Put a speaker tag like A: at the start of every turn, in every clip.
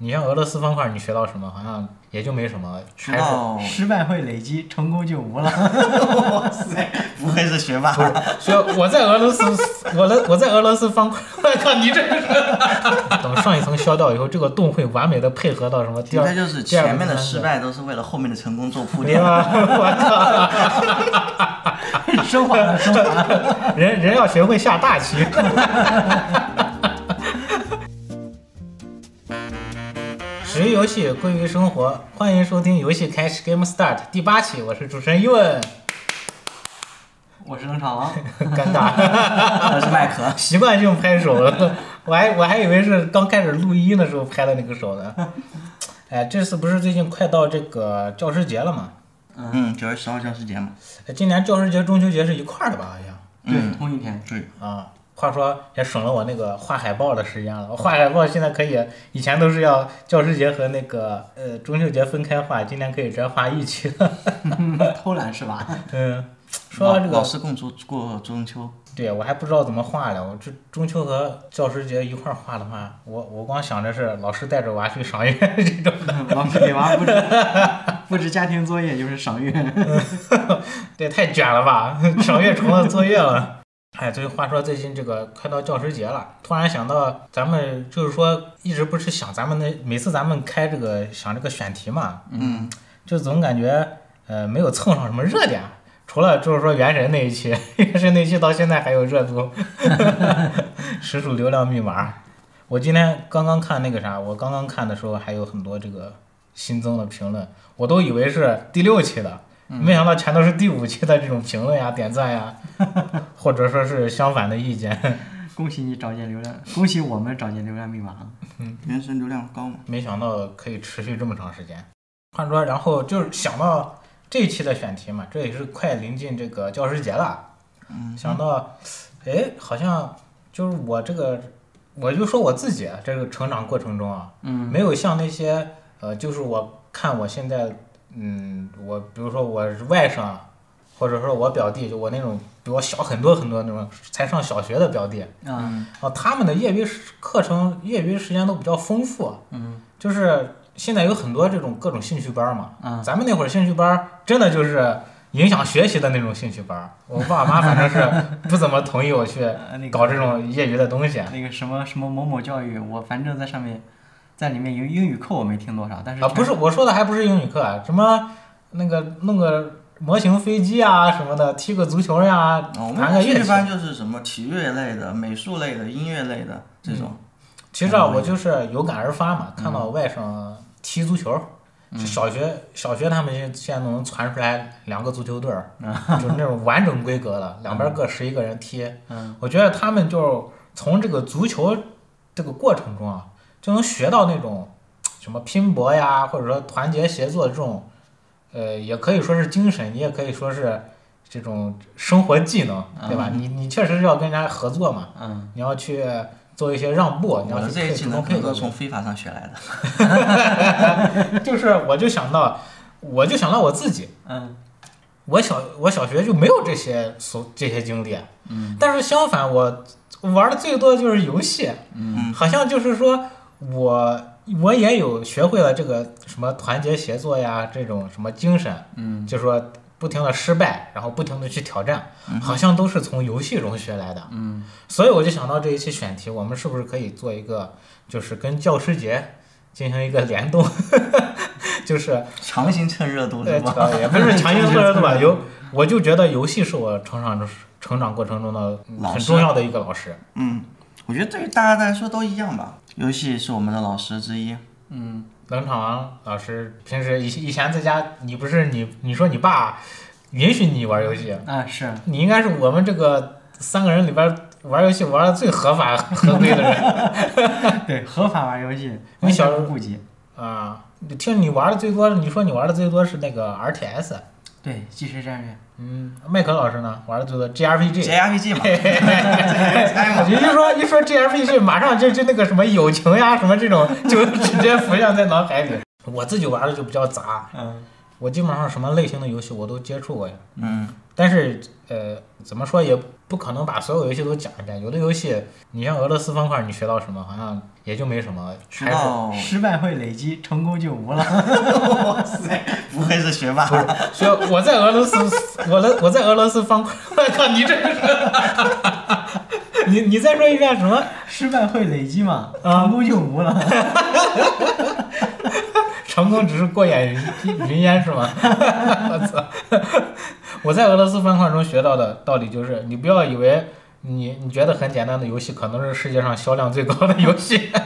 A: 你像俄罗斯方块，你学到什么？好像也就没什么，
B: 知
A: 还是
B: 道
C: 失败会累积，成功就无了。
B: 哦 哇塞，不愧是学霸
A: 不。是，所以我在俄罗斯，我的我在俄罗斯方块，我靠，你这 等上一层消掉以后，这个洞会完美的配合到什么第
B: 应
A: 二？
B: 该就是
A: 第二
B: 前面的
A: 第三
B: 失败都是为了后面的成功做铺
A: 对
B: 垫。
A: 吧？ 我
C: 升华了，升华了。
A: 靠，人人要学会下大棋。 始于游戏，归于生活，欢迎收听《游戏开始 Game Start》第八期，我是主持人 Ewan，
C: 我是冷场王，
A: 尴尬。
B: 我是麦克，
A: 习惯性拍手了， 我还我还以为是刚开始录音的时候拍的那个手呢。哎，这次不是最近快到这个教师节了嘛？
B: 嗯，九月十号教师节嘛，
A: 哎今年教师节、中秋节是一块儿的吧？好像
C: 对，嗯同一天。
B: 对，
A: 啊。话说也省了我那个画海报的时间了。我画海报现在可以，以前都是要教师节和那个呃中秋节分开画，今年可以直接画一起了。
C: 偷懒是 吧？
A: 嗯，说到这
B: 老老
A: 个，
B: 师共度过中秋，
A: 对我还不知道怎么画了。我这中秋和教师节一块儿画的话，我我光想着是老师带着娃去赏月这种。
C: 老师给娃布置 布置家庭作业就是赏月。
A: 这 也太卷了吧，赏月成了作业了。哎，所以话说最近这个快到教师节了，突然想到咱们就是说一直不是想咱们那每次咱们开这个想这个选题嘛，
B: 嗯，
A: 就总感觉呃没有蹭上什么热点，除了就是说原神那一期，原神那一期到现在还有热度， 实属流量密码。我今天刚刚看那个啥，我刚刚看的时候还有很多这个新增的评论，我都以为是第六期的，没想到全都是第五期的这种评论呀、点赞呀，或者说是相反的意见。
C: 恭喜你找见流量，恭喜我们找见流量密码啊了。
B: 嗯原神流量高嘛，
A: 没想到可以持续这么长时间。话说，然后就是想到这一期的选题嘛，这也是快临近这个教师节了，
B: 嗯，
A: 想到，哎，好像就是我这个，我就说我自己啊这个成长过程中啊，
C: 嗯，
A: 没有像那些呃，就是我看我现在，嗯，我比如说我是外甥啊，或者说我表弟，就我那种比我小很多很多那种才上小学的表弟，
C: 啊，
A: 啊，他们的业余时课程、业余时间都比较丰富。啊
C: 嗯，
A: 就是现在有很多这种各种兴趣班嘛。
C: 嗯
A: 咱们那会儿兴趣班真的就是影响学习的那种兴趣班。我爸妈反正 是不怎么同意我去
C: 呃那个
A: 搞这种业余的东西。啊
C: 那个什么什么某某教育，我反正在上面，在里面有英语课我没听多少，但是
A: 啊，不是我说的，还不是英语课，啊，什么那个弄个模型飞机啊什么的，踢个足球呀、
B: 哦我
A: 弹个
B: 们
A: 乐
B: 兴
A: 器。
B: 趣班就是什么体育类的、美术类的、音乐类的这种，
A: 其实啊，
C: 嗯
A: 我就是有感而发嘛，看到我外甥踢足球，
B: 嗯
A: 就小学小学他们现现在能传出来两个足球队儿，
B: 嗯
A: 就是那种完整规格的，两边各十一个人踢。
C: 嗯
A: 我觉得他们就是从这个足球这个过程中啊，就能学到那种什么拼搏呀，或者说团结协作这种，呃，也可以说是精神，你也可以说是这种生活技能，
B: 嗯
A: 对吧？你你确实是要跟人家合作嘛，
C: 嗯，
A: 你要去做一些让步，你
B: 我
A: 要
B: 的
A: 去
B: 这
A: 配
B: 一技
A: 主动
B: 能
A: 配
B: 很
A: 合
B: 多。从非法上学来的，
A: 就是我就想到，我就想到我自己，
C: 嗯
A: 我小我小学就没有这些所这些经历，嗯，但是相反我玩的最多的就是游戏，
B: 嗯，
A: 好像就是说我我也有学会了这个什么团结协作呀，这种什么精神，
C: 嗯，
A: 就说不停的失败，然后不停的去挑战，
B: 嗯
A: 好像都是从游戏中学来的，
C: 嗯，
A: 所以我就想到这一期选题，我们是不是可以做一个，就是跟教师节进行一个联动， 就是
B: 强行蹭热度
A: 对
B: 是，吧？
A: 也不是强行做人 对吧？游，我就觉得游戏是我成长中成长过程中的嗯
B: 老
A: 很
B: 师
A: 重要的一个老师。
B: 嗯，我觉得对于大家来说都一样吧。游戏是我们的老师之一，
C: 嗯，
A: 冷场王老师平时以以前在家，你不是你你说你爸允许你玩游戏，
C: 啊 是，
A: 你应该是我们这个三个人里边玩游戏玩的最合法合规的人
C: 对，合法玩游戏，
A: 你小时候
C: 完全不顾及，
A: 啊。你听你玩的最多，你说你玩的最多是那个 RTS，
C: 对，即时战略，
A: 嗯，麦克老师呢玩的最多 GRPG。
B: JRPG 嘛， 猜嘛，
A: 你一说一说 GRPG，马上就就那个什么友情呀，什么这种，就直接浮现在脑海里。我自己玩的就比较杂，
C: 嗯
A: 我基本上什么类型的游戏我都接触过呀。
B: 嗯，
A: 但是呃，怎么说也不可能把所有游戏都讲一遍。有的游戏，你像俄罗斯方块，你学到什么好像也就没什么，
B: 知
A: 还是
B: 道？
C: 失败会累积，成功就无 了。
B: 哇塞， 不愧是学霸，
A: 学我在俄罗斯，我的我在俄罗斯方块，我靠，你这是，你你再说一遍什么
C: 失败会累积嘛，
A: 啊
C: 成功就无了。
A: 成功只是过眼云云烟是吗？ 我操！我在俄罗斯方块中学到的道理就是，你不要以为你你觉得很简单的游戏，可能是世界上销量最高的游戏，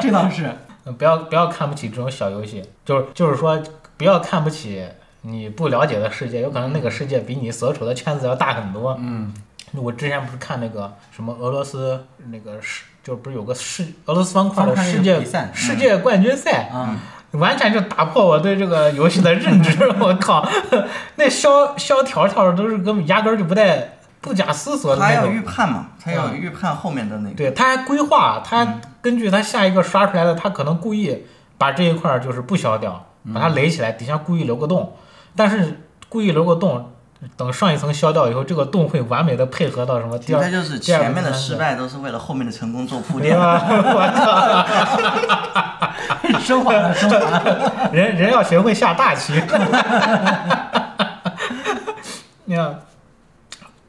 C: 这倒是，
A: 不要不要看不起这种小游戏，就是就是说不要看不起你不了解的世界，有可能那个世界比你所处的圈子要大很多。
C: 嗯，
A: 我之前不是看那个什么俄罗斯那个世，就不是有个世俄罗斯方块的
C: 方块
A: 世界
C: 比赛嗯
A: 世界冠军赛，
C: 啊，
A: 完全就打破我对这个游戏的认知。我靠， 那削削条条都是根本压根儿就不带不假思索的
B: 他
A: 那
B: 要
A: 种。
B: 预判嘛，他要
A: 嗯
B: 预判后面的那个。
A: 对，他还规划，他还根据他下一个刷出来的，他可能故意把这一块儿就是不削掉，把它垒起来，底下故意留个洞，但是故意留个洞。等上一层削掉以后，这个洞会完美的配合到什么第
B: 应
A: 二
B: 该就是
A: 第二
B: 前面
A: 层
B: 的
A: 三层
B: 失败都是为了后面的成功做铺
A: 对啊
B: 垫。
A: 吧？ 我
C: 升华了，升华了。
A: 靠， 人人要学会下大棋。 你看，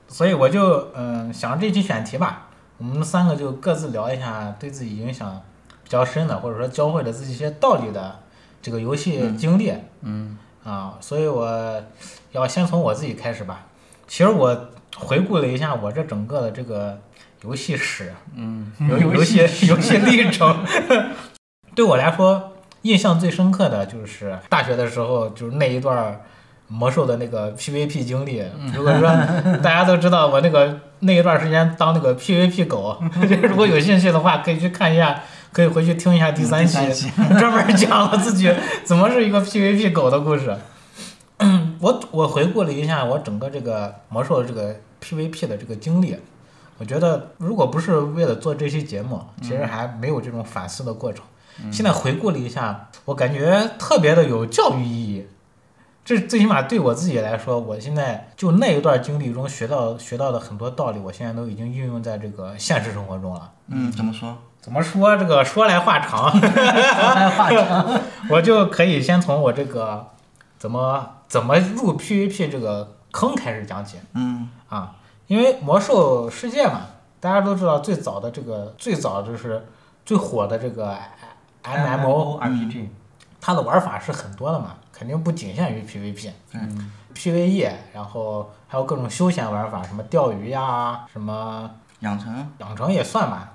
A: 所以我就嗯、想着这期选题吧，我们三个就各自聊一下对自己影响比较深的，或者说教会了自己一些道理的这个游戏经历。
C: 嗯，
A: 啊，所以我要先从我自己开始吧。其实我回顾了一下我这整个的这个游戏史，嗯，游游
C: 游
A: 戏
C: 戏
A: 游戏历程， 对我来说印象最深刻的就是大学的时候，就是那一段儿魔兽的那个 PVP 经历。如果 说大家都知道我那个那一段时间当那个 PVP 狗， 就是如果有兴趣的话，可以去看一下，可以回去听一下第三期。
B: 期，
A: 专门讲了自己怎么是一个 PVP 狗的故事。 我我回顾了一下我整个这个魔兽的这个 PVP 的这个经历，我觉得如果不是为了做这期节目，其实还没有这种反思的过程。现在回顾了一下，我感觉特别的有教育意义。这最起码对我自己来说，我现在就那一段经历中学到学到的很多道理，我现在都已经运用在这个现实生活中了。
B: 嗯，怎么说？
A: 怎么说这个说来话长，
C: 来话长。
A: 我就可以先从我这个怎么怎么入 PVP 这个坑开始讲起
B: 嗯，
A: 啊，因为魔兽世界嘛，大家都知道最早的这个最早就是最火的这个 MMO，
C: RPG，
A: 它的玩法是很多的嘛，肯定不仅限于 PVP。
B: 对
C: 嗯
A: PVE，然 E，后还有各种休闲玩法，什么钓鱼呀，什么
B: 养成
A: 养成也算吧。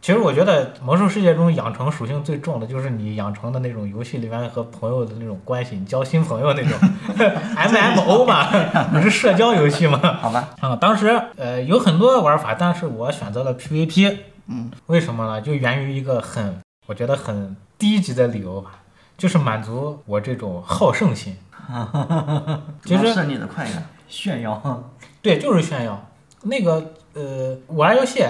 A: 其实我觉得魔兽世界中养成属性最重的，就是你养成的那种游戏里面和朋友的那种关系，你交新朋友那种 MMO 嘛，不是社交游戏嘛。
B: 好吧？
A: 啊，当时呃有很多玩法，但是我选择了 PVP，
B: 嗯，
A: 为什么呢？就源于一个很我觉得很低级的理由吧，就是满足我这种好胜心。其实
B: 要胜利的快感。
C: 炫耀。
A: 对，就是炫耀。那个呃，玩游戏，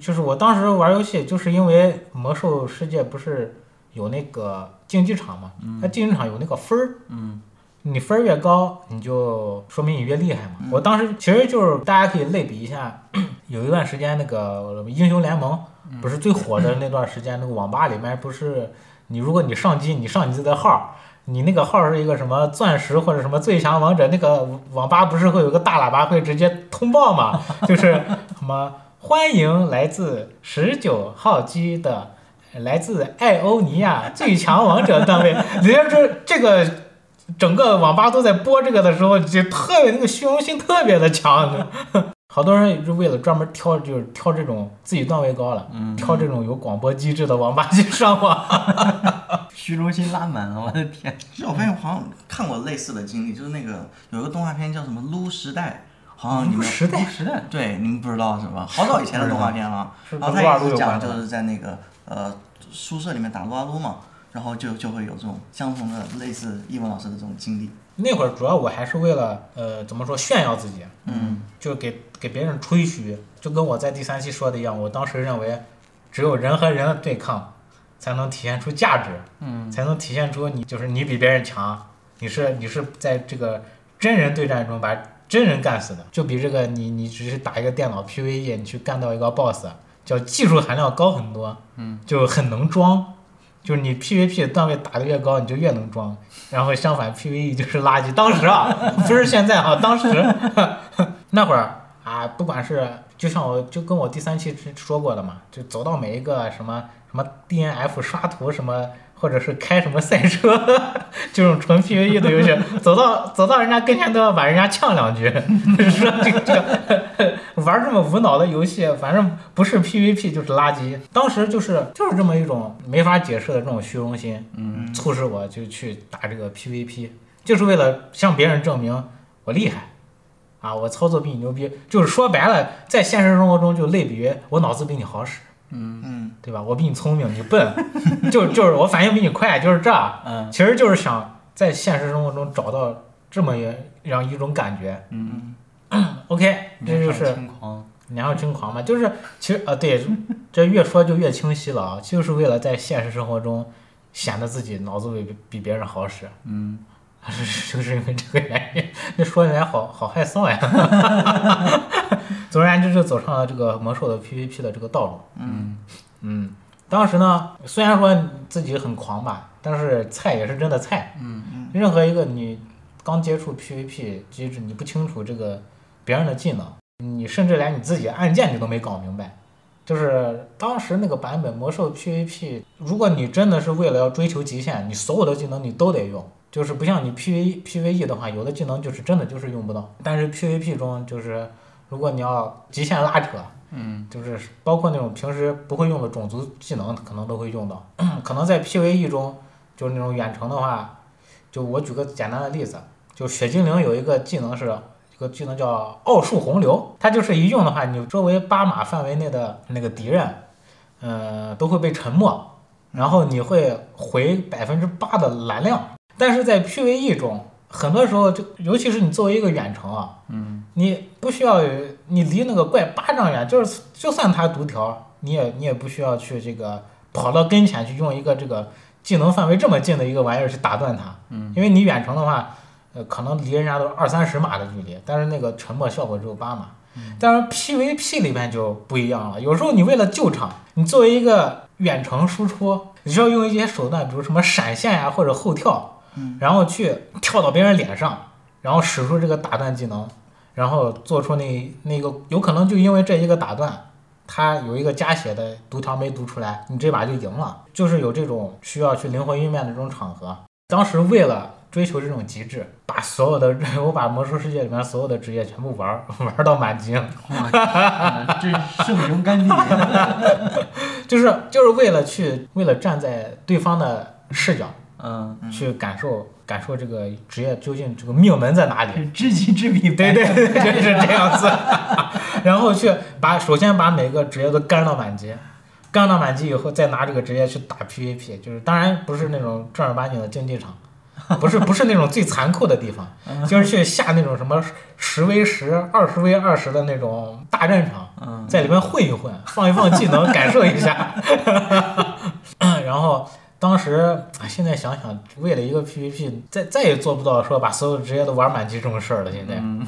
A: 就是我当时玩游戏，就是因为魔兽世界不是有那个竞技场嘛，它竞技场有那个分儿，
C: 嗯，
A: 你分儿越高，你就说明你越厉害嘛。我当时其实就是大家可以类比一下，有一段时间那个英雄联盟不是最火的那段时间，那个网吧里面不是你如果你上机，你上你自己的号儿。你那个号儿是一个什么钻石或者什么最强王者，那个网吧不是会有个大喇叭会直接通报 嘛？就是什么欢迎来自十九号机的来自爱欧尼亚最强王者段位，人家这这个整个网吧都在播这个的时候，就特别那个虚荣心特别的强，你 知道吗好多人也是为了专门挑，就是挑这种自己段位高了，
B: 嗯
A: 挑这种有广播机制的网吧去上网。
C: 虚荣心拉满了，我的天！
B: 其实我发现我好像看过类似的经历，就是那个有一个动画片叫什么《撸时代》，好哦像 你们
A: 时代
C: 时代
B: 对你们不知道是吧？好早以前的动画片了。
A: 是
B: 然
A: 不
B: 后
A: 是撸啊
B: 他
A: 撸
B: 也
A: 有
B: 是
A: 关
B: 讲
A: 的
B: 就是在那个呃宿舍里面打撸啊撸嘛，然后就就会有这种相同的类似一文老师的这种经历。
A: 那会儿主要我还是为了呃怎么说炫耀自己，
B: 嗯，
A: 就给给别人吹嘘，就跟我在第三期说的一样，我当时认为只有人和人的对抗才能体现出价值，嗯，才能体现出你就是你比别人强，你是你是在这个真人对战中把真人干死的，就比这个你你只是打一个电脑 PVE，你去干掉一个 BOSS，叫技术含量高很多，嗯，就很能装，就是你 PVP 的段位打得越高，你就越能装，然后相反 PVE 就是垃圾。当时啊，不是现在啊，当时那会儿啊，不管是就像我就跟我第三期之说过的嘛，就走到每一个什么什么 DNF 刷图什么。或者是开什么赛车， 这种纯 PVE 的游戏，走到走到人家跟前都要把人家呛两句， 说这个这个玩这么无脑的游戏，反正不是 PVP 就是垃圾。当时就是就是这么一种没法解释的这种虚荣心，嗯，促使我就去打这个 PVP，就是为了向别人证明我厉害。啊，我操作比你牛逼，就是说白了，在现实生活中就类比于我脑子比你好使，
B: 嗯，
A: 对吧？我比你聪明，你笨， 就就是我反应比你快，就是这。
C: 嗯
A: 其实就是想在现实生活中找到这么一样一种感觉。
C: 嗯，
A: OK，这就
C: 年少
A: 是
C: 轻狂，
A: 年少轻狂嘛，就是其实啊，对，这越说就越清晰了啊，就是为了在现实生活中显得自己脑子比比别人好使。
C: 嗯，
A: 就是因为这个原因，这说起来好好害臊呀。 总而言之，就走上了这个魔兽的 PVP 的这个道路。
C: 嗯
A: 嗯，当时呢，虽然说自己很狂吧，但是菜也是真的菜。
C: 嗯
B: 嗯，
A: 任何一个你刚接触 PVP 机制，你不清楚这个别人的技能，你甚至连你自己按键你都没搞明白。就是当时那个版本魔兽 PVP，如果你真的是为了要追求极限，你所有的技能你都得用，就是不像你 PVE PVE E 的话，有的技能就是真的就是用不到。但是 PVP 中就是，如果你要极限拉扯，
C: 嗯，
A: 就是包括那种平时不会用的种族技能，可能都会用到。 可能在 PVE 中，就是那种远程的话，就我举个简单的例子，就雪精灵有一个技能是。一个技能叫奥数洪流，它就是一用的话，你周围八码范围内的那个敌人，呃，都会被沉没，然后你会回百分之八的蓝量。但是在 PVE 中，很多时候就尤其是你作为一个远程啊，
C: 嗯，
A: 你不需要有你离那个怪八丈远，就是就算他读条，你也你也不需要去这个跑到跟前去用一个这个技能范围这么近的一个玩意儿去打断他，
C: 嗯，
A: 因为你远程的话，呃，可能离人家都是二三十码的距离，但是那个沉默效果只有八码。但是 PVP 里面就不一样了，有时候你为了救场，你作为一个远程输出，你需要用一些手段，比如什么闪现呀、或者后跳，
B: 嗯
A: 然后去跳到别人脸上，然后使出这个打断技能，然后做出那那个有可能就因为这一个打断，他有一个加血的读条没读出来，你这把就赢了。就是有这种需要去灵活应变的这种场合。当时为了追求这种极致，把所有的 我把魔兽世界里面所有的职业全部玩儿 玩儿到满级，
C: 哇，啊这是武勇干地，
A: 就是就是为了去为了站在对方的视角
C: 嗯，
B: 嗯
A: 去感受感受这个职业究竟这个命门在哪里。
C: 这知己知彼，
A: 对对
C: 百
A: 对，就是这样子。然后去把首先把每个职业都干到满级，干到满级以后，再拿这个职业去打 PVP，就是当然不是那种正儿八经的竞技场，不是不是那种最残酷的地方，就是去下那种什么十 v 十、二十 v 二十的那种大战场，
C: 嗯
A: 在里面混一混，放一放技能，感受一下。然后当时，哎现在想想，为了一个 PVP，再再也做不到说把所有职业都玩满级这种事儿了。现在，
C: 嗯，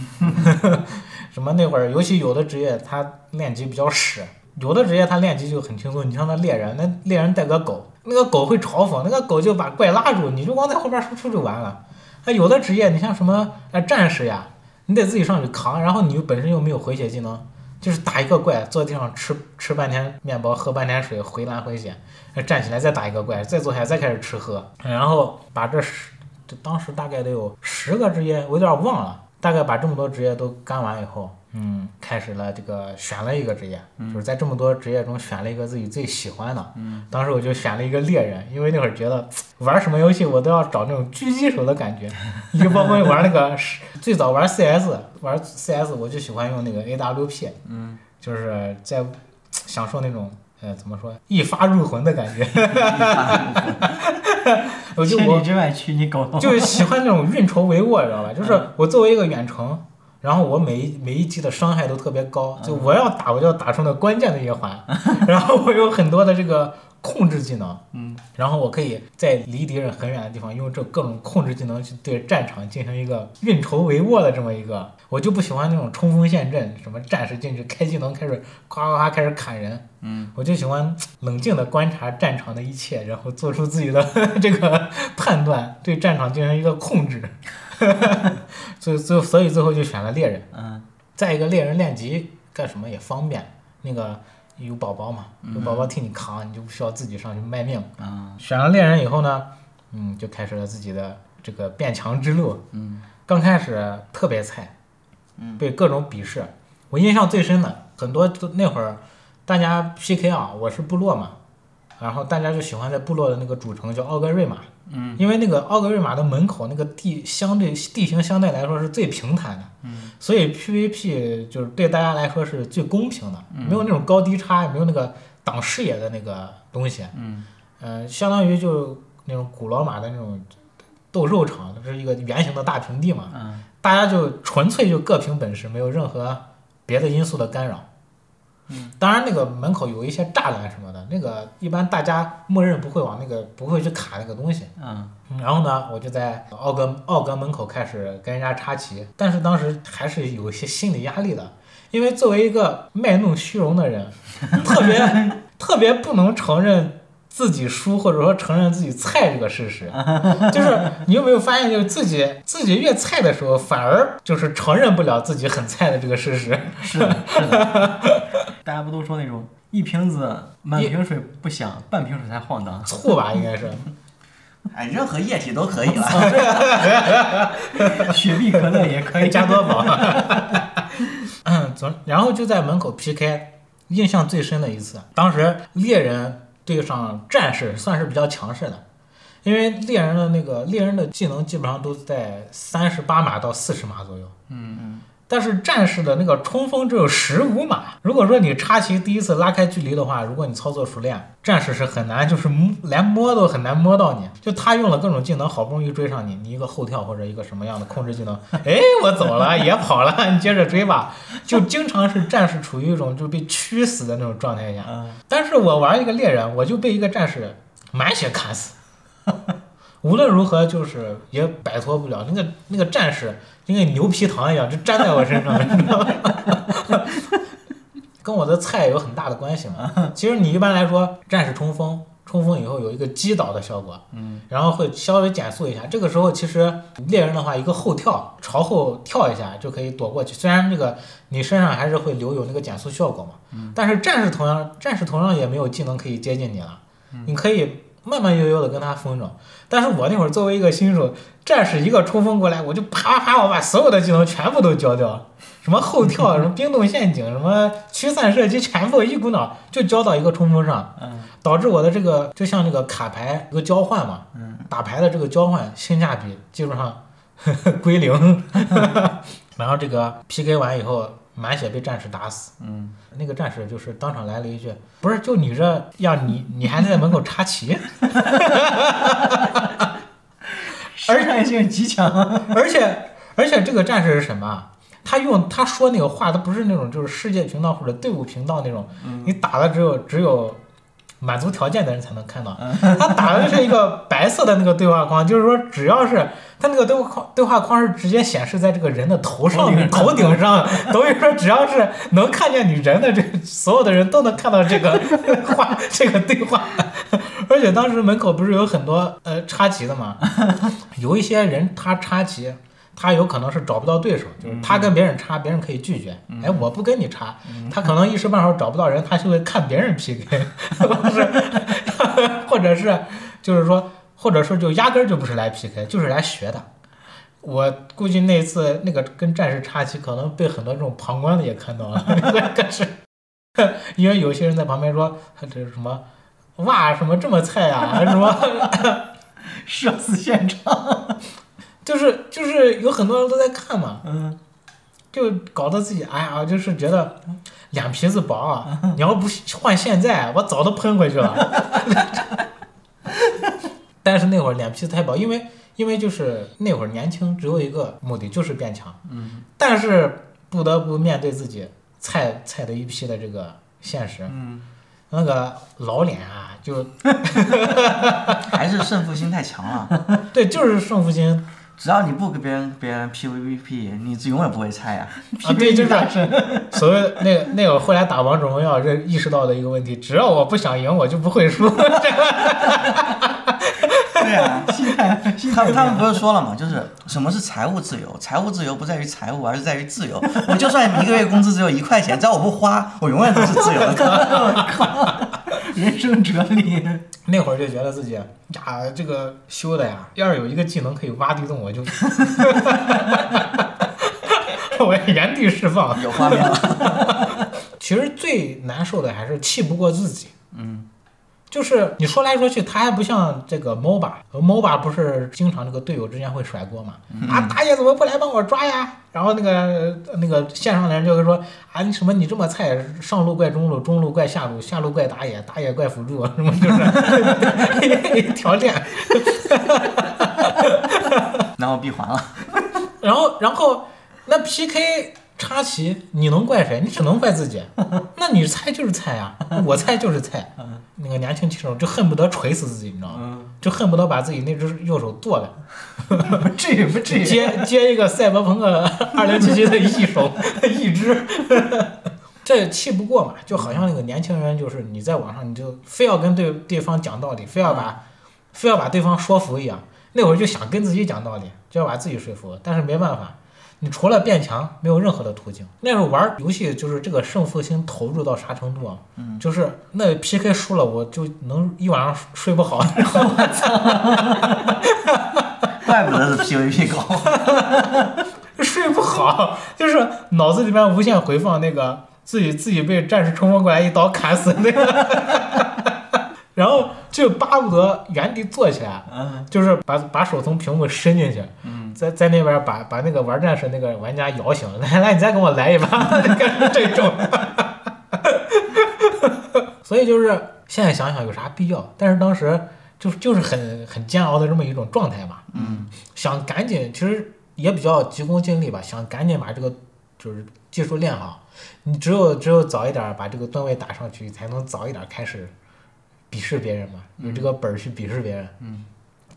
A: 什么那会儿，尤其有的职业他练级比较屎，有的职业他练级就很轻松。你像那猎人，那猎人带个狗，那个狗会嘲讽，那个狗就把怪拉住，你就光在后边输出就完了。那有的职业，你像什么呃战士呀，你得自己上去扛，然后你又本身又没有回血技能，就是打一个怪，坐地上吃吃半天面包，喝半天水，回蓝回血，呃站起来再打一个怪，再坐下再开始吃喝，然后把这十，这当时大概得有十个职业，我有点忘了，大概把这么多职业都干完以后，嗯，开始了这个选了一个职业，就是在这么多职业中选了一个自己最喜欢的，嗯，当时我就选了一个猎人，因为那会儿觉得玩什么游戏我都要找那种狙击手的感觉，你就包括玩那个最早玩 CS，玩 CS 我就喜欢用那个 AWP，
C: 嗯，
A: 就是在享受那种呃怎么说一发入魂的感觉， 我就
C: 千
A: 我
C: 里之外去你狗头，
A: 就是喜欢那种运筹帷幄，知道吧？就是我作为一个远程，然后我每一每一击的伤 害都特别高，就我要打我就要打中那关键的一环，然后我有很多的这个控制技能，
C: 嗯，
A: 然后我可以在离敌人很远的地方，用这各种控制技能去对战场进行一个运筹帷幄的这么一个。我就不喜欢那种冲锋陷阵，什么战士进去开技能开始夸夸夸开始砍人，
C: 嗯，
A: 我就喜欢冷静的观察战场的一切，然后做出自己的 这个 判断，对战场进行一个控制。 所以最所以最后就选了猎人。
C: 嗯
A: 再一个，猎人练级干什么也方便，那个有宝宝嘛，有宝宝替你扛，你就不需要自己上去卖命。
C: 啊
A: 选了猎人以后呢，嗯，就开始了自己的这个变强之路。
C: 嗯
A: 刚开始特别菜，
B: 嗯
A: 被各种鄙视。我印象最深的，很多都那会儿大家 PK 啊，我是部落嘛，然后大家就喜欢在部落的那个主城叫奥格瑞玛，
C: 嗯
A: 因为那个奥格瑞玛的门口那个地相对地形相对来说是最平坦的，
C: 嗯
A: 所以 PVP 就是对大家来说是最公平的，
C: 嗯
A: 没有那种高低差，也没有那个挡视野的那个东西。
C: 嗯
A: 呃，相当于就那种古罗马的那种斗兽场，就是一个圆形的大平地嘛，
C: 嗯
A: 大家就纯粹就各凭本事，没有任何别的因素的干扰。
B: 嗯，
A: 当然那个门口有一些栅栏什么的，那个一般大家默认不会往那个不会去卡那个东西。
C: 嗯
A: 嗯然后呢，我就在奥格奥格门口开始跟人家插旗，但是当时还是有一些心理压力的，因为作为一个卖弄虚荣的人，特别特别不能承认自己输，或者说承认自己菜这个事实。就是你有没有发现，就是自己自己越菜的时候，反而就是承认不了自己很菜的这个事实。
C: 是的，是的，大家不都说那种一瓶子满瓶水不响，半瓶水才晃荡。
A: 醋吧，应该是。
B: 哎，任何液体都可以了。
C: 雪碧、可乐也可以
A: 加多宝。嗯，总然后就在门口 PK，印象最深的一次，当时猎人对上战士算是比较强势的，因为猎人的那个猎人的技能基本上都在三十八码到四十码左右。
B: 嗯，
A: 但是战士的那个冲锋只有十五码，如果说你插旗第一次拉开距离的话，如果你操作熟练，战士是很难，就是摸连摸都很难摸到你。就他用了各种技能，好不容易追上你，你一个后跳或者一个什么样的控制技能，哎，我走了，也跑了，你接着追吧。就经常是战士处于一种就被驱死的那种状态下。
C: 嗯
A: 但是我玩一个猎人，我就被一个战士满血砍死。 无论如何，就是也摆脱不了那个那个战士，就跟牛皮糖一样，就粘在我身上，你知道吗？ 跟我的菜有很大的关系嘛。其实你一般来说，战士冲锋，冲锋以后有一个击倒的效果，
C: 嗯
A: 然后会稍微减速一下。这个时候，其实猎人的话，一个后跳，朝后跳一下就可以躲过去。虽然这个你身上还是会留有那个减速效果嘛，
C: 嗯
A: 但是战士同样，战士同样也没有技能可以接近你了，
C: 嗯
A: 你可以慢慢悠悠的跟他风筝。但是我那会儿作为一个新手，战士一个冲锋过来，我就啪啪啪，我把所有的技能全部都交掉了。什么后跳，什么冰冻陷阱，什么驱散射击，全部一股脑就交到一个冲锋上，
C: 嗯
A: 导致我的这个就像这个卡牌一个交换嘛，
C: 嗯，
A: 打牌的这个交换性价比基本上 归零。 然后这个 PK 完以后，满血被战士打死，
C: 嗯，
A: 那个战士就是当场来了一句：“不是，就你这样，你你还在门口插旗，
C: 时尚性极强。
A: 而且而且这个战士是什么啊？”他用他说那个话，他不是那种就是世界频道或者队伍频道那种，你打的只有只有满足条件的人才能看到。他打的是一个白色的那个对话 框，就是说只要是他那个对话框对话框是直接显示在这个人的头上面、头顶 上，等于说只要是能看见你人的这个所有的人都能看到这个 话这个对话。而且当时门口不是有很多呃插旗的 嘛，有一些人他插旗。他有可能是找不到对手，就是他跟别人插，别人可以拒绝。哎，我不跟你插，他可能一时半会儿找不到人，他就会看别人 PK，或者是 或者是就是说，或者说就压根儿就不是来 PK，就是来学的。我估计那次那个跟战士插旗，可能被很多这种旁观的也看到了，但是 因为有些人在旁边说这是什么哇什么这么菜啊什么。
C: 社死现场。
A: 就是就是有很多人都在看嘛，
C: 嗯
A: 就搞得自己哎呀，就是觉得两皮子薄啊！
C: 嗯
A: 你要不换现在，我早都喷回去了。 但是那会儿脸皮子太薄，因为因为就是那会儿年轻，只有一个目的就是变强。
C: 嗯
A: 但是不得不面对自己菜菜的一批的这个现实，
C: 嗯
A: 那个老脸啊，就
B: 还是胜负心太强了。
A: 对，就是胜负心
B: 只要你不给别人别人 PVP，你是永远不会菜呀、
A: 啊，对，就是 所谓那个那个我后来打王者荣耀认意识到的一个问题，只要我不想赢，我就不会输。
B: 对呀、
C: 心态，心
B: 他们
C: 态不
B: 他
C: 一
B: 们
C: 样。
B: 不是说了吗？就是什么是财务自由？财务自由不在于财务，而是在于自由。我就算一个月工资只有一块钱，只要我不花，我永远都是自由的。
C: 人生哲理，
A: 那会儿就觉得自己啊呀，这个修的呀，要是有一个技能可以挖地洞，我就， 我原地释放。
B: 有画面了，
A: 其实最难受的还是气不过自己。嗯，就是你说来说去，他还不像这个 MOBA，MOBA 不是经常这个队友之间会甩锅嘛？啊，打野怎么不来帮我抓呀？然后那个那个线上的人就会说啊，你什么你这么菜，上路怪中路，中路怪下路，下路怪打野，打野怪辅助，什么就是 一条链。
B: 然后闭环了。
A: 然后然后那 PK 插旗，你能怪谁？你只能怪自己。那你菜就是菜啊，我菜就是菜。那个年轻气盛就恨不得锤死自己，你知道吗？
C: 嗯，
A: 就恨不得把自己那只右手剁了，
C: 不至于，不至于。
A: 接接一个赛博朋克二零七七的一手一只。 这气不过嘛，就好像那个年轻人，就是你在网上，你就非要跟对对方讲道理，非要把、非要把对方说服一样。那会儿就想跟自己讲道理，就要把自己说服，但是没办法，你除了变强，没有任何的途径。那时候玩游戏就是这个胜负心投入到啥程度啊？
B: 嗯
A: 就是那 PK 输了，我就能一晚上睡不好。
B: 怪不得是 PVP 高，
A: 睡不好，就是脑子里面无限回放那个自己自己被战士冲锋过来一刀砍死那个， 然后就巴不得原地坐起来，
C: 嗯，
A: 就是把把手从屏幕伸进去，
C: 嗯
A: 在在那边把把那个玩战士那个玩家摇醒， 来来，你再给我来一把， 这种。 所以就是现在想想有啥必要，但是当时就就是很很煎熬的这么一种状态嘛。
B: 嗯，
A: 想赶紧，其实也比较急功近利吧，想赶紧把这个就是技术练好。你只有只有早一点把这个段位打上去，才能早一点开始鄙视别人嘛，有这个本儿去鄙视别人。
C: 嗯，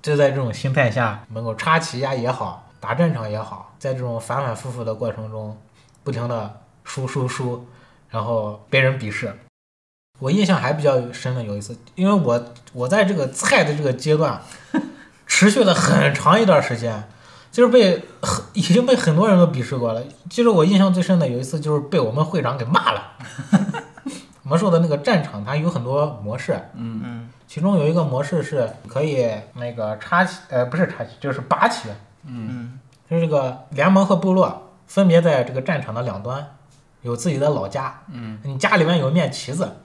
A: 就在这种心态下，能够插旗呀也好，打战场也好，在这种反反复复的过程中，不停的输输输，然后被人鄙视。我印象还比较深的有一次，因为我我在这个菜的这个阶段，持续了很长一段时间，就是被很已经被很多人都鄙视过了。其实我印象最深的有一次就是被我们会长给骂了。魔兽的那个战场它有很多模式，
B: 嗯，
A: 其中有一个模式是可以那个插旗，呃，不是插旗，就是拔旗，
B: 嗯
A: 就是这个联盟和部落分别在这个战场的两端有自己的老家，
C: 嗯，
A: 你家里面有一面旗子，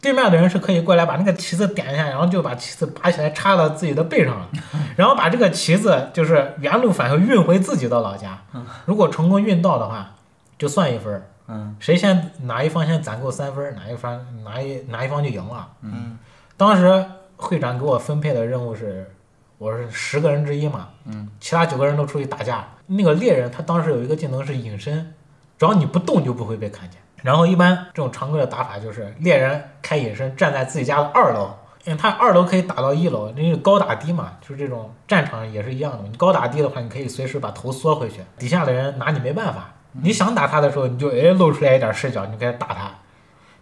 A: 对面的人是可以过来把那个旗子点一下，然后就把旗子拔起来插到自己的背上了，然后把这个旗子就是原路返回运回自己的老家，如果成功运到的话，就算一分儿，
C: 嗯，
A: 谁先哪一方先攒够三分儿，哪一方哪一哪一方就赢了。
B: 嗯
A: 当时会长给我分配的任务是，我是十个人之一嘛，
C: 嗯，
A: 其他九个人都出去打架。那个猎人他当时有一个技能是隐身，只要你不动就不会被看见。然后一般这种常规的打法就是猎人开隐身，站在自己家的二楼，因为他二楼可以打到一楼，因为高打低嘛，就是这种战场也是一样的。你高打低的话，你可以随时把头缩回去，底下的人拿你没办法。你想打他的时候，你就哎露出来一点视角，你就开始打他，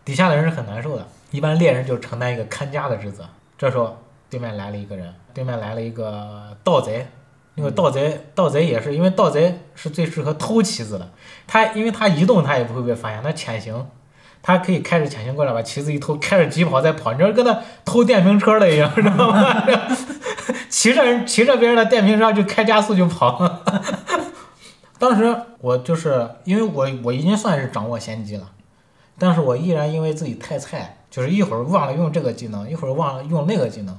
A: 底下的人是很难受的。一般猎人就承担一个看家的职责。这时候对面来了一个人，对面来了一个盗贼，那个盗贼盗贼也是因为盗贼是最适合偷旗子的，他因为他移动他也不会被发现，他潜行。他可以开着潜行过来，把旗子一偷，开着疾跑再跑，你这跟他偷电瓶车的一样，知道吗？ 骑着骑着别人的电瓶车就开加速就跑。 当时我就是因为我我已经算是掌握先机了，但是我依然因为自己太菜，就是一会儿忘了用这个技能，一会儿忘了用那个技能，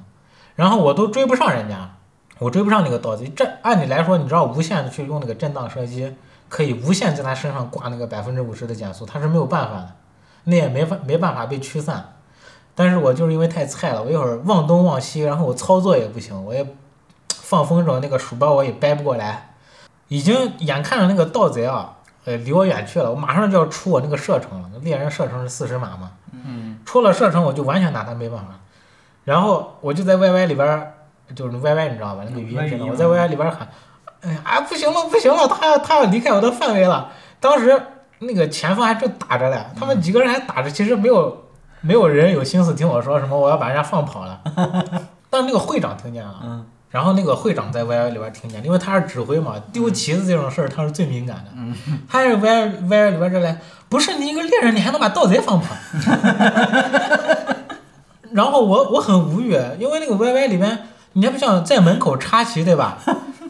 A: 然后我都追不上人家，我追不上那个盗贼。这按理来说，你知道无限的去用那个震荡射击，可以无限在他身上挂那个百分之五十的减速，他是没有办法的，那也没法没办法被驱散。但是我就是因为太菜了，我一会儿忘东忘西，然后我操作也不行，我也放风筝那个鼠标我也掰不过来，已经眼看着那个盗贼啊，呃离我远去了，我马上就要出我那个射程了，猎人射程是四十码嘛，
C: 嗯，
A: 出了射程我就完全拿他没办法。然后我就在 YY 里边儿，就是 YY 你知道吧？那个语音频道，
C: 嗯
A: 我在 YY 里边儿喊，哎呀，啊不行了不行了，他要他要离开我的范围了。当时那个前方还正打着嘞，他们几个人还打着，其实没有没有人有心思听我说什么，我要把人家放跑 了。但是那个会长听见了，
C: 嗯，
A: 然后那个会长在 YY 里边听见，因为他是指挥嘛，丢旗子这种事儿他是最敏感的。他是 YY YY 里边这来，不是你一个猎人，你还能把盗贼放跑？ 然后我我很无语，因为那个 YY 里边，你还不像在门口插旗对吧？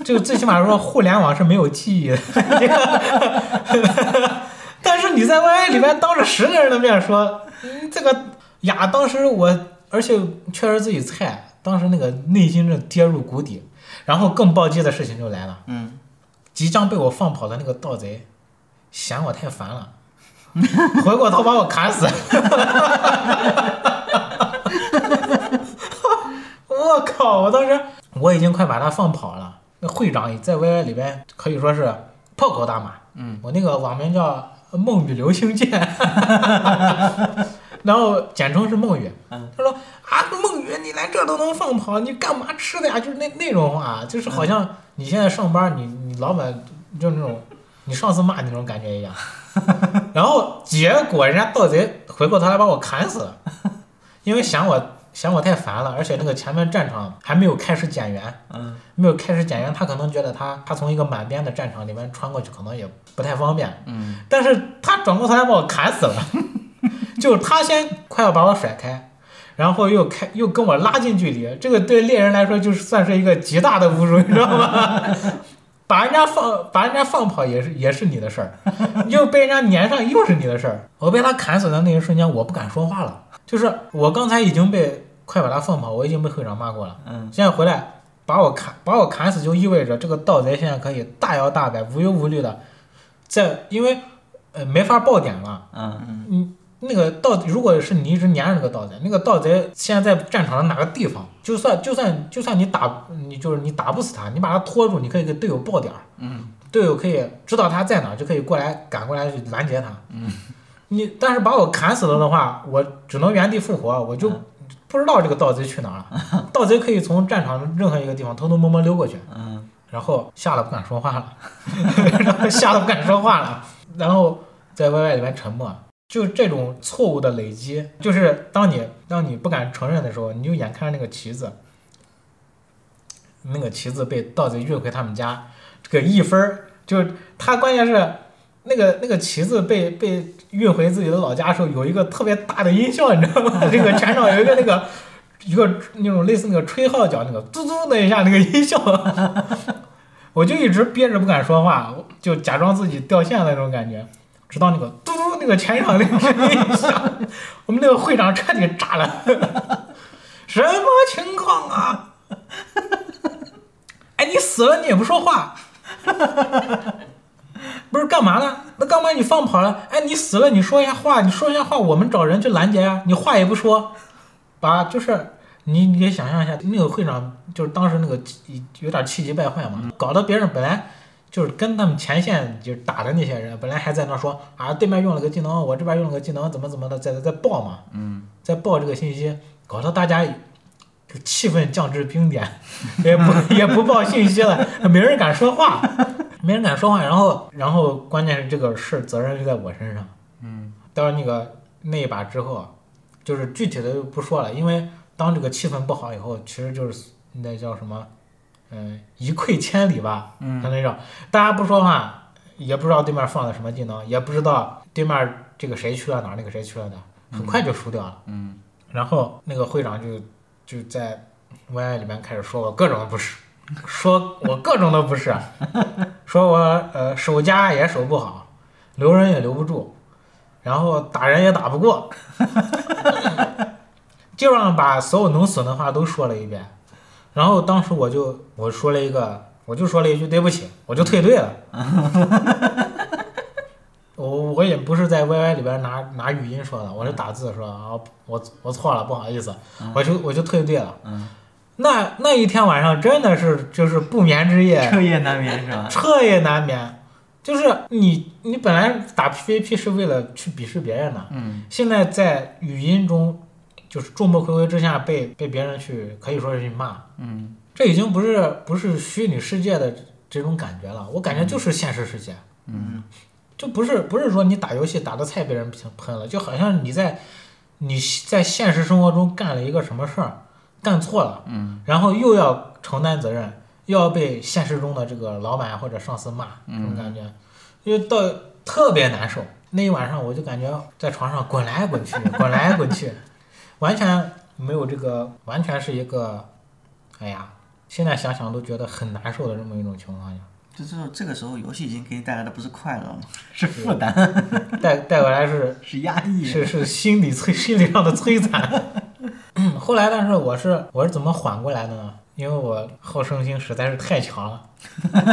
A: 这个最起码说互联网是没有记忆的。 但是你在 YY 里边当着十个人的面说，嗯，这个呀，当时我而且确实自己菜，当时那个内心是跌入谷底。然后更暴击的事情就来了，
B: 嗯，
A: 即将被我放跑的那个盗贼，嫌我太烦了， 回过头把我砍死。 我靠！我当时我已经快把他放跑了。那会长也在 YY 里边可以说是破口大骂。嗯，我那个网名叫梦雨流星剑， 然后简称是梦雨。
C: 嗯
A: 他说啊，梦雨，你来这都能放跑，你干嘛吃的呀？就是那那种话，就是好像你现在上班，你你老板就那种你上司骂你那种感觉一样。然后结果人家盗贼回过头来把我砍死了，因为嫌我嫌我太烦了，而且那个前面战场还没有开始减员，
C: 嗯，
A: 没有开始减员，他可能觉得他他从一个满编的战场里面穿过去可能也不太方便，
B: 嗯，
A: 但是他转过头来把我砍死了， 就是他先快要把我甩开，然后又开又跟我拉近距离，这个对猎人来说就是算是一个极大的侮辱，你知道吗？ 把人家放把人家放跑也是也是你的事儿，又被人家撵上又是你的事儿。我被他砍死的那一瞬间，我不敢说话了，就是我刚才已经被快把他放跑，我已经被会长骂过了，
C: 嗯，
A: 现在回来把我砍把我砍死，就意味着这个盗贼现在可以大摇大摆、无忧无虑的在，因为呃没法爆点了。
C: 嗯，
A: 那个盗，如果是你一直粘着那个盗贼，那个盗贼现在在战场的哪个地方，就算就算就算你打你就是你打不死他，你把他拖住，你可以给队友爆点儿，
B: 嗯，
A: 队友可以知道他在哪儿，就可以过来赶过来去拦截他，嗯，你但是把我砍死了的话，我只能原地复活，我就不知道这个盗贼去哪儿了，盗贼可以从战场的任何一个地方偷偷摸摸溜过去，
C: 嗯，
A: 然后吓得不敢说话了，然后 吓得不敢说话了，然后在 YY 里面沉默。就这种错误的累积，就是当你当你不敢承认的时候，你就眼看着那个旗子，那个旗子被盗贼运回他们家，这个一分儿，就是他关键是那个那个旗子被被运回自己的老家的时候，有一个特别大的音效，你知道吗？这个全场有一个那 个一个那种类似那个吹号角那个嘟嘟的一下那个音效， 我就一直憋着不敢说话，我就假装自己掉线了那种感觉，直到那个嘟嘟那个全场那个声音一响，我们那个会长彻底炸了， 什么情况啊？ 哎，你死了你也不说话，不是干嘛呢？那干嘛你放跑了？哎，你死了你说一下话，你说一下话，我们找人去拦截啊！你话也不说，把就是你你也想象一下，那个会长就是当时那个气有点气急败坏嘛，搞得别人本来就是跟他们前线就是打的那些人，本来还在那说啊，对面用了个技能，我这边用了个技能，怎么怎么的，在在在报嘛，嗯，在报这个信息，搞得大家就气氛降至冰点，也不 也不报信息了，没人敢说话，没人敢说话，然后然后关键是这个事责任就在我身上，嗯，到那个那一把之后，啊就是具体的就不说了，因为当这个气氛不好以后，其实就是那叫什么，嗯、一溃千里吧，嗯，那种大家不说话，也不知道对面放的什么技能，也不知道对面这个谁去了哪儿，那个谁去了哪儿，很快就输掉了，嗯，然后那个会长就就在 YI 里面开始说我各种的不是，说我各种的不是，啊说我呃守家也守不好，留人也留不住，然后打人也打不过， 就让把所有能损的话都说了一遍。然后当时我就我说了一个，我就说了一句对不起，我就退队了。我我也不是在 YY 里边拿拿语音说的，我是打字说啊，我我错了，不好意思，我就我就退队了。那那一天晚上真的是就是不眠之夜，
C: 彻夜难眠是吧？
A: 彻夜难眠。就是你你本来打 PVP 是为了去鄙视别人的，
B: 嗯，
A: 现在在语音中就是众目睽睽之下被被别人去可以说是去骂，
B: 嗯，
A: 这已经不是不是虚拟世界的这种感觉了，我感觉就是现实世界，
B: 嗯，
A: 就不是不是说你打游戏打的菜被人喷喷了，就好像你在你在现实生活中干了一个什么事儿，干错了，
B: 嗯，
A: 然后又要承担责任，又要被现实中的这个老板或者上司骂，这种感觉，因为到特别难受。那一晚上我就感觉在床上滚来滚去，滚来滚去， 完全没有这个，完全是一个，哎呀，现在想想都觉得很难受的这么一种情况下。
B: 就这种这个时候，游戏已经给你带来的不是快乐了，
C: 是负担，
A: 带带过来是
C: 是压抑，
A: 是是心理摧心理上的摧残。 后来，但是我是我是怎么缓过来的呢？因为我好胜心实在是太强了，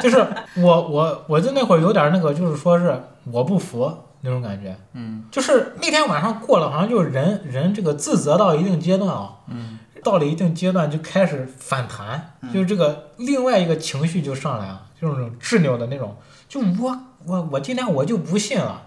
A: 就是我我我就那会儿有点那个，就是说是我不服那种感觉。嗯，就是那天晚上过了，好像就是人人这个自责到一定阶段啊、嗯，到了一定阶段就开始反弹，就是这个另外一个情绪就上来了，就是那种执拗的那种，就我我我今天我就不信了。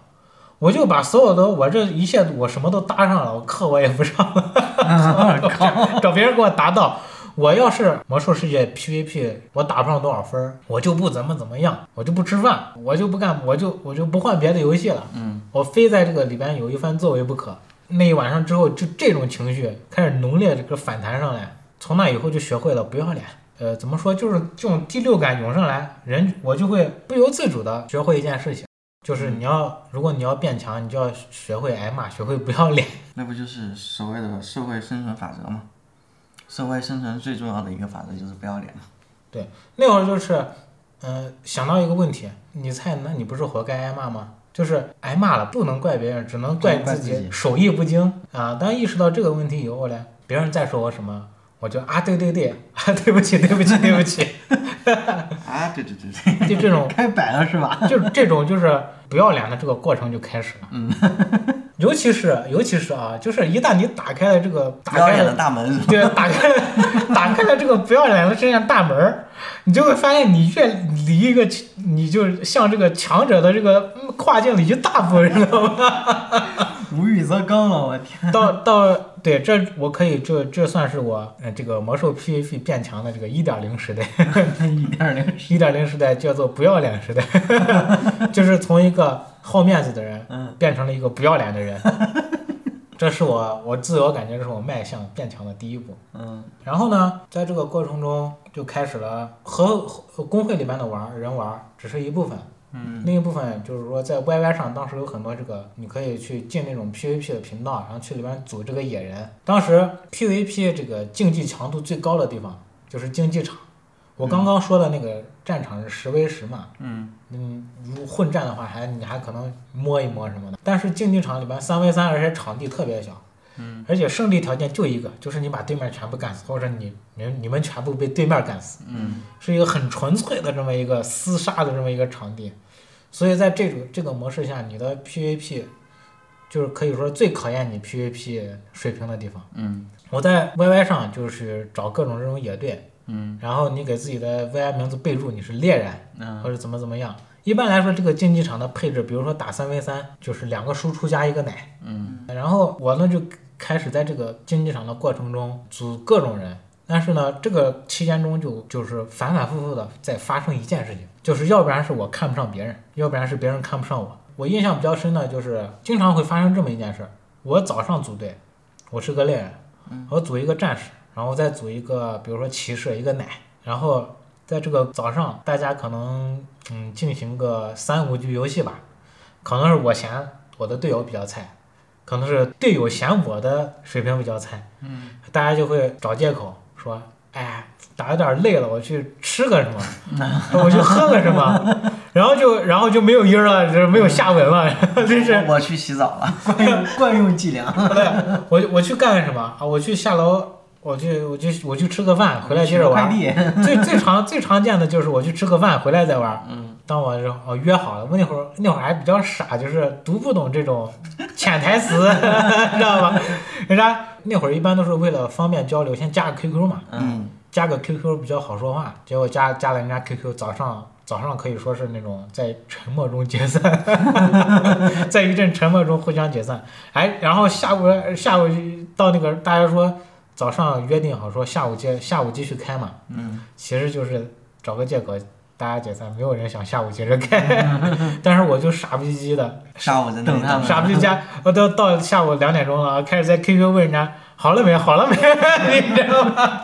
A: 我就把所有的我这一切我什么都搭上了，我课我也不上了， 找找别人给我达到。我要是魔兽世界 PVP 我打不上多少分儿，我就不怎么怎么样，我就不吃饭，我就不干，我就我就不换别的游戏了。
B: 嗯，
A: 我非在这个里边有一番作为不可。那一晚上之后，就这种情绪开始浓烈这个反弹上来。从那以后就学会了不要脸。呃，怎么说，就是这种第六感涌上来，人我就会不由自主的学会一件事情，就是
B: 嗯
A: 你要如果你要变强，你就要学会挨骂，学会不要脸。
B: 那不就是所谓的社会生存法则吗？社会生存最重要的一个法则就是不要脸嘛。
A: 那会儿就是，嗯、想到一个问题，你菜，那你不是活该挨骂吗？就是挨骂了，不能怪别人，只能怪
B: 只能怪自
A: 己
B: 己
A: 手艺不精啊。当意识到这个问题以后呢，别人再说我什么，我就啊，对对对，啊，对不起，对不起，对不 起，
B: 啊，对对对对，
A: 就这种，
C: 开摆了是吧？
A: 就是这种，就是不要脸的这个过程就开始了。嗯， 尤其是尤其是啊，就是一旦你打开了这个打
B: 不要
A: 开
B: 脸
A: 了
B: 的大门是 吧？
A: 对，打开了打开了这个不要脸的这扇大门儿，你就会发现你越离一个，你就向这个强者的这个嗯跨境了 一大步，你知道吗？
C: 无欲则刚了，我天，
A: 到到对，这我可以，这这算是我呃这个魔兽 PVP 变强的这个一点零时代。
C: 一点零
A: 一点零时代叫做不要脸时代， 就是从一个好面子的人
C: 嗯
A: 变成了一个不要脸的人。 这是我我自我感觉，这是我迈向变强的第一步。
C: 嗯，
A: 然后呢，在这个过程中就开始了和和工会里面的玩儿人玩儿只是一部分，
B: 嗯，
A: 另一部分就是说在 YY 上，当时有很多这个你可以去进那种 PVP 的频道，然后去里面组这个野人。当时 PVP 这个竞技强度最高的地方就是竞技场，我刚刚说的那个战场是十 v 十嘛，
B: 嗯
A: 嗯，如果混战的话还你还可能摸一摸什么的，但是竞技场里边三 v 三，而且场地特别小。
B: 嗯，
A: 而且胜利条件就一个，就是你把对面全部干死，或者你你你们全部被对面干死，
B: 嗯，
A: 是一个很纯粹的这么一个厮杀的这么一个场地。所以在这种这个模式下，你的 PVP 就是可以说最考验你 PVP 水平的地方。
B: 嗯
A: 我在 YY 上就是找各种这种野队，
B: 嗯
A: 然后你给自己的 YY 名字备注你是猎人，
B: 嗯
A: 或者怎么怎么样。一般来说，这个竞技场的配置，比如说打三 v 三，就是两个输出加一个奶。
B: 嗯。
A: 然后我呢就开始在这个竞技场的过程中组各种人，但是呢，这个期间中就就是反反复复的在发生一件事情，就是要不然是我看不上别人，要不然是别人看不上我。我印象比较深的就是经常会发生这么一件事儿：我早上组队，我是个猎人，我组一个战士，然后再组一个比如说骑士一个奶，然后在这个早上，大家可能嗯进行个三五局游戏吧，可能是我嫌我的队友比较菜，可能是队友嫌我的水平比较菜，嗯，大家就会找借口说，哎，打有点累了，我去吃个什么，我去喝个什么， 然后就然后就没有音儿了，就是没有下文了，就是
B: 我去洗澡了。
C: 惯 用惯用伎俩，
A: 我我去干什么啊？我去下楼，我去我去我去吃个饭，回来接啊着玩
C: 快。递，
A: 最最常最常见的就是我去吃个饭，回来再玩儿。
B: 嗯
A: 当我是哦约好了，我那会儿那会儿还比较傻，就是读不懂这种潜台词， 知道吧？人家那会儿一般都是为了方便交流，先加个 QQ 嘛，
B: 嗯
A: 加个 QQ 比较好说话。结果加加了人家 QQ，早上早上可以说是那种在沉默中解散， 在一阵沉默中互相解散。哎，然后下午下午到那个大家说早上约定好说下午接下午继续开嘛，
B: 嗯，
A: 其实就是找个借口大家解散，没有人想下午接着开。 但是我就傻不唧唧的，
B: 下午真的
C: 等他们
A: 傻逼家，啊我都到下午两点钟了，开始在 QQ 问人家好了没，好了没， 你知道吗？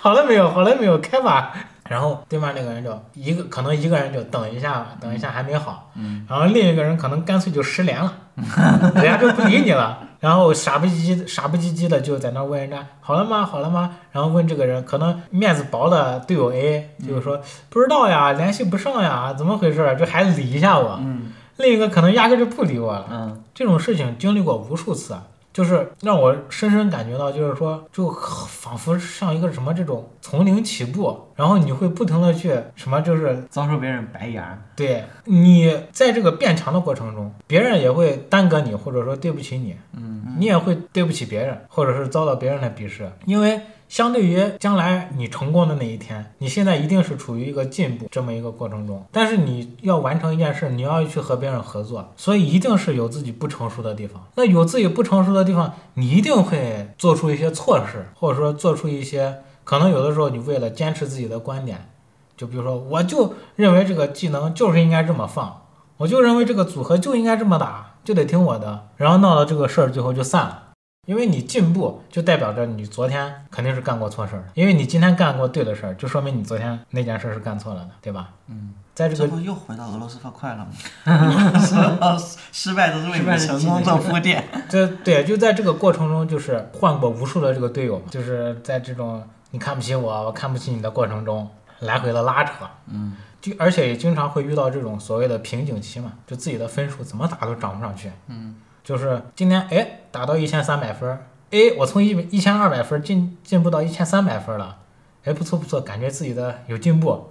A: 好了没有，好了没有，开吧。然后对面那个人就一个，可能一个人就等一下，等一下还没好，
B: 嗯
A: 然后另一个人可能干脆就失联了， 人家就不理你了。然后傻不唧唧、傻不唧唧的就在那问人家好了吗？好了吗？然后问这个人，可能面子薄的队友 A 就是说、不知道呀，联系不上呀，怎么回事儿？啊就还理一下我。
C: 嗯
A: 另一个可能压根就不理我了。
C: 嗯
A: 这种事情经历过无数次，啊，就是让我深深感觉到，就是说，就仿佛像一个什么这种从零起步，然后你会不停的去什么，就是
C: 遭受别人白眼儿，
A: 对你在这个变强的过程中，别人也会耽搁你，或者说对不起你，
C: 嗯
A: 你也会对不起别人，或者是遭到别人的鄙视，因为。相对于将来你成功的那一天，你现在一定是处于一个进步这么一个过程中。但是你要完成一件事，你要去和别人合作，所以一定是有自己不成熟的地方。那有自己不成熟的地方，你一定会做出一些措施，或者说做出一些可能有的时候你为了坚持自己的观点，就比如说我就认为这个技能就是应该这么放，我就认为这个组合就应该这么打，就得听我的，然后闹到这个事儿最后就散了。因为你进步，就代表着你昨天肯定是干过错事儿的，因为你今天干过对的事儿，就说明你昨天那件事儿是干错了的，对吧？
C: 嗯，
A: 在这
B: 这
A: 个
B: 不又回到俄罗斯方块了吗？是吧失败都是为你的成功做铺垫。
A: 这对，就在这个过程中，就是换过无数的这个队友嘛，就是在这种你看不起我，我看不起你的过程中，来回的拉扯，
B: 嗯，
A: 就而且也经常会遇到这种所谓的瓶颈期嘛，就自己的分数怎么打都涨不上去，嗯，就是今天哎打到一千三百分儿，哎我从一一千二百分儿进进步到一千三百分儿了，哎不错不错，感觉自己的有进步。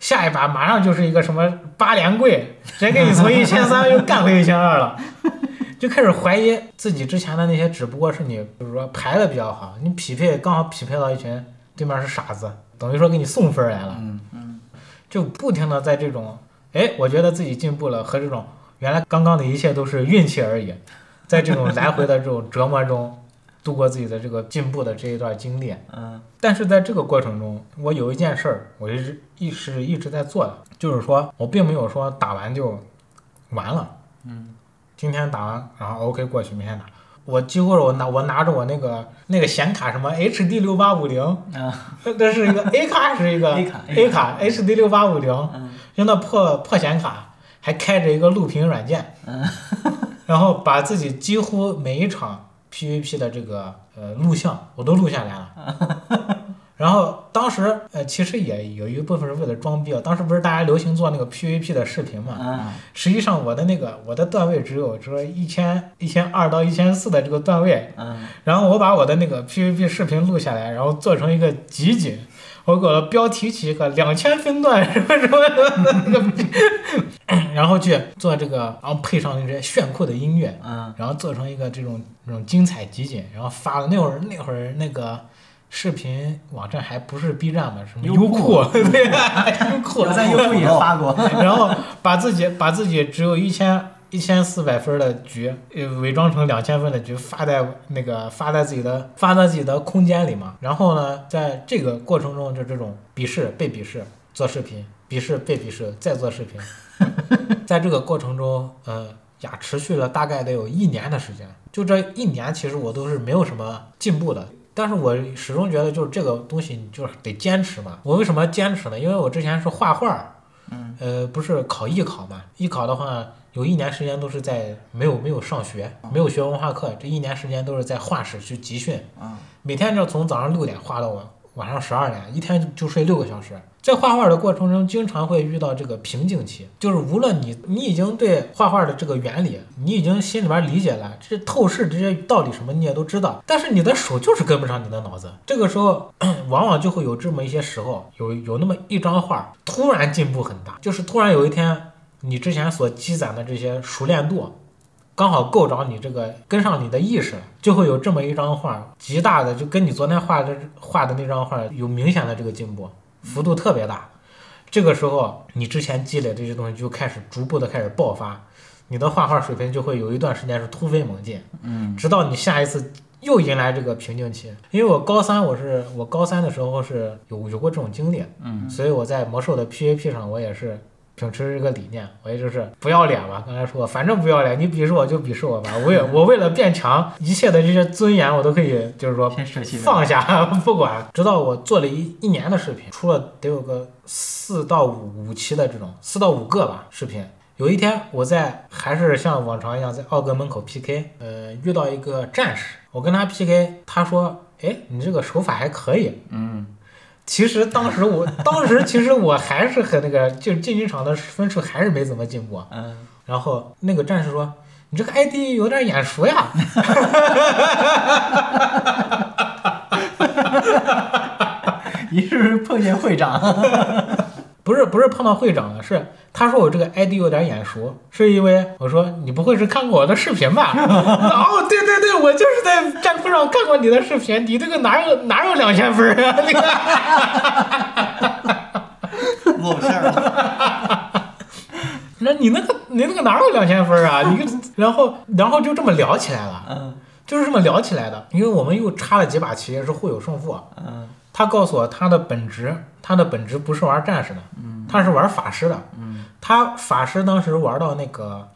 A: 下一把马上就是一个什么八连跪，直接给你从一千三又干回一千二了，就开始怀疑自己之前的那些，只不过是你，比如说排的比较好，你匹配刚好匹配到一群对面是傻子，等于说给你送分儿来了。
C: 嗯
B: 嗯，
A: 就不停的在这种，哎，我觉得自己进步了和这种原来刚刚的一切都是运气而已，在这种来回的这种折磨中，度过自己的这个进步的这一段经历。
C: 嗯
A: 但是在这个过程中，我有一件事儿，我一直一直一直在做的，就是说我并没有说打完就完了，
C: 嗯
A: 今天打完然后 OK 过去，明天打。我几乎是我拿我拿着我那个那个显卡什么 HD 六八五零，
C: 啊
A: 这是一个 A 卡是一个
C: A 卡
A: A 卡 HD 六八五零，
C: 嗯
A: 用那破破显卡，还开着一个录屏软件，然后把自己几乎每一场 PVP 的这个呃录像我都录下来了。然后当时呃其实也有一部分是为了装逼啊，当时不是大家流行做那个 PVP 的视频嘛，
C: 啊
A: 实际上我的那个我的段位只有说一千一千二到一千四的这个段位，
C: 嗯
A: 然后我把我的那个 PVP 视频录下来，然后做成一个集锦，我给我的标题起一个两千分段什么什么的那个，然后去做这个，然后配上那些炫酷的音乐，
C: 嗯
A: 然后做成一个这种这种精彩集锦，然后发了。那会儿那会儿那个视频网站还不是 B 站嘛，什么
C: 优
A: 优
C: 酷
A: 酷， 对 啊，优酷，
C: 我在优酷也发 过，
A: 然后把自己把自己只有一千一千四百分的局，呃，伪装成两千分的局发在那个发在自己的发在自己的空间里嘛。然后呢，在这个过程中就这种鄙视被鄙视，做视频鄙视被鄙视，再做视频， 在这个过程中，呃，呀，持续了大概得有一年的时间。就这一年，其实我都是没有什么进步的。但是我始终觉得，就是这个东西，你就是得坚持嘛。我为什么坚持呢？因为我之前是画画，呃，不是考艺考嘛？艺考的话，有一年时间都是在没有没有上学，没有学文化课，这一年时间都是在画室去集训，
B: 啊，
A: 每天就从早上六点画到晚晚上十二点，一天就睡六个小时。在画画的过程中，经常会遇到这个瓶颈期，就是无论你你已经对画画的这个原理，你已经心里边理解了，这透视这些道理什么你也都知道，但是你的手就是跟不上你的脑子。这个时候， 往往就会有这么一些时候，有有那么一张画突然进步很大，就是突然有一天，你之前所积攒的这些熟练度，刚好够着你这个跟上你的意识了，就会有这么一张画，极大的就跟你昨天画的画的那张画有明显的这个进步，幅度特别大。这个时候你之前积累的这些东西就开始逐步的开始爆发，你的画画水平就会有一段时间是突飞猛进，
B: 嗯，
A: 直到你下一次又迎来这个瓶颈期。因为我高三，我是我高三的时候是有有过这种经历，
B: 嗯，
A: 所以我在魔兽的 PVP 上我也是秉持这个理念，我也就是不要脸吧。刚才说，反正不要脸，你鄙视我就鄙视我吧，我也我为了变强，一切的这些尊严我都可以，就是说
C: 先舍弃掉
A: 放下 不管，直到我做了一一年的视频，出了得有个四到五五期的这种四到五个吧视频。有一天我在还是像往常一样在奥格门口 PK，呃，遇到一个战士，我跟他 PK，他说：“哎，你这个手法还可以。”
B: 嗯，
A: 其实当时我当时其实我还是很那个，就是竞技场的分数还是没怎么进步。啊
C: 嗯，
A: 然后那个战士说：“你这个 ID 有点眼熟呀。”
C: 你是不是碰见会长？
A: 不是不是碰到会长了，是他说我这个 ID 有点眼熟，是因为我说你不会是看过我的视频吧？ 哦，对对对，我就是在站酷上看过你的视频，你这个哪有哪有两千分儿啊？ 那个
B: 落不下了。
A: 那你那个你那个哪有两千分儿啊？你然后然后就这么聊起来了，
C: 嗯
A: 就是这么聊起来的，因为我们又插了几把棋，也是互有胜负。啊
C: 嗯
A: 他告诉我他的本职，他的本职不是玩战士的，他是玩法师的。他法师当时玩到那个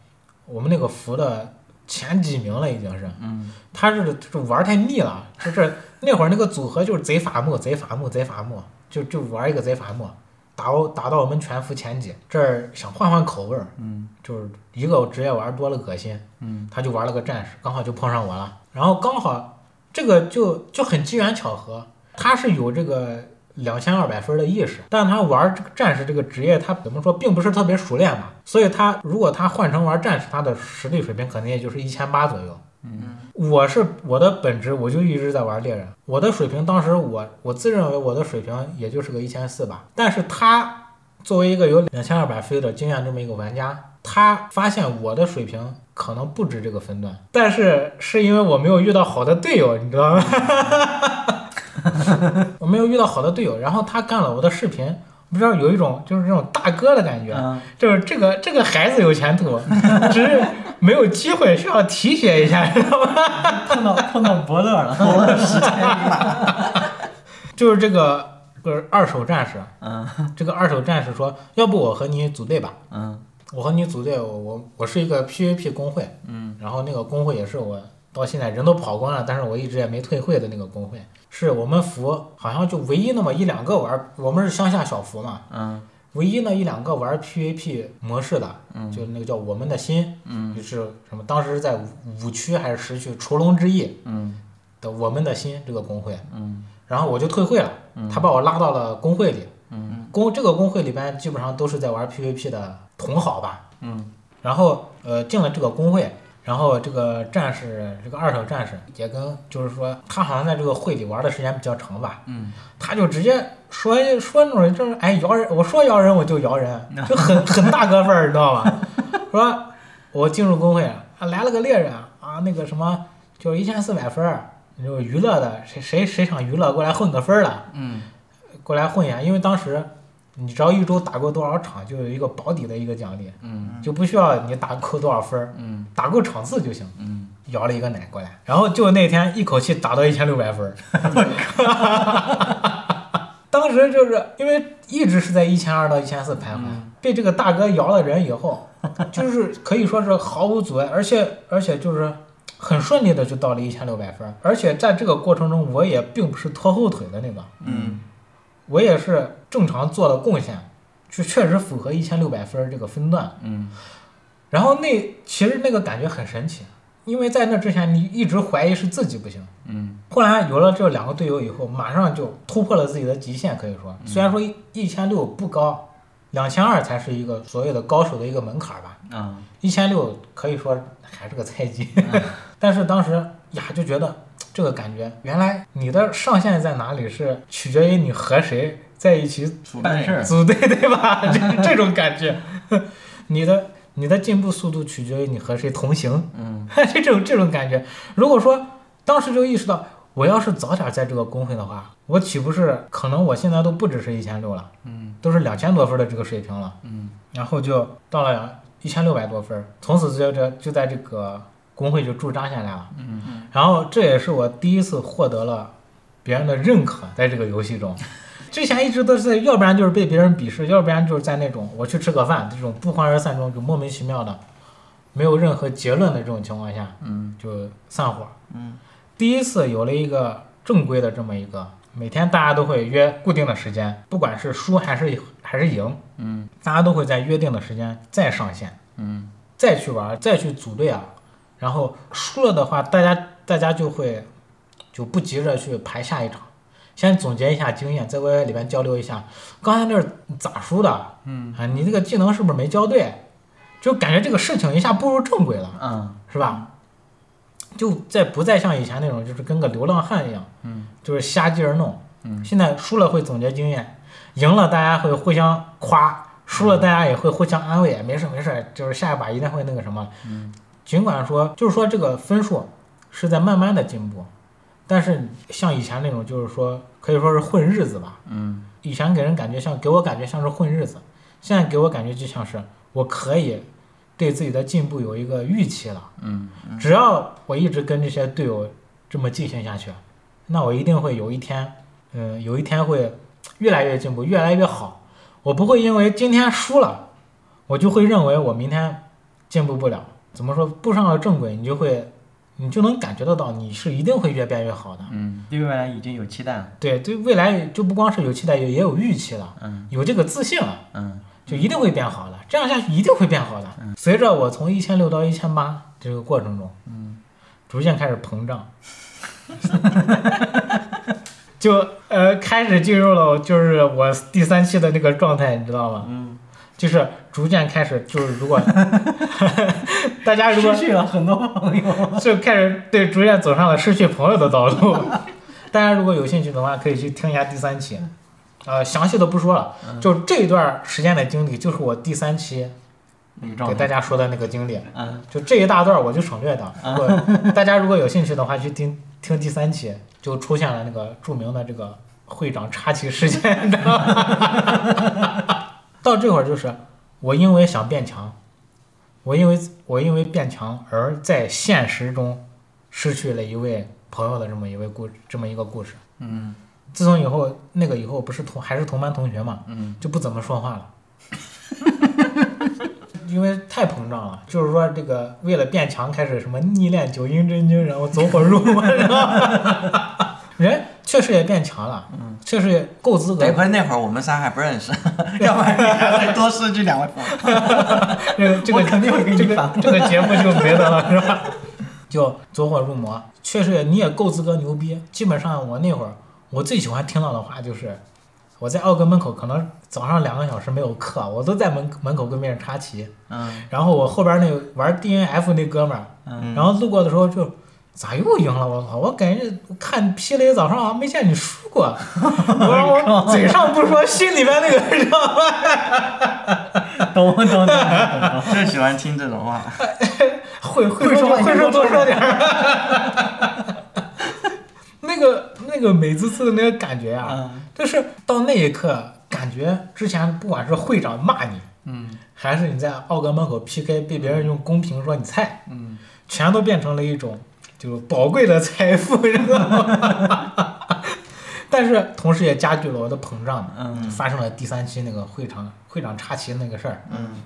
A: 我们那个服的前几名了，已经是。
B: 嗯
A: 他是就是玩太腻了，就是那会儿那个组合就是贼伐木、贼伐木、贼伐木，就就玩一个贼伐木，打我打到我们全服前几，这儿想换换口味儿，
B: 嗯
A: 就是一个职业玩多了恶心，
B: 嗯，
A: 他就玩了个战士，刚好就碰上我了。然后刚好这个就就很机缘巧合，他是有这个两千二百分的意识，但他玩这个战士这个职业，他怎么说，并不是特别熟练嘛。所以他如果他换成玩战士，他的实力水平可能也就是一千八左右。
B: 嗯
A: 我是我的本职，我就一直在玩猎人。我的水平当时我我自认为我的水平也就是个一千四吧，但是他作为一个有两千二百飞的经验这么一个玩家，他发现我的水平可能不止这个分段，但是是因为我没有遇到好的队友，你知道吗？ 我没有遇到好的队友，然后他看了我的视频，不知道有一种就是这种大哥的感觉，
C: 嗯，
A: 就是这个这个孩子有前途，只是没有机会，需要提携一下。
C: 碰到碰到伯乐了。
A: 就是这个呃二手战士，
C: 嗯
A: 这个二手战士说，要不我和你组队吧？
C: 嗯
A: 我和你组队，我我我是一个 PVP 工会，
B: 嗯，
A: 然后那个工会也是我到现在人都跑光了，但是我一直也没退会的那个工会，是我们服好像就唯一那么一两个玩，我们是乡下小服嘛，
B: 嗯
A: 唯一那一两个玩 PVP 模式的，
B: 嗯
A: 就那个叫我们的心，
B: 嗯
A: 就是什么当时在五五区还是十区除龙之役
B: 嗯
A: 的我们的心这个工会，
B: 嗯
A: 然后我就退会了，他把我拉到了工会里。
B: 嗯
A: 工这个工会里边基本上都是在玩 PVP 的同好吧。
B: 嗯
A: 然后呃进了这个工会，然后这个战士这个二手战士也跟就是说他好像在这个会里玩的时间比较长吧，
B: 嗯
A: 他就直接说说那种就是哎摇人，我说摇人我就摇 人，就很很大哥味儿，你知道吧？ 说我进入工会啊，来了个猎人啊，那个什么就是一千四百分儿，就是娱乐的，谁谁谁想娱乐过来混个分儿了。
B: 嗯
A: 过来混一下，因为当时你只要一周打够多少场，就有一个保底的一个奖励，
B: 嗯
A: 就不需要你打扣多少分儿，
B: 嗯
A: 打够场次就行。
B: 嗯，
A: 摇了一个奶过来，然后就那天一口气打到一千六百分 儿，当时就是因为一直是在一千二到一千四徘徊，
B: 嗯
A: 被这个大哥摇了人以后，就是可以说是毫无阻碍，而且而且就是很顺利的就到了一千六百分儿，而且在这个过程中我也并不是拖后腿的那个，
B: 嗯
A: 我也是正常做了贡献，就确实符合一千六百分儿这个分段。
B: 嗯
A: 然后那其实那个感觉很神奇，因为在那之前你一直怀疑是自己不行，
B: 嗯
A: 后来有了这两个队友以后，马上就突破了自己的极限。可以说，
B: 嗯
A: 虽然说一千六不高，两千二才是一个所谓的高手的一个门槛儿吧。
B: 啊
A: 一千六可以说还是个菜鸡，但是当时呀就觉得这个感觉，原来你的上限在哪里是取决于你和谁在一起
B: 储备
C: 办事儿
A: 组队， 对吧？这这种感觉， 你的你的进步速度取决于你和谁同行，
B: 嗯
A: 这种这种感觉。如果说当时就意识到我要是早点在这个工会的话，我岂不是可能我现在都不只是一千六了，
C: 嗯，
A: 都是两千多分的这个水平了，
C: 嗯，
A: 然后就到了一千六百多分，从此就这就在这个工会就驻扎下来了，嗯，然后这也是我第一次获得了别人的认可，在这个游戏中。 之前一直都是，要不然就是被别人鄙视，要不然就是在那种我去吃个饭这种不欢而散中，就莫名其妙的，没有任何结论的这种情况下，
B: 嗯，
A: 就散伙。
B: 嗯，
A: 第一次有了一个正规的这么一个，每天大家都会约固定的时间，不管是输还是还是赢，
B: 嗯，
A: 大家都会在约定的时间再上线，
B: 嗯，
A: 再去玩，再去组队啊。然后输了的话，大家大家就会就不急着去排下一场，先总结一下经验，在 YY 里边交流一下，刚才那是咋输的？嗯，啊，你这个技能是不是没教对？就感觉这个事情一下步入正轨了。
B: 嗯
A: 是吧？就再不再像以前那种，就是跟个流浪汉一样，
B: 嗯，
A: 就是瞎鸡儿弄，嗯，现在输了会总结经验，赢了大家会互相夸，输了大家也会互相安慰，没事没事，就是下一把一定会那个什么，嗯，尽管说就是说这个分数是在慢慢的进步，但是像以前那种就是说可以说是混日子吧，
B: 嗯
A: 以前给人感觉像给我感觉像是混日子，现在给我感觉就像是我可以对自己的进步有一个预期了。
B: 嗯
A: 只要我一直跟这些队友这么进行下去，那我一定会有一天，嗯、有一天会越来越进步，越来越好。我不会因为今天输了，我就会认为我明天进步不了。怎么说？步上了正轨，你就会，你就能感觉得到，你是一定会越变越好的。
B: 嗯
C: 对未来已经有期待了。
A: 对，对未来就不光是有期待，也也有预期了，
B: 嗯
A: 有这个自信了。
B: 嗯
A: 就一定会变好的，这样下去一定会变好的。
C: 嗯
A: 随着我从一千六到一千八这个过程中，嗯，逐渐开始膨胀， 就呃开始进入了就是我第三期的那个状态，你知道吗？
C: 嗯，
A: 就是逐渐开始就是 如果大家如果
C: 失去了很多朋友。
A: 就开始对逐渐走上了失去朋友的道路。大家如果有兴趣的话，可以去听一下第三期，
C: 嗯
A: 呃，详细的不说了，就这一段时间的经历，就是我第三期
C: 那个
A: 给
C: 状
A: 大
C: 态，
A: 家说的那个经历，
C: 嗯，
A: 就这一大段我就省略掉。如果大家如果有兴趣的话，去听听第三期，就出现了那个著名的这个会长插旗事件。 到这会儿就是我因为想变强，我因为我因为变强而在现实中失去了一位朋友的这么一位故这么一个故事。
B: 嗯
A: 自从以后那个以后不是同还是同班同学嘛，
B: 嗯，
A: 就不怎么说话了， 因为太膨胀了。就是说这个为了变强，开始什么逆练九阴真经，然后走火入魔，然后 人确实也变强了，嗯，确实也够资格
B: 得亏那会儿我们仨还不认识， 要不然你还会多失去两位朋友。
A: 这个这 个
C: 我肯定会给你
A: 这个
C: 发
A: 这个节目就没得 了，是吧？就走火入魔，确实你也够资格牛逼。基本上我那会儿，我最喜欢听到的话就是，我在奥格门口可能早上两个小时没有课，我都在门门口跟别人插旗。
B: 嗯
A: 然后我后边那玩 DNF 那哥们儿，
B: 嗯
A: 然后路过的时候就咋又赢了？我操！我感觉看 P 雷早上好像没见你输 过，我说我嘴上不说，心里边那个你知道吗？
C: 懂懂 懂懂。
B: 就喜欢听这种话。
A: 会
C: 会
A: 会
C: 说
A: 说
C: 话
A: 会
C: 你就
A: 说
C: 多
A: 多说点儿。 那个那个每次次的那个感觉啊，
C: 嗯
A: 就是到那一刻，感觉之前不管是会长骂你，
C: 嗯
A: 还是你在奥格门口 PK 被别人用公屏说你菜，
C: 嗯，
A: 全都变成了一种就是宝贵的财富，知道吗？但是同时也加剧了我的膨胀，
C: 嗯
A: 发生了第三期那个会长会长插旗那个事儿，
B: 嗯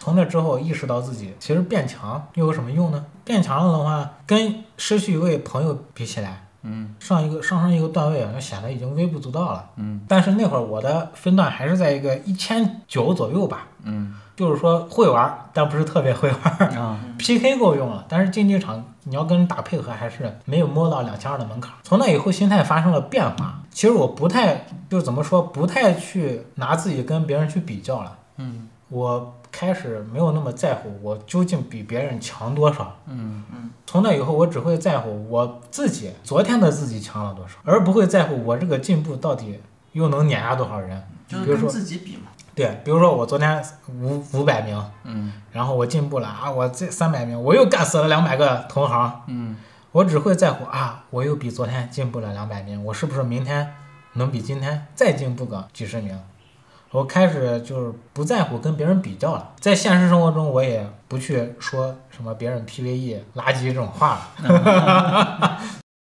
A: 从那之后意识到自己其实变强又有什么用呢？变强了的话，跟失去一位朋友比起来，
B: 嗯
A: 上一个上升一个段位好像显得已经微不足道了。
B: 嗯
A: 但是那会儿我的分段还是在一个一千九左右吧，
B: 嗯
A: 就是说会玩儿，但不是特别会玩儿。
C: 啊，
A: PK 够用了，但是竞技场你要跟人打配合，还是没有摸到两千二的门槛。从那以后，心态发生了变化。其实我不太，就怎么说，不太去拿自己跟别人去比较了。
C: 嗯
A: 我开始没有那么在乎我究竟比别人强多少。
C: 嗯
A: 从那以后，我只会在乎我自己昨天的自己强了多少，而不会在乎我这个进步到底又能碾压多少人。
B: 就是
A: 比如
B: 跟
A: 说
B: 自己比嘛。
A: 对，比如说我昨天五五百名，
B: 嗯
A: 然后我进步了啊，我这三百名，我又干死了两百个同行，
B: 嗯
A: 我只会在乎啊，我又比昨天进步了两百名，我是不是明天能比今天再进步个几十名？我开始就是不在乎跟别人比较了，在现实生活中我也不去说什么别人 PVE 垃圾这种话了。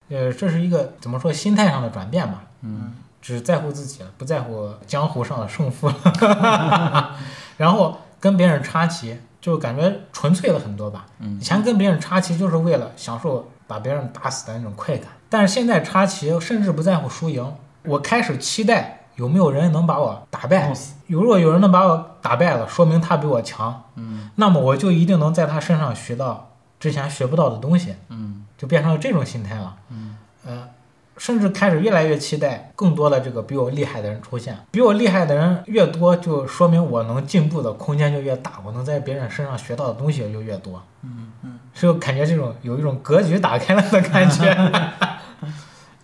A: 呃，这是一个怎么说心态上的转变吧。
C: 嗯，
A: 只在乎自己了，啊不在乎江湖上的胜负了。 然后跟别人插旗，就感觉纯粹了很多吧。
B: 嗯
A: 以前跟别人插旗就是为了享受把别人打死的那种快感，但是现在插旗甚至不在乎输赢，我开始期待有没有人能把我打败
B: 哦
C: 弄。死
A: 如果有人能把我打败了，说明他比我强，
B: 嗯
A: 那么我就一定能在他身上学到之前学不到的东西。
B: 嗯
A: 就变成了这种心态了。
B: 嗯，
A: 呃，甚至开始越来越期待更多的这个比我厉害的人出现。比我厉害的人越多，就说明我能进步的空间就越大，我能在别人身上学到的东西也就越多。
B: 嗯嗯，
A: 就感觉这种有一种格局打开了的感 觉。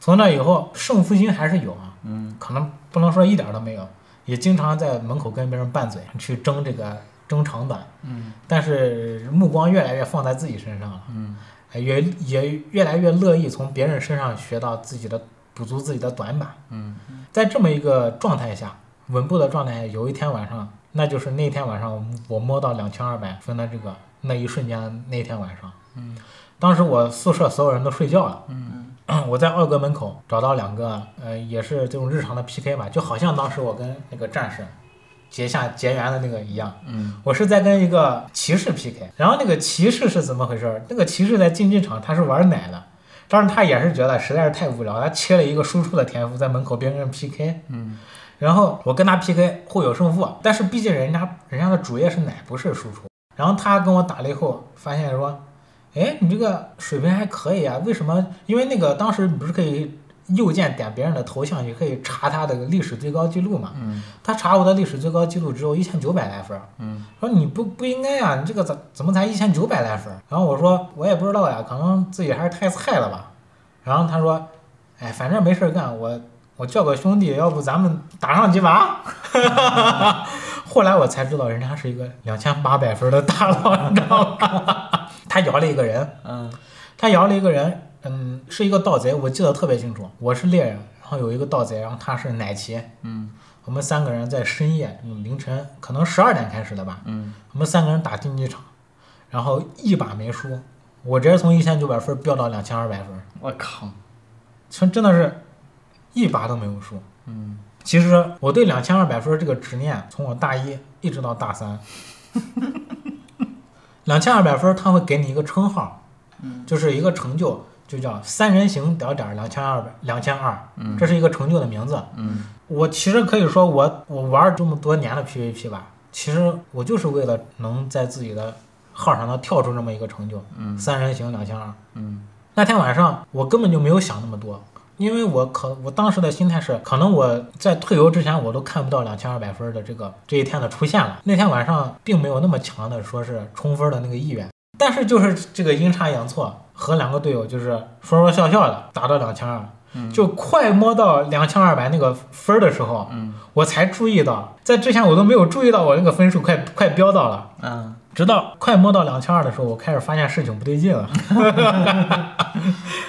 A: 从那以后，胜负心还是有啊，
B: 嗯，
A: 可能不能说一点儿都没有，也经常在门口跟别人拌嘴，去争这个争长短。
B: 嗯
A: 但是目光越来越放在自己身上了，
B: 嗯
A: 哎，也也越来越乐意从别人身上学到自己的补足自己的短板。
B: 嗯，
A: 在这么一个状态下，稳步的状态下，有一天晚上，那就是那天晚上我摸到两千二百分的这个那一瞬间，那天晚上，
B: 嗯，
A: 当时我宿舍所有人都睡觉了，
B: 嗯
A: 我在奥格门口找到两个，呃，也是这种日常的 PK 吧，就好像当时我跟那个战士结下结缘的那个一样。
B: 嗯
A: 我是在跟一个骑士 PK，然后那个骑士是怎么回事儿？那个骑士在竞技场他是玩奶的，当时他也是觉得实在是太无聊，他切了一个输出的天赋在门口边跟人 PK，
B: 嗯
A: 然后我跟他 PK 互有胜负，啊但是毕竟人家人家的主业是奶不是输出，然后他跟我打了以后发现说，哎你这个水平还可以啊，为什么？因为那个当时你不是可以右键点别人的头像，也可以查他的历史最高记录嘛？
B: 嗯
A: 他查我的历史最高记录只有一千九百来分儿。
B: 嗯
A: 说你不不应该呀、你这个怎怎么才一千九百来分儿？然后我说我也不知道呀，可能自己还是太菜了吧。然后他说，哎，反正没事儿干，我我叫个兄弟，要不咱们打上几把？ 后来我才知道，人家是一个两千八百分的大佬，你知道吗？ 他摇了一个人，
C: 嗯
A: 他摇了一个人，嗯，是一个盗贼，我记得特别清楚。我是猎人，然后有一个盗贼，然后他是奶骑，
B: 嗯
A: 我们三个人在深夜嗯凌晨，可能十二点开始的吧，
B: 嗯
A: 我们三个人打竞技场，然后一把没输，我直接从一千九百分飙到两千二百分，
C: 我靠，
A: 真真的是一把都没有输。
B: 嗯
A: 其实我对两千二百分这个执念，从我大一一直到大三，两千二百分他会给你一个称号，
B: 嗯
A: 就是一个成就，就叫三人行点儿点两千二百两千二，
B: 嗯
A: 这是一个成就的名字。
B: 嗯
A: 我其实可以说我，我玩儿这么多年的 PVP 吧，其实我就是为了能在自己的号上能跳出这么一个成就，
B: 嗯
A: 三人行两千二。
B: 嗯
A: 那天晚上我根本就没有想那么多，因为我可我当时的心态是，可能我在退游之前我都看不到两千二百分的这个这一天的出现了。那天晚上并没有那么强的说是冲分的那个意愿，但是就是这个阴差阳错，和两个队友就是说说笑笑的打到两千二，
B: 嗯
A: 就快摸到两千二百那个分儿的时候，
B: 嗯
A: 我才注意到，在之前我都没有注意到我那个分数快快飙到了，
B: 嗯
A: 直到快摸到两千二的时候，我开始发现事情不对劲 了，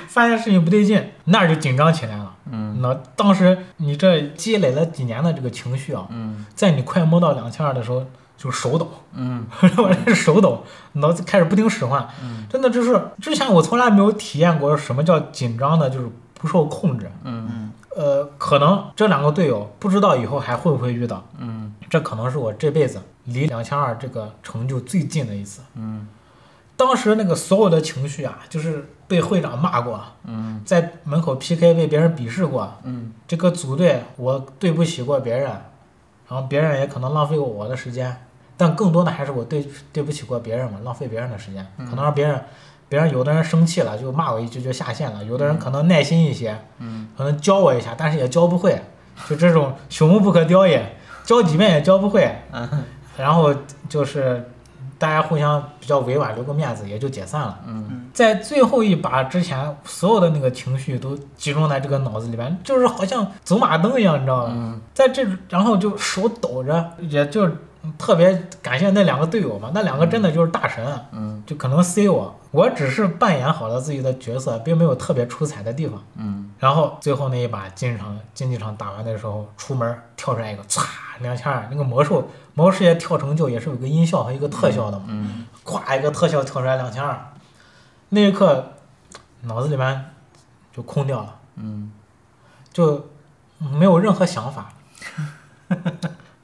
A: 发现事情不对劲，那儿就紧张起来了。
B: 嗯
A: 那当时你这积累了几年的这个情绪啊，
B: 嗯
A: 在你快摸到两千二的时候就手抖，
B: 嗯
A: 我这手抖，脑子开始不听使唤，
B: 嗯
A: 真的就是之前我从来没有体验过什么叫紧张的，就是不受控制。
B: 嗯
C: 嗯
A: 呃，可能这两个队友不知道以后还会不会遇到，
B: 嗯
A: 这可能是我这辈子离两千二这个成就最近的一次。
B: 嗯
A: 当时那个所有的情绪啊，就是被会长骂过，
B: 嗯
A: 在门口 PK 被别人鄙视过，
B: 嗯
A: 这个组队我对不起过别人，然后别人也可能浪费过我的时间，但更多的还是我对对不起过别人嘛，浪费别人的时间，
B: 嗯
A: 可能让别人，别人有的人生气了就骂我一句就下线了，有的人可能耐心一些，
B: 嗯
A: 可能教我一下，但是也教不会，就这种朽木不可雕也，教几遍也教不会，
B: 嗯
A: 然后就是大家互相比较委婉，留个面子，也就解散了。
B: 嗯
A: 在最后一把之前，所有的那个情绪都集中在这个脑子里边，就是好像走马灯一样，你知道吧？
B: 嗯
A: 在这，然后就手抖着，也就特别感谢那两个队友嘛，那两个真的就是大神啊，
B: 嗯
A: 就可能 C 我，我只是扮演好了自己的角色，并没有特别出彩的地方。
B: 嗯，
A: 然后最后那一把竞技场竞技场打完的时候，出门跳出来一个唰两下，那个魔兽魔兽世界跳成就也是有个音效和一个特效的嘛，
B: 嗯
A: 咵一个特效跳出来两千二，那一刻脑子里面就空掉了，
B: 嗯
A: 就没有任何想法，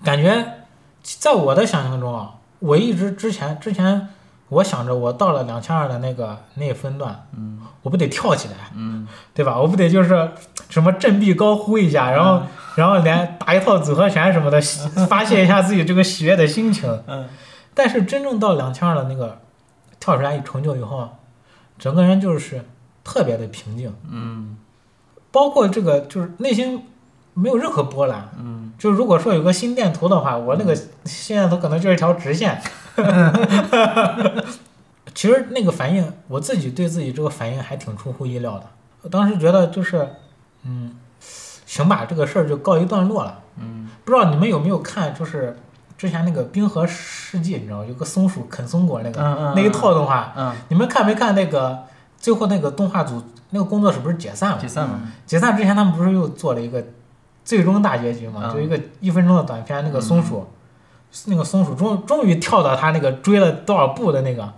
A: 感觉在我的想象中啊，我一直之前之前我想着我到了两千二的那个那分段，
B: 嗯
A: 我不得跳起来，
B: 嗯
A: 对吧？我不得就是什么振臂高呼一下，然后、
B: 嗯
A: 然后连打一套组合拳什 么的，喜发泄一下自己这个喜悦的心情。
C: 嗯，
A: 但是真正到两千二的那个跳出来一成就以后，整个人就是特别的平静，
B: 嗯
A: 包括这个就是内心没有任何波澜。
B: 嗯，
A: 就如果说有个心电图的话，我那个心电图可能就是一条直线。 其实那个反应，我自己对自己这个反应还挺出乎意料的。我当时觉得就是，嗯，行吧，这个事儿就告一段落了。
B: 嗯，
A: 不知道你们有没有看，就是之前那个《冰河世纪》，你知道有个松鼠啃松果那个、
C: 嗯嗯
A: 那一套动画，
C: 嗯，
A: 你们看没看那个最后那个动画组那个工作室不是解散了吗
C: 解？散嘛，
A: 解散之前，他们不是又做了一个最终大结局嘛？
C: 嗯
A: 就一个一分钟的短片，那个松鼠，那个松鼠终终于跳到他那个追了多少步的那个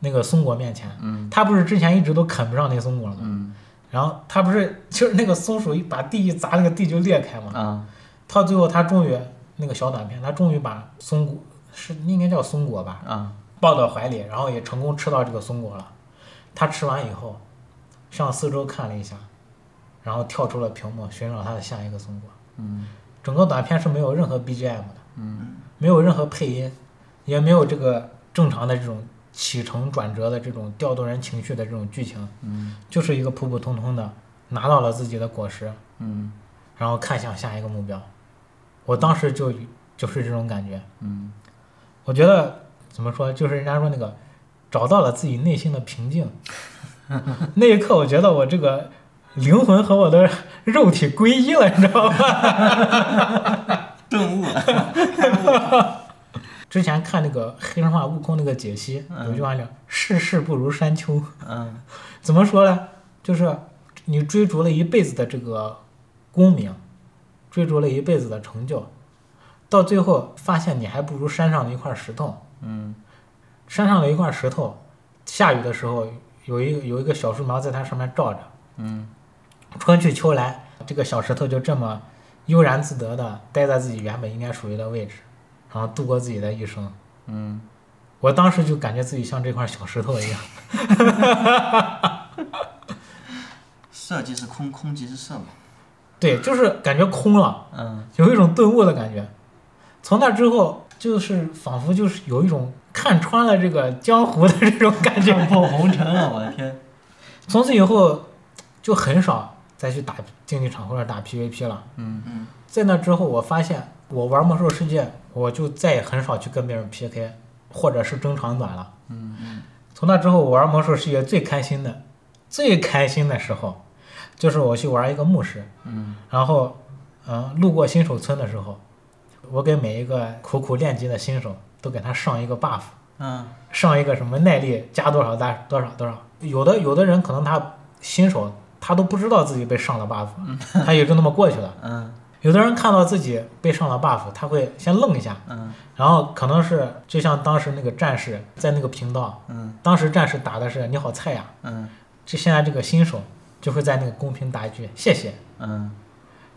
A: 那个松果面前。
B: 嗯
A: 他不是之前一直都啃不上那松果吗？
B: 嗯
A: 然后他不是就是那个松鼠一把地一砸，那个地就裂开嘛。
B: 啊
A: 到最后，他终于那个小短片，他终于把松果是应该叫松果吧，
B: 啊
A: 抱到怀里，然后也成功吃到这个松果了。他吃完以后，向四周看了一下，然后跳出了屏幕，寻找他的下一个松果。
B: 嗯
A: 整个短片是没有任何 BGM 的，
B: 嗯
A: 没有任何配音，也没有这个正常的这种起承转折的这种调动人情绪的这种剧情，
B: 嗯
A: 就是一个普普通通的拿到了自己的果实，
B: 嗯
A: 然后看向下一个目标。我当时就就是这种感觉，
B: 嗯
A: 我觉得怎么说，就是人家说那个找到了自己内心的平静，那一刻我觉得我这个灵魂和我的肉体归一了，你知道吗？
B: 顿悟了，
A: 之前看那个黑神话悟空那个解析，
C: 嗯
A: 有句话叫“世事不如山丘
C: 嗯”，
A: 怎么说呢？就是你追逐了一辈子的这个功名，追逐了一辈子的成就，到最后发现你还不如山上的一块石头。
B: 嗯
A: 山上的一块石头，下雨的时候有一个有一个小树苗在它上面照着，
B: 嗯
A: 春去秋来，这个小石头就这么悠然自得的待在自己原本应该属于的位置，然后度过自己的一生。
B: 嗯
A: 我当时就感觉自己像这块小石头一样，
B: 色即是空，空即是色嘛，
A: 对，就是感觉空了，
B: 嗯
A: 有一种顿悟的感觉。从那之后，就是仿佛就是有一种看穿了这个江湖的这种感觉，
C: 看破红尘啊！我的天，
A: 从此以后就很少再去打竞技场或者打 PVP 了。
B: 嗯
A: 嗯，在那之后，我发现我玩魔兽世界，我就再也很少去跟别人 PK，或者是争长短了。
B: 嗯
A: 嗯，从那之后，我玩魔兽世界最开心的、最开心的时候，就是我去玩一个牧师，
B: 嗯
A: 然后，嗯，路过新手村的时候，我给每一个苦苦练级的新手都给他上一个 buff。
C: 嗯
A: 上一个什么耐力加多少加多少多少。有的有的人可能他新手他都不知道自己被上了 buff，他也就那么过去了。
C: 嗯
A: 有的人看到自己被上了 buff，他会先愣一下，
C: 嗯
A: 然后可能是就像当时那个战士在那个频道，
C: 嗯
A: 当时战士打的是你好菜呀，
C: 嗯
A: 这现在这个新手就会在那个公屏打一句谢谢，
C: 嗯，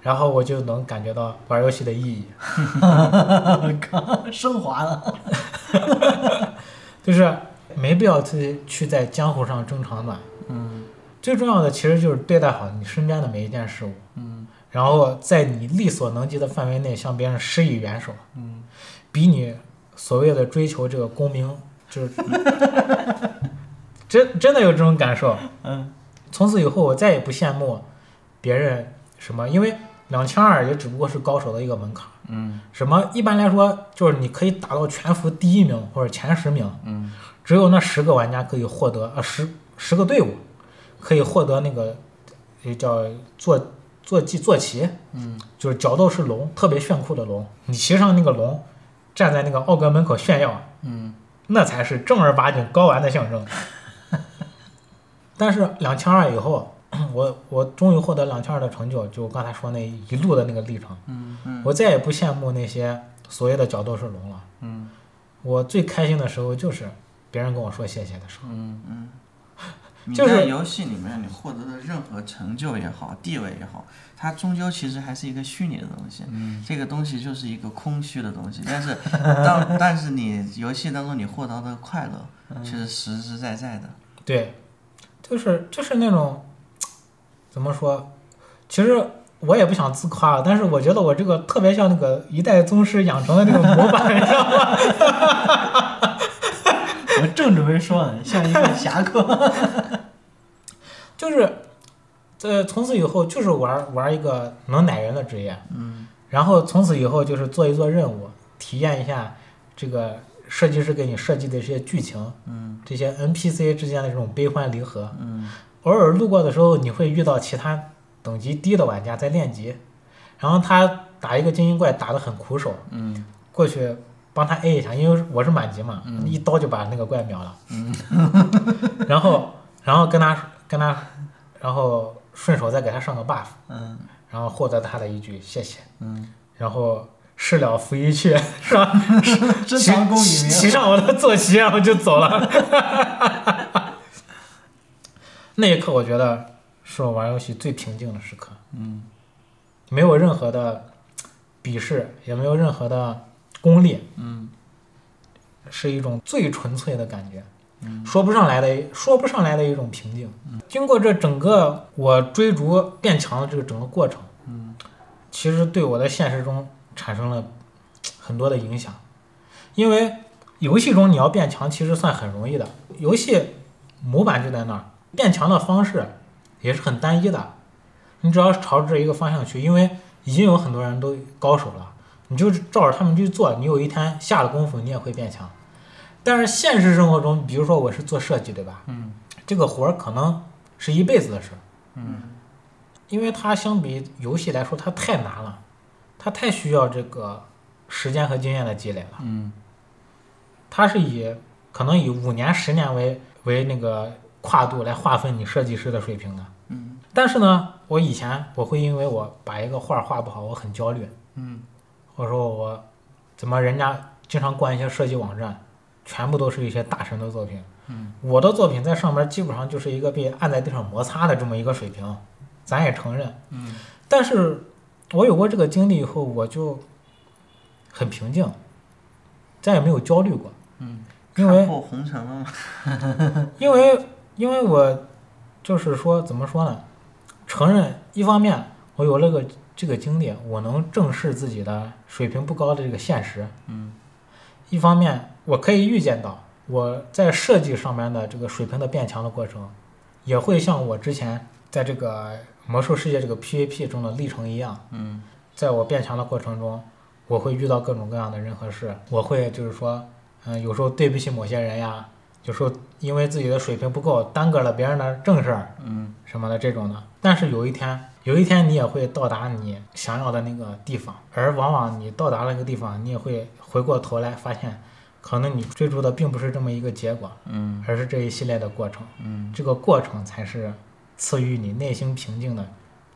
A: 然后我就能感觉到玩游戏的意义。
C: 刚升华了，
A: 就是没必要去去在江湖上争长短。
B: 嗯
A: 最重要的其实就是对待好你身边的每一件事物，
B: 嗯
A: 然后在你力所能及的范围内向别人施以援手，
C: 嗯，
A: 比你所谓的追求这个功名，就是 真真的有这种感受。
C: 嗯，
A: 从此以后我再也不羡慕别人什么，因为两千二也只不过是高手的一个门槛。
B: 嗯
A: 什么一般来说就是你可以打到全服第一名或者前十名，
B: 嗯
A: 只有那十个玩家可以获得，呃，十十个队伍可以获得那个，也叫坐坐骑坐骑，
B: 嗯
A: 就是角斗士龙，特别炫酷的龙。你骑上那个龙，站在那个奥格门口炫耀，
C: 嗯，
A: 那才是正儿八经睾丸的象 征。但是两千二以后， 我我终于获得两千二的成就，就我刚才说那一路的那个历程，
C: 嗯
A: 我再也不羡慕那些所谓的角斗士龙了。
C: 嗯
A: 我最开心的时候就是别人跟我说谢谢的时候。
C: 嗯
B: 嗯，你
A: 就是
B: 在游戏里面你获得的任何成就也好，地位也好，它终究其实还是一个虚拟的东西。
C: 嗯，
B: 这个东西就是一个空虚的东西，但是当但是你游戏当中你获得的快乐，其实实实在在的。
A: 对，就是就是那种怎么说？其实我也不想自夸，但是我觉得我这个特别像那个一代宗师养成的那种模板，你知道吗？
C: 我正准备说呢，像一个侠 客。
A: 就是，呃，从此以后就是玩玩一个能奶人的职业，
B: 嗯，
A: 然后从此以后就是做一做任务，体验一下这个设计师给你设计的这些剧情，
B: 嗯
A: 这些 NPC 之间的这种悲欢离合。
B: 嗯
A: 偶尔路过的时候，你会遇到其他等级低的玩家在练级，然后他打一个精英怪打得很苦手，
B: 嗯
A: 过去帮他 A 一下，因为我是满级嘛，
B: 嗯
A: 一刀就把那个怪秒了。然后，然后跟他跟他，然后顺手再给他上个 buff，
B: 嗯
A: 然后获得他的一句谢谢，
B: 嗯，
A: 然后事了拂衣去，是吧？
C: 真
A: 骑
C: 长功与
A: 骑
C: 名
A: 骑上我的坐骑，然后就走了。 那一刻，我觉得是我玩游戏最平静的时刻。嗯，没有任何的鄙视，也没有任何的功利。
B: 嗯，
A: 是一种最纯粹的感觉，说不上来的，说不上来的一种平静。经过这整个我追逐变强的这个整个过程，嗯，其实对我的现实中产生了很多的影响，因为游戏中你要变强其实算很容易的，游戏模板就在那儿，变强的方式也是很单一的，你只要朝着一个方向去，因为已经有很多人都高手了，你就照着他们去做，你有一天下了功夫，你也会变强。但是现实生活中，比如说我是做设计，对吧？
C: 嗯，
A: 这个活儿可能是一辈子的事儿，
B: 嗯
A: 因为它相比游戏来说，它太难了，它太需要这个时间和经验的积累了。
C: 嗯
A: 它是以可能以五年、十年为为那个跨度来划分你设计师的水平的。
B: 嗯
A: 但是呢，我以前我会因为我把一个画画不好，我很焦虑。
B: 嗯
A: 我说我怎么人家经常逛一些设计网站，全部都是一些大神的作品，
B: 嗯，
A: 我的作品在上面基本上就是一个被按在地上摩擦的这么一个水平，咱也承认。
B: 嗯
A: 但是我有过这个经历以后，我就很平静，再也没有焦虑过。
B: 嗯，
A: 因为
B: 看破红尘了吗？
A: 因为因为我就是说怎么说呢？承认一方面我有了个这个经历，我能正视自己的水平不高的这个现实。
B: 嗯。
A: 一方面我可以预见到我在设计上面的这个水平的变强的过程，也会像我之前在这个魔兽世界这个 PVP 中的历程一样，
B: 嗯
A: 在我变强的过程中，我会遇到各种各样的人和事，我会就是说，嗯，有时候对不起某些人呀，有时候因为自己的水平不够，耽搁了别人的正事儿
B: 嗯
A: 什么的这种的。但是有一天，有一天你也会到达你想要的那个地方，而往往你到达了那个地方，你也会回过头来发现，可能你追逐的并不是这么一个结果，
B: 嗯
A: 而是这一系列的过程。
B: 嗯
A: 这个过程才是赐予你内心平静的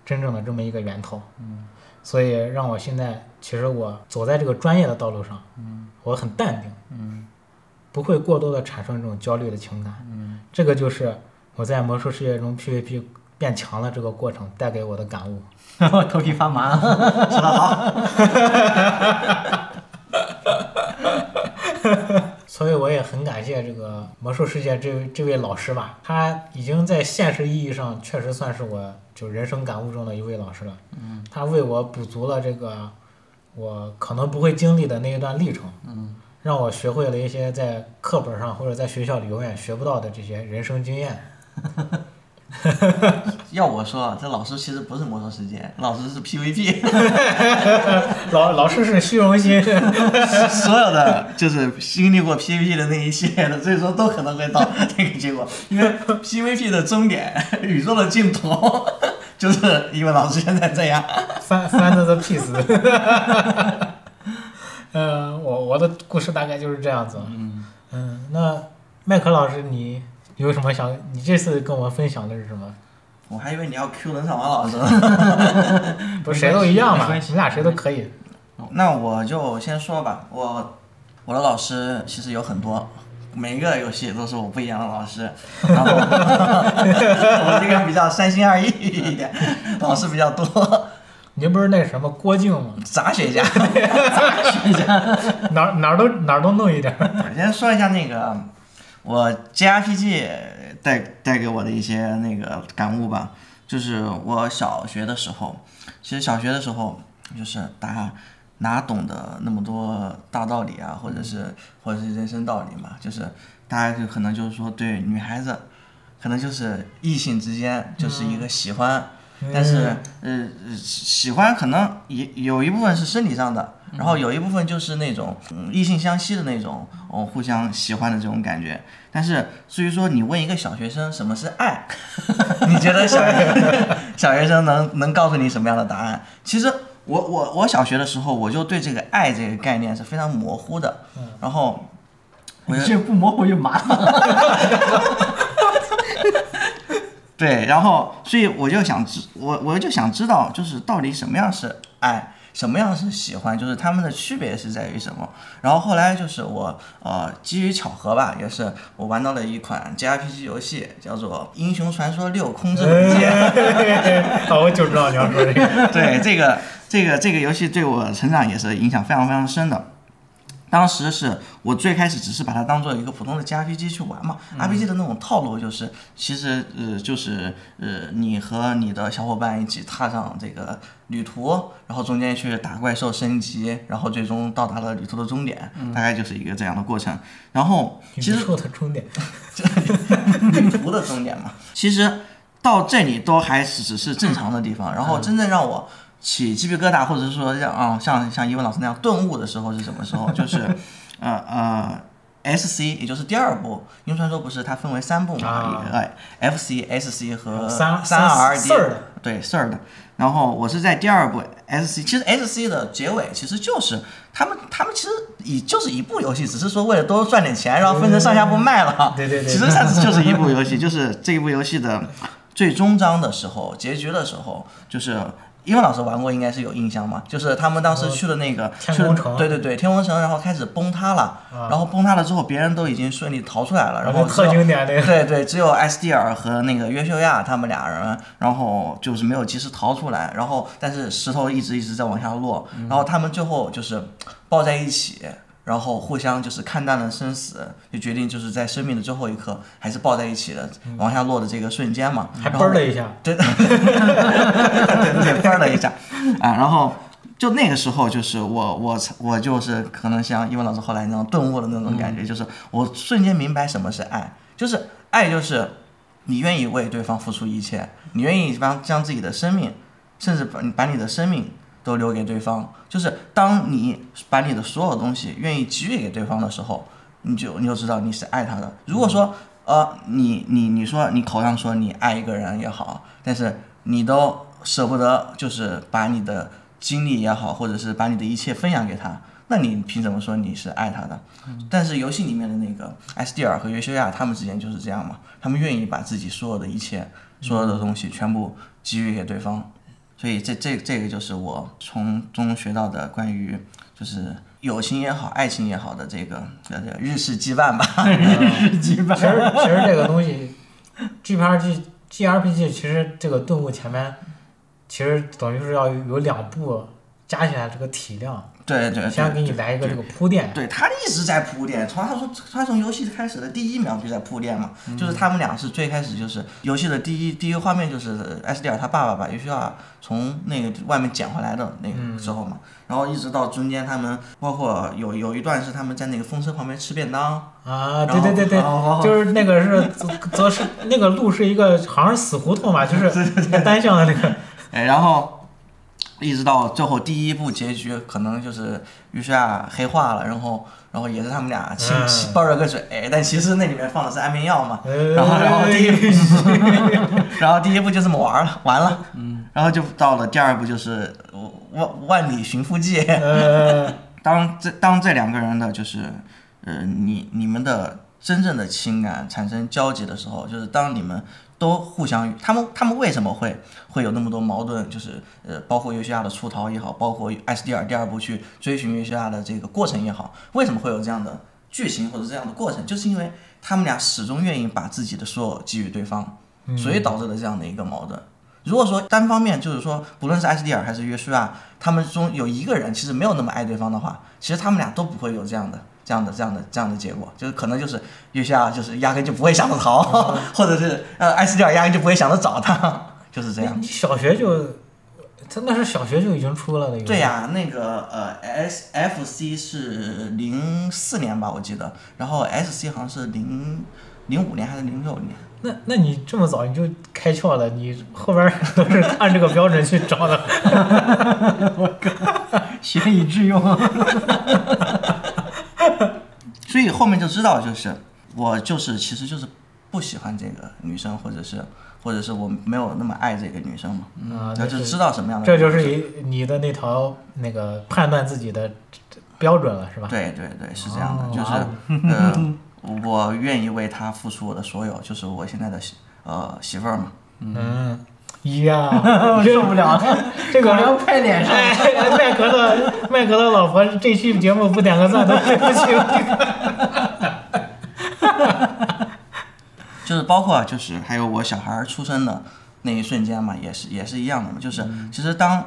A: 真正的这么一个源头。
B: 嗯，
A: 所以让我现在其实我走在这个专业的道路上，
B: 嗯
A: 我很淡定，
B: 嗯
A: 不会过多的产生这种焦虑的情感。
B: 嗯
A: 这个就是我在魔兽世界中 PVP 变强了这个过程带给我的感悟。
C: 我头皮发麻。说得好。
A: 所以我也很感谢这个魔兽世界这位这位老师吧，他已经在现实意义上确实算是我就人生感悟中的一位老师了。
B: 嗯，
A: 他为我补足了这个我可能不会经历的那一段历程，
B: 嗯，
A: 让我学会了一些在课本上或者在学校里永远学不到的这些人生经验。
B: 要我说啊，这老师其实不是魔兽世界，老师是 PVP，
A: 老老师是虚荣心，
B: 所有的就是经历过 PVP 的那一系列的，最终都可能会到那个结果，因为 PVP 的终点，宇宙的尽头， 就是因为老师现在这样。
A: 翻翻的 piece。呃，我我的故事大概就是这样子。嗯那麦克老师你，你有什么想？你这次跟我们分享的是什么？
B: 我还以为你要 Q 冷场王老师呢。
A: 不是谁都一样
C: 没
A: 嘛，
C: 关系
A: 你俩谁都可以。
B: 那我就先说吧，我我的老师其实有很多，每一个游戏都是我不一样的老师，然后 我这个人比较三心二意一点，老师比较多，
A: 你不是那什么郭靖吗？
B: 杂学家。
A: 哪儿哪儿都哪儿都弄一点儿。
B: 我先说一下那个我 JRPG 带带给我的一些那个感悟吧，就是我小学的时候，其实小学的时候就是大家哪懂得那么多大道理啊，或者是或者是人生道理嘛，就是大家就可能就是说对女孩子，可能就是异性之间就是一个喜欢。
A: 嗯
B: 但是，呃，喜欢可能也有一部分是生理上的，然后有一部分就是那种、嗯、异性相吸的那种，哦，互相喜欢的这种感觉。但是至于说你问一个小学生什么是爱， 你觉得小学小学生 能能告诉你什么样的答案？其实我我我小学的时候我就对这个爱这个概念是非常模糊的，然后我
C: 你这不模糊就麻烦了。
B: 对，然后所以我就想知我我就想知道，就是到底什么样是爱，什么样是喜欢，就是他们的区别是在于什么。然后后来就是我呃基于巧合吧，也是我玩到了一款 JRPG 游戏，叫做《英雄传说六：空之轨迹》。
A: 好，哦我就知道你要说这个。
B: 对这个这个这个游戏对我成长也是影响非常非常深的。当时是我最开始只是把它当做一个普通的 JRPG 去玩嘛、r p g 的那种套路就是，其实呃就是呃你和你的小伙伴一起踏上这个旅途，然后中间去打怪兽升级，然后最终到达了旅途的终点，大概就是一个这样的过程。然后
A: 你
B: 其实
A: 说的重点，
B: 旅途的终点 嘛。其实到这里都还是只是正常的地方，然
A: 嗯
B: 后真正让我起鸡皮疙瘩，或者说让啊像像一文老师那样顿悟的时候是什么时候？就是呃呃。S C 也就是第二部《英雄传说》，不是它分为三部嘛
A: 啊？
B: 呃，F C、S C 和
A: 三
B: 呃三 R D
A: 四儿的
B: 对事儿的。然后我是在第二部 S C，其实 S C 的结尾其实就是他们他们其实以就是一部游戏，只是说为了多赚点钱，然后分成上下部卖了。
A: 对对对
B: 其实它就是一部游戏，就是这一部游戏的最终章的时候，结局的时候，就是英文老师玩过，应该是有印象嘛？就是他们当时去了那个
A: 哦天空城啊
B: 去了对对对，天空城，然后开始崩塌了，然后崩塌了之后，别人都已经顺利逃出来了，然后
A: 特
B: 只有
A: 经典那个。
B: 对对，只有埃斯蒂尔和那个约修亚他们俩人，然后就是没有及时逃出来，然后但是石头一直一直在往下落，然后他们最后就是抱在一起，然后互相就是看淡了生死，就决定就是在生命的最后一刻还是抱在一起的，往下落的这个瞬间嘛，
A: 嗯还
B: 然
A: 嘣
B: 后
A: 儿了一下，
B: 对，对对对，翻了一下啊，然后就那个时候，就是我我才我就是可能像英文老师后来那种顿悟的那种感觉，就是我瞬间明白什么是爱，就是爱就是你愿意为对方付出一切，你愿意帮将自己的生命，甚至把把你的生命。都留给对方，就是当你把你的所有东西愿意给予给对方的时候，你就你就知道你是爱他的。如果说呃，你你你说你口上说你爱一个人也好，但是你都舍不得，就是把你的精力也好，或者是把你的一切分享给他，那你凭什么说你是爱他的？但是游戏里面的那个埃斯蒂尔和约修亚他们之间就是这样嘛，他们愿意把自己所有的一切、所有的东西全部给予给对方，所以这这这个就是我从中学到的关于就是友情也好、爱情也好的这个呃这个日式羁绊吧。
C: 日 记 版
A: 其实其实这个东西，G P R G G R P G，其实这个顿悟前面其实等于是要有两步加起来这个体量，
B: 对哎对，对
A: 先给你来一个这个铺垫。
B: 对他一直在铺垫，从他说他从游戏开始的第一秒就在铺垫嘛，就是他们俩是最开始就是游戏的第一第一个画面就是呃埃斯蒂尔他爸爸把约需要从那个外面捡回来的那个时候嘛，然后一直到中间他们包括有有一段是他们在那个风车旁边吃便当，
A: 啊，对对对对
B: 然后然后，
A: 就是那个是则则是那个路是一个好像是死胡同吧，就是单向的那个。
B: 哎，然后一直到最后第一部结局，可能就是于是啊黑化了，然后然后也是他们俩亲、
A: 嗯
B: 亲抱着个嘴，但其实那里面放的是安眠药嘛。 然
A: 然
B: 后然后第一然后第一步就这么玩了，完了，嗯，然后就到了第二步，就是万万里寻父记，
A: 呃，
B: 当这当这两个人的就是，呃，你你们的真正的情感产生交集的时候，就是当你们都互相，他们他们为什么会会有那么多矛盾？就是呃，包括约西亚的出逃也好，包括艾斯蒂尔第二部去追寻约西亚的这个过程也好，为什么会有这样的剧情或者这样的过程？就是因为他们俩始终愿意把自己的所有给予对方，所以导致了这样的一个矛盾。如果说单方面就是说，不论是艾斯蒂尔还是约书亚，他们中有一个人其实没有那么爱对方的话，其实他们俩都不会有这样的、这样的、这样的、这样的结果。就是可能就是约书亚就是压根就不会想着逃， 或者是呃艾斯蒂尔压根就不会想着找他，就 是这样。
A: 你呃小学就，他那是小学就已经出了那个。
B: 对呀、那个呃，S F C 是零四年吧，我记得，然后 S C 好像是零零五年还是零六年。
A: 那那你这么早你就开窍了，你后边儿都是按这个标准去找的。
C: 学以致用。
B: 所以后面就知道，就是我就是其实就是不喜欢这个女生，或者是或者是我没有那么爱这个女生嘛，
A: 啊，
B: 嗯那
A: 那
B: 就是知道什么样的。
A: 这就是你你的那条那个判断自己的标准了，是吧？
B: 对对对，是这样的，
A: 哦
B: 就是呃，我愿意为她付出我的所有，就是我现在的媳呃媳妇儿嘛。
A: 嗯， 呀，
C: 受不了了，
A: 这
C: 狗
A: 个
C: 粮拍脸上。
A: 哎，麦克的麦克的老婆这期节目不点个赞都对不起。
B: 就是包括啊就是还有我小孩儿出生的那一瞬间嘛，也是也是一样的嘛。就是
A: 嗯
B: 其实当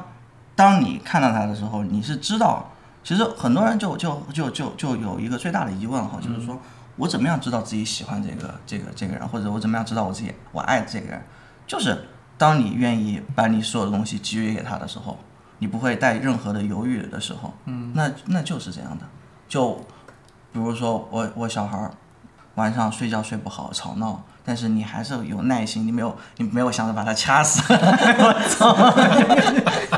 B: 当你看到他的时候，你是知道，其实很多人就就就就就有一个最大的疑问哈，就是说我怎么样知道自己喜欢这个这个这个人，或者我怎么样知道我自己我爱这个人？就是当你愿意把你所有的东西给予给他的时候，你不会带任何的犹豫的时候，嗯，那那就是这样的。就比如说我我小孩儿晚上睡觉睡不好吵闹，但是你还是有耐心，你没有你没有想着把他掐死，我操！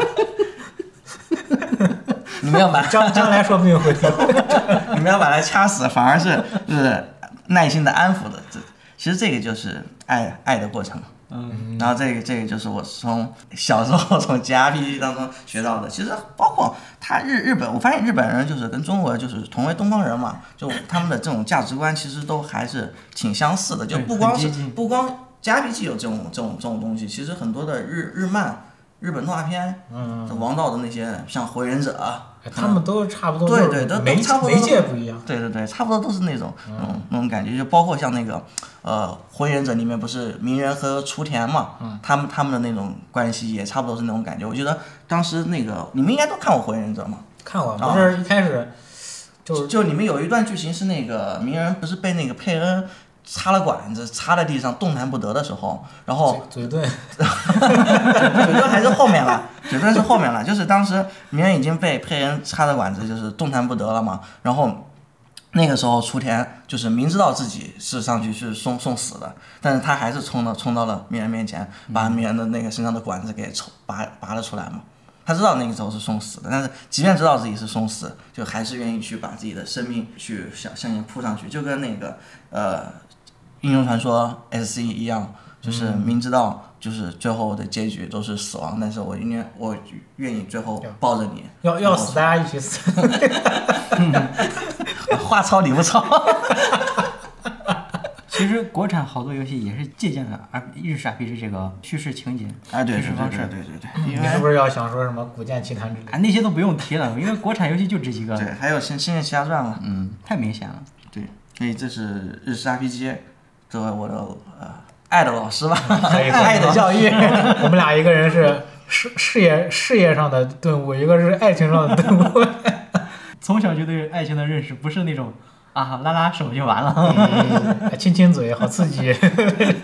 B: 你没有把
A: 将将来说不定会听。
B: 你们要把他掐死，反而是就是耐心的安抚的。这其实这个就是爱爱的过程。嗯，然后这个这个就是我从小时候从 JRPG 当中学到的。其实包括他日日本，我发现日本人就是跟中国人就是同为东方人嘛，就他们的这种价值观其实都还是挺相似的。就
C: 对
B: 不光
C: 很
B: 是
C: 接近
B: 不光 JRPG 有这种这种这种东西，其实很多的日日漫、日本动画片，嗯，王道的那些像火影忍者，
A: 他们都差不多，
B: 对对都
A: 媒
B: 都差不多
A: 媒介不一样。
B: 对对对，差不多都是那种
A: 嗯
B: 那种那种感觉，就包括像那个呃《火影忍者》里面不是鸣人和雏田嘛，
A: 嗯
B: 他们他们的那种关系也差不多是那种感觉。我觉得当时那个你们应该都看过《火影忍者》嘛，
A: 看我
B: 啊
A: 不是一开始就是
B: 就你们有一段剧情是那个鸣人不是被那个佩恩插了管子插在地上动弹不得的时候，然后
A: 嘴嘴遁，
B: 嘴遁还是后面了，嘴遁是后面了，就是当时鸣人已经被佩恩插着管子，就是动弹不得了嘛。然后那个时候雏田就是明知道自己是上去是送送死的，但是他还是冲到冲到了鸣人面前，把鸣人的那个身上的管子给抽拔拔了出来嘛。他知道那个时候是送死的，但是即便知道自己是送死，就还是愿意去把自己的生命去向向前扑上去，就跟那个呃英雄传说 S C 一样，就是
A: 嗯
B: 明知道就是最后的结局都是死亡，但是我宁愿我愿意最后抱着你，
A: 要要死大家一起死。
B: 哦话糙理 不糙。
C: 其实国产好多游戏也是借鉴了 R 日式 RPG 这个叙事情节
B: 哎，对
C: 叙
B: 对
C: 事
B: 对
C: 方式
B: 对对对对，因
A: 你是
B: 为
A: 不是要想说什么古剑奇谭之类的？
C: 啊，那些都不用提了，因为国产游戏就这几个，
B: 对还有《仙仙剑奇侠传》嘛，嗯，
C: 太明显了。
B: 对，所以这是日式 RPG 作为我的呃爱的老师吧，
A: 可以可以
B: 爱的教育。
A: 我们俩一个人是事事业事业上的顿悟，一个是爱情上的顿悟。
C: 从小就对爱情的认识不是那种啊拉拉手就完了，
A: 亲亲嘴，好刺激！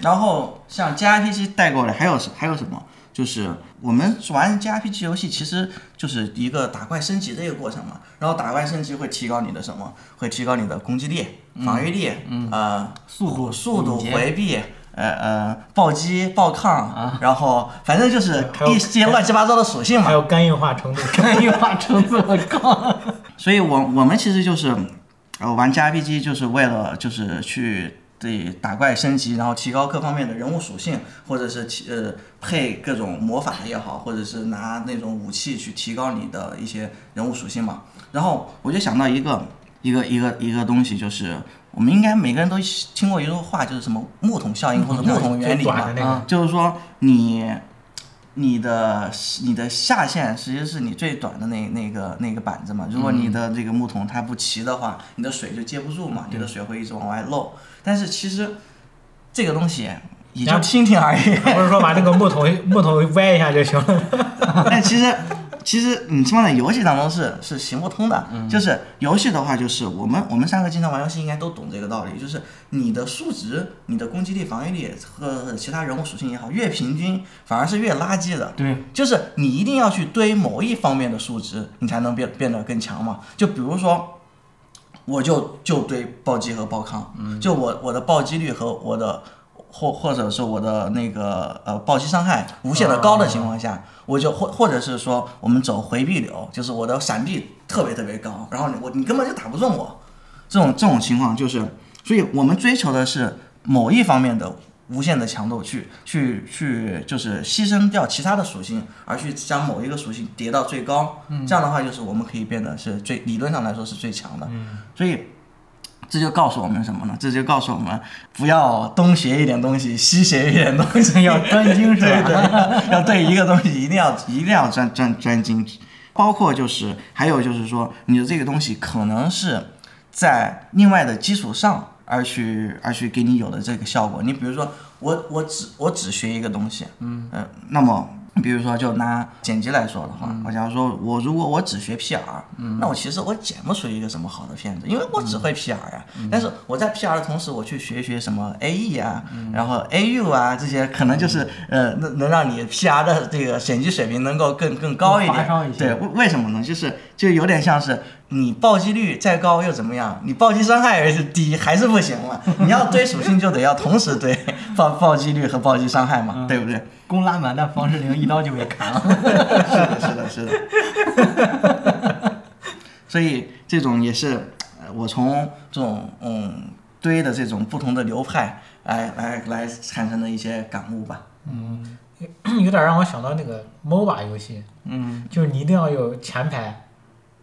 B: 然后像 JRPG 带过来，还有什还有什么？就是我们玩 JRPG 游戏，其实就是一个打怪升级的一个过程嘛。然后打怪升级会提高你的什么？会提高你的攻击力、防御力，呃，
C: 速度
B: 速度、
C: 敏捷
B: 回避。呃呃，暴击、暴抗，然后反正就是
A: 还有
B: 一些乱七八糟的属性嘛
A: 还。有肝硬化程度，
C: 看一把橙子我靠，
B: 所以我我们其实就是，呃，玩 JRPG 就是为了就是去对打怪升级，然后提高各方面的人物属性，或者是提呃配各种魔法也好，或者是拿那种武器去提高你的一些人物属性嘛。然后我就想到一个一个一个一个东西，就是我们应该每个人都听过一句话，就是什么木桶效应或者木桶原理
A: 最
B: 嘛啊
A: 短的，那个，
B: 就是说你你的你的下限其实是你最短的那那个那个板子嘛。如果你
A: 嗯
B: 的这个木桶它不齐的话，你的水就接不住嘛，你的水会一直往外漏。但是其实这个东西也就
A: 然后
B: 听听而已。
A: 不是说把那个木桶木桶歪一下就行了？
B: 但其实其实你放在游戏当中是是行不通的。就是游戏的话，就是我们我们三个经常玩游戏，应该都懂这个道理，就是你的数值、你的攻击力、防御力和其他人物属性也好，越平均反而是越垃圾的。
C: 对，
B: 就是你一定要去堆某一方面的数值，你才能变变得更强嘛。就比如说，我就就堆暴击和暴抗，就我我的暴击率和我的或或者是我的那个呃暴击伤害无限的高的情况下，我就或或者是说我们走回避流，就是我的闪避特别特别高，然后你我你根本就打不中我，这种这种情况就是，所以我们追求的是某一方面的无限的强度去，去去就是牺牲掉其他的属性，而去将某一个属性叠到最高。这样的话，就是我们可以变得是最理论上来说是最强的。所以这就告诉我们什么呢？这就告诉我们不要东学一点东西，西学一点东西，
C: 要 专精是吧
B: 对对， 要对一个东西一定要一定要专专专精，包括就是还有就是说，你的这个东西可能是在另外的基础上而去而去给你有的这个效果。你比如说，我我只我只学一个东西，嗯呃，那么。比如说，就拿剪辑来说的话，
C: 嗯
B: 我假如说我如果我只学 PR，、那我其实我剪不出一个什么好的片子，因为我
C: 嗯
B: 只会 PR 呀、但是我在 PR 的同时，我去学一学什么 AE 啊，
C: 嗯
B: 然后 AU 啊这些，可能就是呃能能让你 PR 的这个剪辑水平能够更更高一
C: 更
B: 点
C: 发烧一。些
B: 对，为为什么呢？就是就有点像是你暴击率再高又怎么样？你暴击伤害也是低，还是不行嘛？你要堆属性就得要同时堆暴暴击率和暴击伤害嘛，对不对？
C: 弓拉满，但房世龄一刀就给 砍了。
B: 是的，是的，是的。所以这种也是呃我从这种嗯堆的这种不同的流派来来来产生的一些感悟吧。
A: 有点让我想到那个 MOBA 游戏，
B: 嗯，
A: 就是你一定要有前排，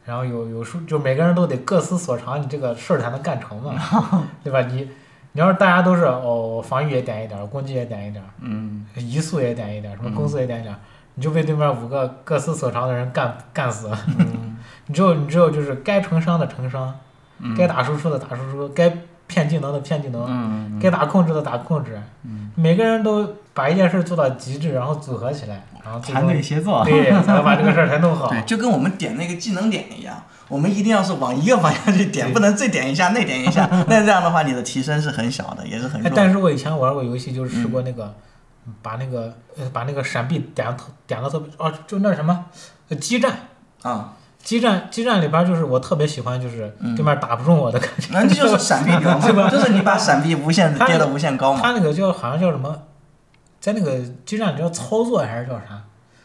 A: 然后有有数，就每个人都得各司所长，你这个事儿才能干成嘛，对吧？你你要是大家都是哦，我防御也点一点儿，攻击也点一点，嗯，移速也点一点儿，什么攻速也点一点儿，你就被对面五个各司所长的人干干死了。 你只有你只有就是该承伤的承伤，该打输出的打输出，该骗技能的骗技能，该打控制的打控制，每个人都把一件事做到极致，然后组合起来，然后最
C: 团
A: 终
C: 队协 作，
A: 对，才能把这个事儿才弄好。哎
B: 对，就跟我们点那个技能点一样，我们一定要是往一个方向去点，不能这点一下那点一 下，那这样的话你的提升是很小的，也是很弱
A: 哎
B: 的。，
A: 但是我以前玩过游戏，就是试
B: 嗯
A: 过那个，把那个呃把那个闪避点到特点到特别哦，就那什么，呃激战。
B: 啊，
A: 激战激战里边就是我特别喜欢，就是对面打不中我的感觉。
B: 嗯那这就是闪避流嘛， 就是你把闪避无限地跌到无限高 嘛。
A: 他那个叫好像叫什么，在那个激战里叫操作还是叫啥？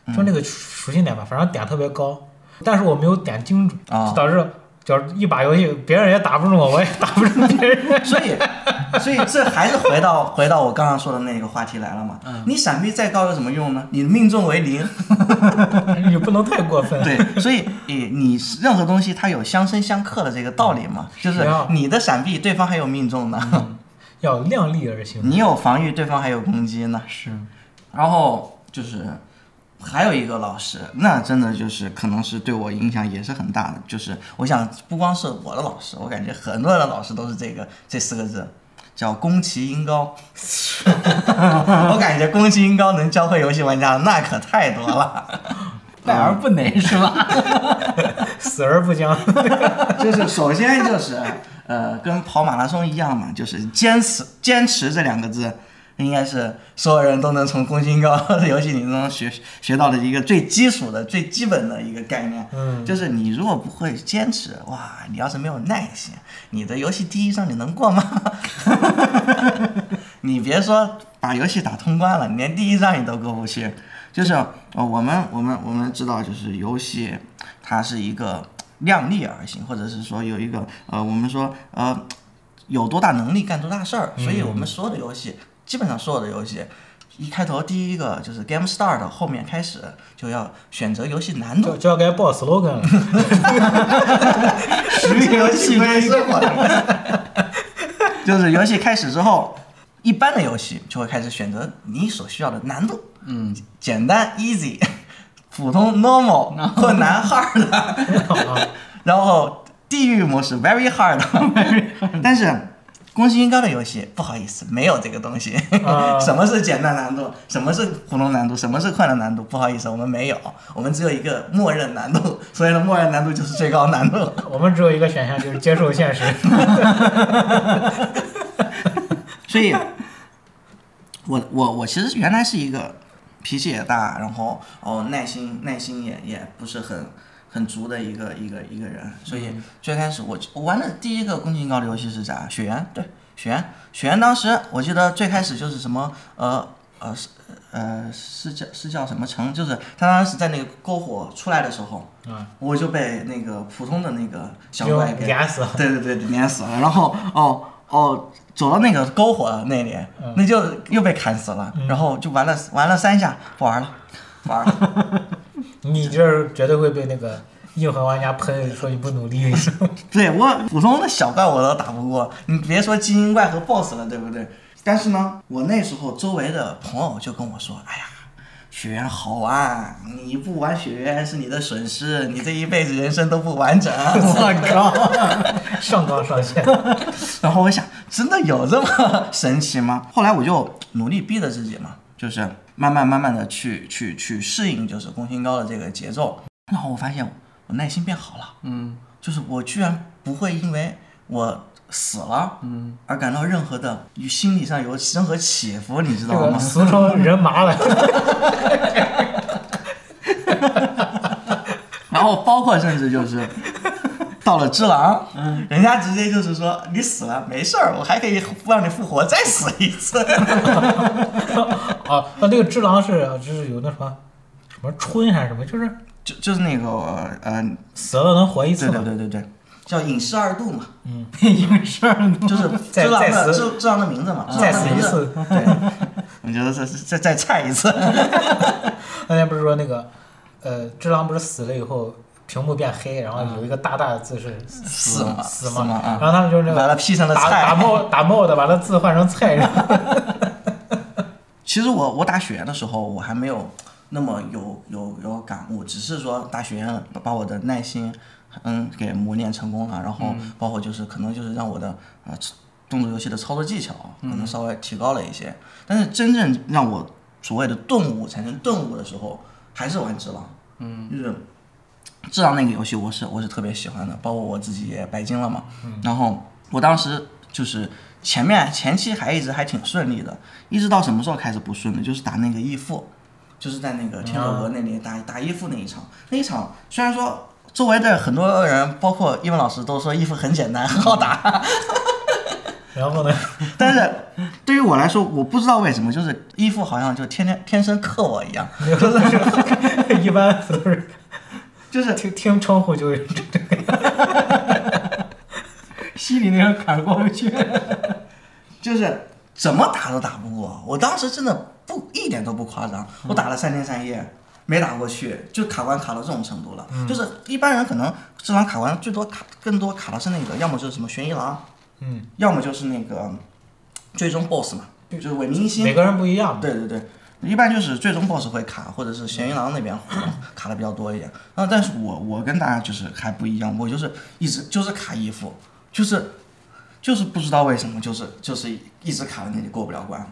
B: 嗯
A: 就那个属性点吧，反正点特别高，但是我没有点精准，
B: 啊
A: 就导致就是一把游戏别人也打不中我，我也打不中别人。
B: 所以，所以这还是回到回到我刚刚说的那个话题来了嘛。你闪避再高有什么用呢？你命中为零。
A: 你不能太过分。
B: 对，所以你你任何东西它有相生相克的这个道理嘛，就是
A: 是啊
B: 你的闪避对方还有命中呢，
A: 要量力而行。
B: 你有防御对方还有攻击呢。
C: 是
B: 然后就是还有一个老师，那真的就是可能是对我影响也是很大的。就是我想不光是我的老师，我感觉很多人的老师都是这个这四个字。叫宫崎英高，我感觉宫崎英高能教会游戏玩家的那可太多了，
C: 败而不馁是吧？
A: 死而不僵，
B: 就是首先就是呃，跟跑马拉松一样嘛，就是坚持坚持这两个字，应该是所有人都能从宫崎英高 的游戏里中学学到的一个最基础的、最基本的一个概念。
A: 嗯，
B: 就是你如果不会坚持，哇，你要是没有耐心，你的游戏第一章你能过吗？你别说把游戏打通关了，你连第一章你都过不去。就是呃，我们我们我们知道，就是游戏它是一个量力而行，或者是说有一个呃，我们说呃，有多大能力干多大事儿。所以我们所有的游戏，基本上所有的游戏，一开头第一个就是 Game Start 后面开始就要选择游戏难度
A: 就，就要该报 slogan 了。
B: 实力游戏归生活。 就是游戏开始之后，一般的游戏就会开始选择你所需要的难度，嗯，简单 easy，普通 normal 困难 hard，然后地狱模式 very hard，但是。宫崎英高的游戏，不好意思，没有这个东西。
A: 啊
B: 什么是简单难度？什么是普通难度？什么是困难难度？不好意思，我们没有，我们只有一个默认难度，所以呢，默认难度就是最高难度。
A: 我们只有一个选项，就是接受 现实。
B: 所以，我我我其实原来是一个脾气也大，然后哦耐心耐心也也不是很很足的一个一个一个人，所以最开始我我玩的第一个宫崎英高的游戏是啥？雪原，对，雪原，雪原当时我记得最开始就是什么呃呃是呃是叫是叫什么城，就是他当时在那个篝火出来的时候，
A: 啊，
B: 我就被那个普通的那个小
A: 就
B: 怪给
A: 碾死了。
B: 对对对，碾死了。然后哦哦，走到那个篝火那里，那就又被砍死了。然后就玩了玩了三下，不玩了，不玩了。
A: 你这儿绝对会被那个硬核玩家喷，说你不努 力。
B: 对我普通的小怪我都打不过，你别说精英怪和 BOSS 了，对不对？但是呢，我那时候周围的朋友就跟我说：“哎呀，雪原好玩，你不玩雪原是你的损失，你这一辈子人生都不完整。”啊我靠！
A: 上纲上线，
B: 哦然后我想，真的有这么神奇吗？ 后来我就努力逼着自己嘛，就是慢慢慢慢的去去去适应，就是宫心高的这个节奏。然后我发现我耐心变好了，
C: 嗯
B: 就是我居然不会因为我死了，嗯，而感到任何的与心理上有任何起伏，你知
A: 这
B: 道
A: 个
B: 吗？
A: 俗称人麻了。
B: 然后包括甚至就是。到了只狼，嗯，人家直接就是说你死了没事儿，我还可以让你复活再死一次。
A: 啊，那这个只狼是就是有那什么什么春还是什么，就是
B: 就就是那个呃
A: 死了能活一次
B: 对
A: 嘛。
B: 对对对对，叫影视二 度嘛，
C: 因为事儿呢，
B: 就是
A: 再
B: 知道
A: 再
B: 的
A: 死啊
B: 知知道的名字嘛，知道
A: 再
B: 的
A: 死
B: 名
A: 一
B: 字。
A: 次。
B: 对， 我觉得这是再再菜一次。
A: 那天不是说那个，呃，只狼不是死了以后，屏幕变黑，然后有一个大大的字是
B: 死嘛
A: 死
B: 死嘛
A: 嘛，
B: 啊
A: 然后他们就是那
B: 把
A: 个
B: 它 P 成了
A: 打打
B: 菜。
A: 冒打冒的，把那字换成菜，然后
B: 其实我我打雪原的时候，我还没有那么有有有感悟，只是说打雪原把我的耐心嗯给磨练成功了，然后包括就是可能就是让我的呃动作游戏的操作技巧可能稍微提高了一些，但是真正让我所谓的顿悟产生顿悟的时候，还是玩只狼。嗯，就是智狼那个游戏，我是我是特别喜欢的，包括我自己也白金了嘛。然后我当时就是前面前期还一直还挺顺利的，一直到什么时候开始不顺利，就是打那个义父，就是在那个天鹅阁那里打、打义父那一场，那一场虽然说。周围的很多人，包括英文老师，都说义父很简单，很好打。
A: 然后呢，
B: 但是对于我来说，我不知道为什么，就是义父好像就天天天生克我一样，
A: 一般都是
B: 就是
A: 听听称呼就
C: 心里那坎坎儿过不去。
B: 就是怎么打都打不过。我当时真的不一点都不夸张，我打了三天三夜。没打过去，就卡关卡到这种程度了。就是一般人可能这场卡关最多卡，更多卡的是那个，要么就是什么悬疑狼，
A: 嗯，
B: 要么就是那个最终 BOSS 嘛，就是伪明星。
A: 每个人不一样嘛。
B: 对对对，一般就是最终 BOSS 会卡，或者是咸鱼狼那边卡的比较多一点。那但是我我跟大家就是还不一样，我就是一直就是卡衣服，就是就是不知道为什么，就是就是一直卡在那里过不了关。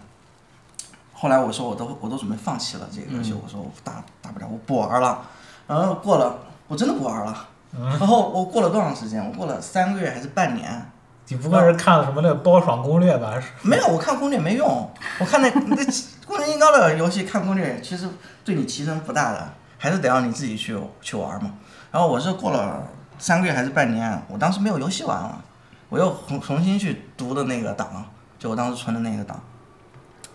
B: 后来我说我都我都准备放弃了这个游戏，我说我打打不了，我不玩了。然后过了，我真的不玩了。然后我过了多长时间？我过了三个月还是半年？
A: 你不过是看了什么那个包爽攻略吧？是
B: 没有，我看攻略没用。我看那那攻略音高的游戏看攻略，其实对你提升不大的，还是得让你自己去去玩嘛。然后我是过了三个月还是半年，我当时没有游戏玩了，我又重重新去读的那个档，就我当时存的那个档，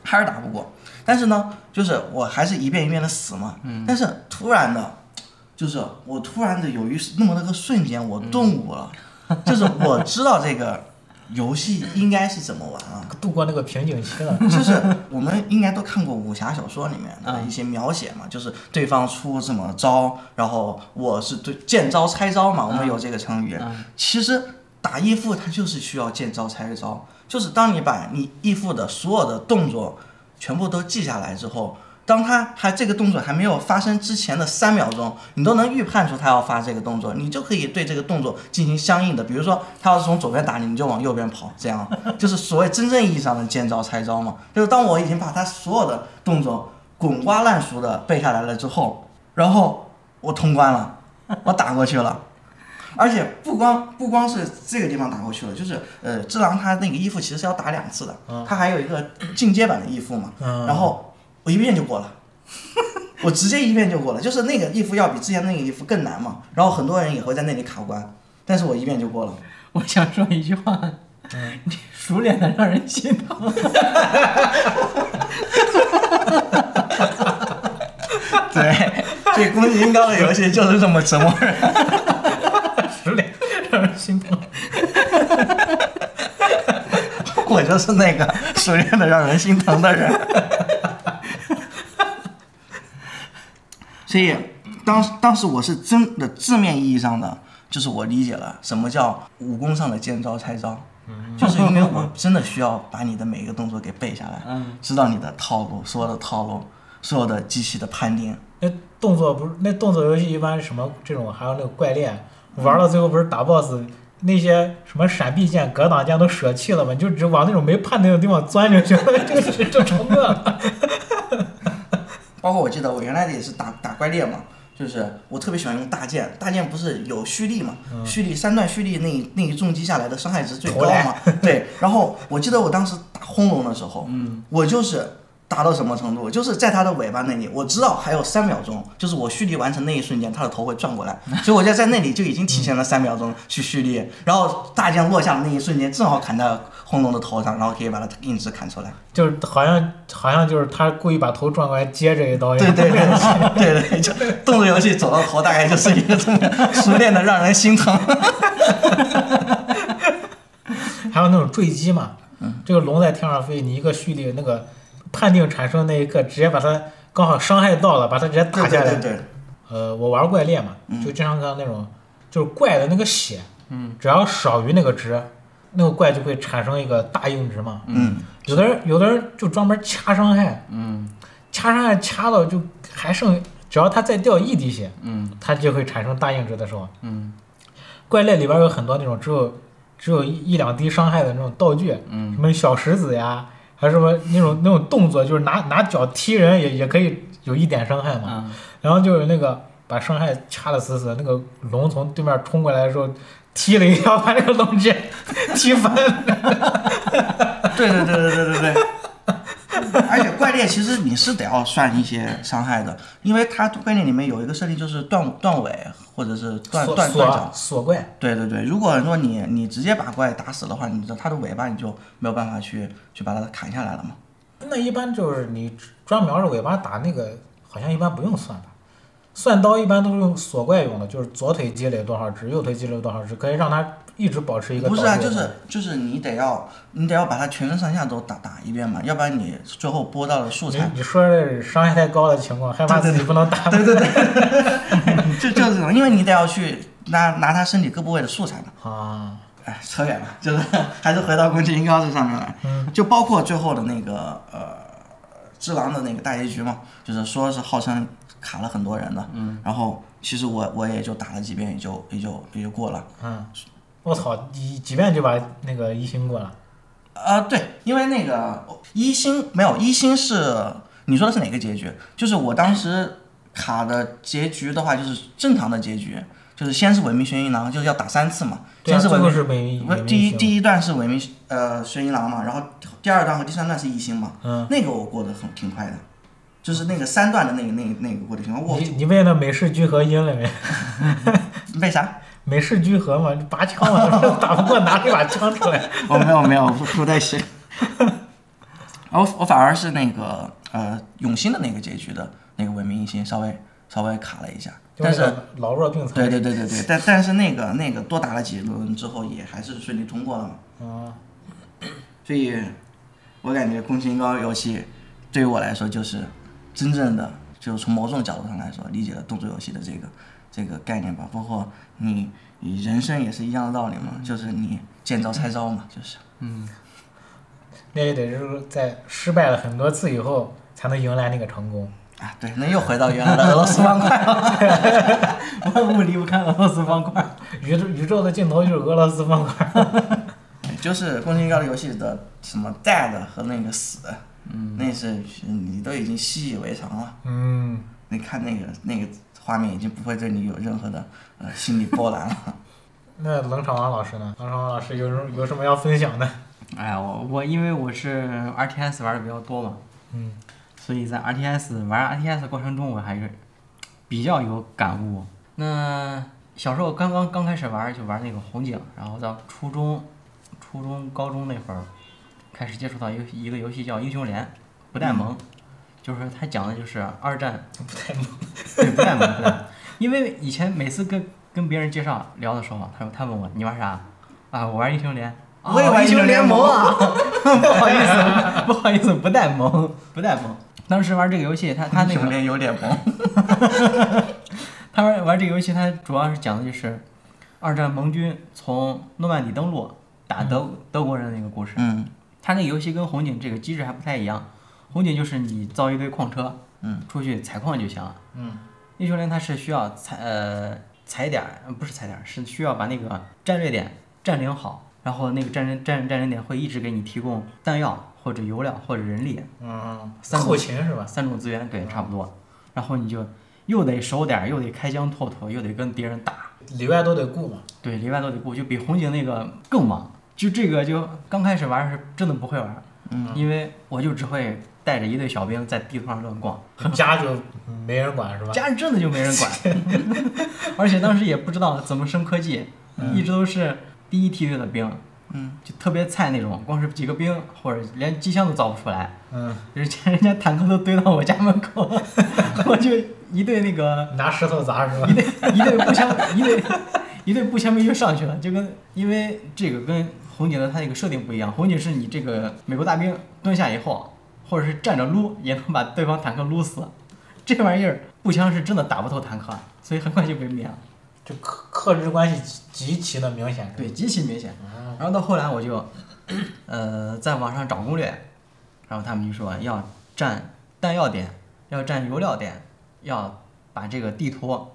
B: 还是打不过。但是呢，就是我还是一遍一遍的死嘛。嗯。但是突然的，就是我突然的有一那么那个瞬间，我顿悟了，就是我知道这个游戏应该是怎么玩啊？
A: 度过那个瓶颈期了。
B: 就是我们应该都看过武侠小说里面的一些描写嘛，就是对方出什么招，然后我是对见招拆招嘛，我们有这个成语。其实打义父他就是需要见招拆招，就是当你把你义父的所有的动作全部都记下来之后。当他还这个动作还没有发生之前的三秒钟，你都能预判出他要发这个动作，你就可以对这个动作进行相应的，比如说他要是从左边打你，你就往右边跑，这样 就是所谓真正意义上的见招拆招嘛。就是当我已经把他所有的动作 滚瓜烂熟的背下来了之后，然后我通关了，我打过去了。而且不光不光是这个地方打过去了，就是呃，智狼他那个衣服其实是要打两次的，他还有一个进阶版的衣服嘛，
A: 嗯
B: 然后我一遍就过了， 我直接一遍就过了，就是那个衣服要比之前那个衣服更难嘛，然后很多人也会在那里卡关，但是我一遍就过了。
C: 我想说一句话，你熟练的让人心疼。
B: 对，这宫崎英高的游戏就是这么折磨人。
A: 十脸让人心疼。
B: 我就是那个熟练的让人心疼的人。 所以当当时我是真的字面意义上的，就是我理解了什么叫武功上的见招拆招， 就是因为我真的需要把你的每一个动作给背下来，知道你的套路，所有的套路，所有的机器的判定。
A: 那动作不是那动作游戏一般什么这种，还有那个怪猎，玩到最后不是打 BOSS 那些什么闪避键、格挡键都舍弃了吗？你就只往那种没判定的地方钻进去了， 这个就成功了。
B: 包括我记得我原来也是打打怪猎嘛，就是我特别喜欢用大剑，大剑不是有蓄力嘛，蓄力三段蓄力那一那一重击下来的伤害值最高嘛， 对。然后我记得我当时打轰龙的时候，嗯，我就是打到什么程度，就是在它的尾巴那里，我知道还有三秒钟，就是我蓄力完成那一瞬间，它的头会转过来，所以我就在那里就已经提前了三秒钟去蓄力，然后大剑落下的那一瞬间正好砍到轰龙的头上，然后可以把它硬直砍出来。
A: 就是好像好像就是他故意把头转过来接这一刀一
B: 对
A: 样。
B: 对对对对，就动作游戏走到头，大概就是一个这么熟练的让人心疼。
A: 还有那种坠机嘛，
B: 嗯
A: 这个龙在天上飞，你一个蓄力那个判定产生那一刻，直接把它刚好伤害到了，把它直接打
B: 对
A: 下
B: 对
A: 来。
B: 对嗯对，
A: 呃，我玩怪猎嘛，就经常看到那种，就是怪的那个血，嗯，只要少于那个值，那个怪就会产生一个大硬值嘛。
B: 嗯，
A: 有的人有的人就专门掐伤害，嗯，掐伤害掐到就还剩，只要他再掉一滴血，嗯，他就会产生大硬值的时候，嗯，怪猎里边有很多那种只有只有一一两滴伤害的那种道具，嗯，什么小石子呀，还有什么那种那种动作，就是拿拿脚踢人也也可以有一点伤害嘛，
C: 嗯，
A: 然后就是那个把伤害掐的死死，那个龙从对面冲过来的时候，踢了一脚，把那个龙直接 踢翻了。
B: 对对对对对对对。嗯而且怪猎其实你是得要算一些伤害的，因为它怪猎里面有一个设定就是断断尾或者是断
A: 锁
B: 断断
A: 锁
B: 掌。
A: 锁怪，
B: 对对对，如果说你你直接把怪打死的话，你的它的尾巴你就没有办法去去把它砍下来了嘛。
A: 那一般就是你专瞄着尾巴打那个，好像一般不用算吧。算刀一般都是用锁怪用的，就是左腿积累多少值，右腿积累多少值，可以让它一直保持一个
B: 不是啊，
A: 倒
B: 就
A: 置的
B: 是就是你得要你得要把它全身上下都打打一遍嘛，要不然你最后播到的素材
A: 你你说的伤害太高的情况，害怕自己不能打。
B: 对对对，就就是 这种，因为你得要去拿拿他身体各部位的素材 嘛。
A: 啊，
B: 哎，扯远了，就是 还是回到宫崎英高这上面来，
A: 嗯
B: 就包括最后的那个呃，只狼的那个大结局嘛，就是说是号称卡了很多人的，嗯，然后其实我我也就打了几遍，也就也就也就过了。
A: 嗯，我操，几几遍就把那个一星过了。
B: 啊，对，因为那个一星没有一星是你说的是哪个结局？就是我当时卡的结局的话，就是正常的结局，就是先是伪命玄一郎，就是要打三次嘛。
A: 对啊，
B: 先是
A: 最
B: 伪
A: 后
B: 命，
A: 是没
B: 不
A: 没
B: 是第一
A: 一，
B: 第一段是伪命呃玄一郎嘛，然后第二段和第三段是一星嘛。
A: 嗯，
B: 那个我过得很挺快的，就是那个三段的那个那个那个过得挺快。啊我
A: 你你为了美式聚合阴了没？
B: 为啥？
A: 美式聚合嘛，拔枪嘛， 打不过拿了一把枪出来。
B: 我没有没有不不太 行。我我反而是那个呃永兴的那个结局的那个文明一星稍微稍微卡了一下，
A: 就
B: 但
A: 那
B: 是
A: 个老弱病
B: 对
A: 残。
B: 对对对对，但但是那个那个多打了几轮之后也还是顺利通过了嘛，
A: 啊，
B: 所以我感觉空心高游戏对于我来说就是真正的，就是从某种角度上来说理解了动作游戏的这个这个概念吧，包括你你人生也是一样的道理嘛，就是你见招拆招嘛，就是。
A: 那也得是在失败了很多次以后，才能迎来那个成功。
B: 啊，对，那又回到原来的俄罗斯方块 了。
C: 万物离不开俄罗斯方块。
A: 宇宙宇宙的尽头就是俄罗斯方块。
B: 就是宫崎高的游戏的什么 dead 和那个死，嗯，那是你都已经习以为常了。
A: 嗯，
B: 你看那个那个画面已经不会对你有任何的呃心理波澜了。
A: 那冷场王老师呢？冷场王老师有什么有什么要分享的？
C: 哎呀，我我因为我是 RTS 玩的比较多嘛，
A: 嗯，
C: 所以在 RTS 玩 RTS 过程中，我还是比较有感悟。那小时候刚刚刚开始玩就玩那个红警，然后到初中、初中、高中那会儿，开始接触到一个一个游戏叫英雄联，不带萌，就是它讲的就是二 战
A: 不太能
C: 对，不带萌，不带萌。因为以前每次跟跟别人介绍聊的时候，他他问我你玩啥？啊，我玩英雄联。 啊
B: 我也哦玩英雄联盟
C: 啊！不好意思，不好意思，不带萌，不带萌。当时玩这个游戏，他他
B: 英
C: 那
B: 雄
C: 个
B: 联有点萌，
C: 他玩玩这个游戏，他主要是讲的就是二战盟军从诺曼底登陆打德、德国人的那个故事。
B: 嗯
C: 他那个游戏跟红警这个机制还不太一样，红警就是你造一堆矿车，
B: 嗯，
C: 出去采矿就行了。
A: 嗯，
C: 英雄联它是需要采呃踩点儿，呃不是踩点儿，是需要把那个战略点占领好，然后那个战争战战争点会一直给你提供弹药或者油料或者人力
A: 嗯，
C: 三
A: 后勤是吧？
C: 三种资源，对，差不多。然后你就又得守点儿，又得开疆拓土，又得跟敌人打，
A: 里外都得顾嘛。
C: 对，里外都得顾，就比红警那个更忙。就这个就刚开始玩是真的不会玩，
B: 嗯，
C: 因为我就只会带着一队小兵在地图上乱逛，
A: 家就没人管是吧？
C: 家人真的就没人管， 而且当时也不知道怎么升科技，
A: 嗯
C: 一直都是第一梯队的兵，
B: 嗯，
C: 就特别菜那种，光是几个兵或者连机箱都造不出来，
A: 嗯，
C: 人家人家坦克都堆到我家门口， 我就一队那个
A: 拿石头砸是吧
C: 一？队一队步枪，一队一队步枪兵就上去了，就跟因为这个跟红警的它那个设定不一样，红警是你这个美国大兵蹲下以后，或者是站着撸也能把对方坦克撸死，这玩意儿步枪是真的打不透坦克，啊所以很快就被灭了，
A: 就克克制关系极极其的明显。
C: 对，，极其明显。
A: 啊，
C: 然后到后来我就，呃，在网上找攻略，然后他们就说要占弹药点，要占油料点，要把这个地图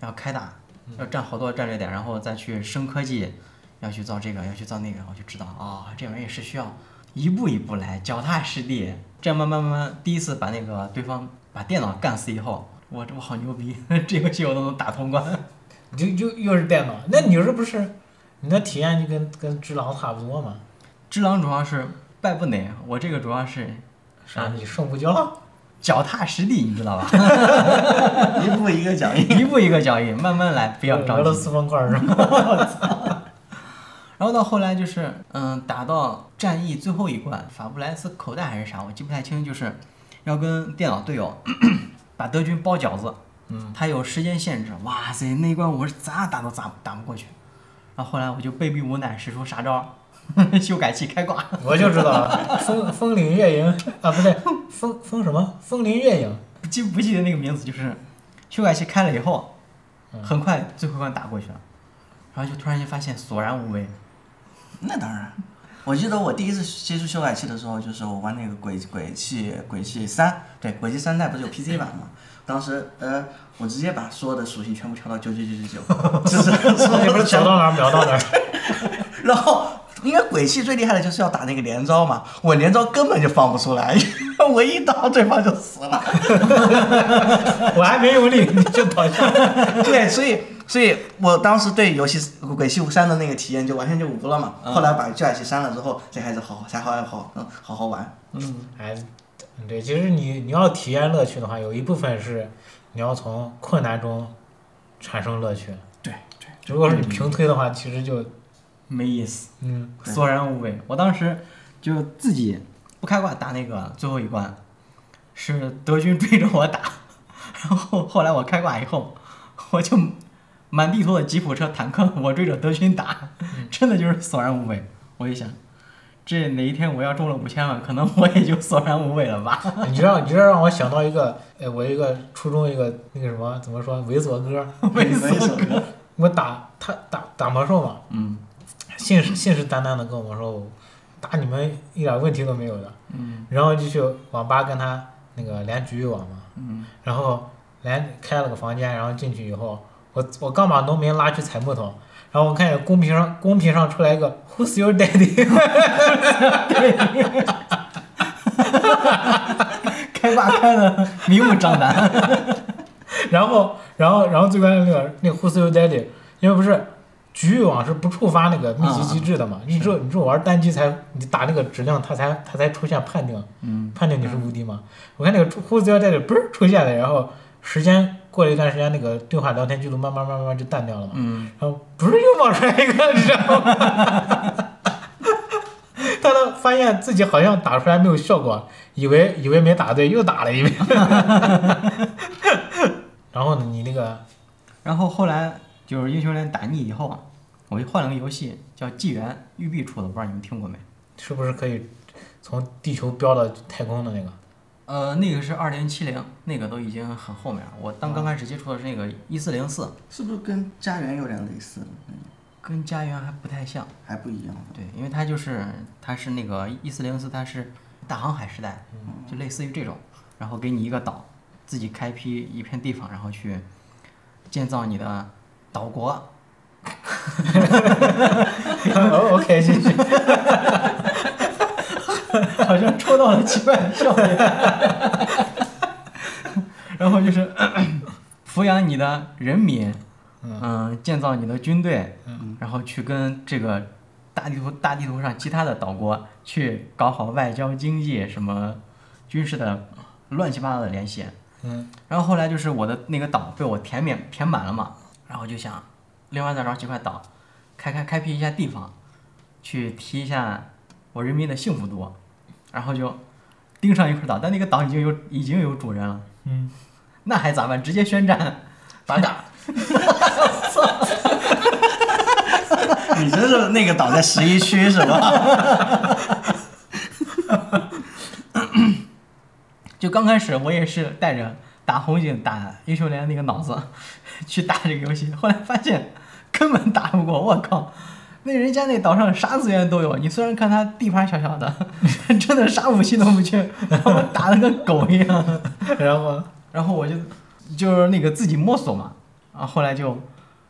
C: 要开大，要占好多战略点，然后再去升科技，要去造这个，要去造那个，我就知道啊、这玩意儿是需要一步一步来，脚踏实地，这样慢慢慢慢，第一次把那个对方把电脑干死以后，我我好牛逼， 这游戏我都能打通关。
A: 你就就又是电脑，那你这不是你的体验就跟跟只狼差不多嘛？
C: 只狼主要是败不馁，我这个主要是
A: 啥？
C: 嗯
A: 你胜不骄？
C: 脚踏实地，你知道吧？
B: 一步一个脚印。
C: 一步一个脚印，慢慢来，不要
A: 俄
C: 着
A: 罗
C: 急。
A: 斯方块是吧？
C: 然后到后来就是，嗯，打到战役最后一关，法布莱斯口袋还是啥，我记不太清，就是要跟电脑队友 把德军包饺子。
A: 嗯，
C: 他有时间限制。哇塞，那一关我是咋打都打打不过去。然后后来我就被逼无奈，使出啥招儿？ 修改器开挂。
A: 我就知道风风岭月营啊，不对，风风什么？风林月影。
C: 不记不记得那个名字，就是修改器开了以后，很快最后一关打过去了，然后就突然间发现索然无味。
B: 那当然，我记得我第一次接触修改器的时候，就是我玩那个鬼鬼泣鬼泣三，对，鬼泣三代不是有 PC 版吗？当时呃，我直接把所有的属性全部调到九九九九九，就是所
A: 那
B: 有
A: 不
B: 的
A: 是
B: 全
A: 走
B: 部
A: 到哪儿秒到哪 儿？
B: 然后，因为鬼泣最厉害的就是要打那个连招嘛，我连招根本就放不出来，因为我一刀对方就死了。
A: 我还没用 力你就倒下。
B: 对，所以，所以我当时对游戏《鬼泣三》的那个体验就完全就无了嘛。后来把《旧海奇删了之后，这还是好好才好好嗯好好玩。
A: 哎，对，其实你你要体验乐趣的话，有一部分是你要从困难中产生乐趣。
B: 对 对，
A: 如果是你平推的话，其实就
C: 没意思，
A: 嗯
B: 对
C: 索然无味。我当时就自己不开挂打那个最后一关，是德军追着我打，然后后来我开挂以后，我就满地图的吉普车、坦克，我追着德军打，真的就是索然无味。我一想，这哪一天我要中了五千万，可能我也就索然无味了吧。
A: 你知道，你知道让我想到一个，哎，我一个初中一个那个什么，怎么说，猥琐哥，
C: 猥
B: 猥
C: 琐
B: 琐
C: 哥，
A: 我打他打打魔兽嘛，
C: 嗯
A: 信誓信誓旦旦的跟我说，我打你们一点问题都没有的，
C: 嗯
A: 然后就去网吧跟他那个连局域网嘛，
C: 嗯
A: 然后连开了个房间，然后进去以后，我我刚把农民拉去采木头，然后我看见公屏上公屏上出来一个 Who's your daddy？
C: 开挂开的明目张胆。
A: 然后然后然后最关键那个那个 Who's your daddy？因为不是局域网是不触发那个密集机制的
C: 嗯
A: 嘛，你只有你只有玩单机才你打那个指令，它才它才出现判定，
C: 嗯
A: 判定你是无敌嘛。我看那个 Who's your daddy 不是出现了，然后时间过了一段时间，那个对话聊天记录慢慢慢慢就淡掉了嘛。
C: 嗯，
A: 然后不是又冒出来一个，你知道吗？ 但他发现自己好像打出来没有效果，以为以为没打对，又打了一遍。 然后呢，你那个
C: 然后后来就是英雄联打腻以后啊，我就换了个游戏叫《纪元》，育碧出的，不知道你们听过没？
A: 是不是可以从地球飙到太空的那个？
C: 呃，那个是二零七零，那个都已经很后面了。我当刚开始接触的是那个一四零四，
B: 是不是跟家园有点类似？嗯
C: 跟家园还不太像。
B: 还不一样。
C: 对，因为它就是它是那个一四零四，它是大航海时代，就类似于这种，然后给你一个岛，自己开辟一片地方，然后去建造你的岛国。
A: 哦，OK，继续。
C: 好像戳到了奇怪的笑点。然后就是 咳咳抚养你的人民，嗯、建造你的军队，嗯、然后去跟这个大地图大地图上其他的岛国去搞好外交、经济什么军事的乱七八糟的联系。
A: 嗯，
C: 然后后来就是我的那个岛被我填满填满了嘛，然后就想，另外再找几块岛，开开开辟一下地方，去提一下我人民的幸福度，然后就盯上一块岛，但那个岛已经有已经有主人了，
A: 嗯，
C: 那还咋办？直接 宣战，反打。
B: 你这是那个岛在十一区是吧？
C: 就刚开始我也是带着打红警、打英雄联盟那个脑子 去打这个游戏，后来发现根本打不过，我靠！那人家那岛上啥资源都有，你虽然看他地盘小小的， 真的啥武器都不缺，把我打的跟狗一样。
A: 然后
C: 然后我就就是那个自己摸索嘛，啊，后来就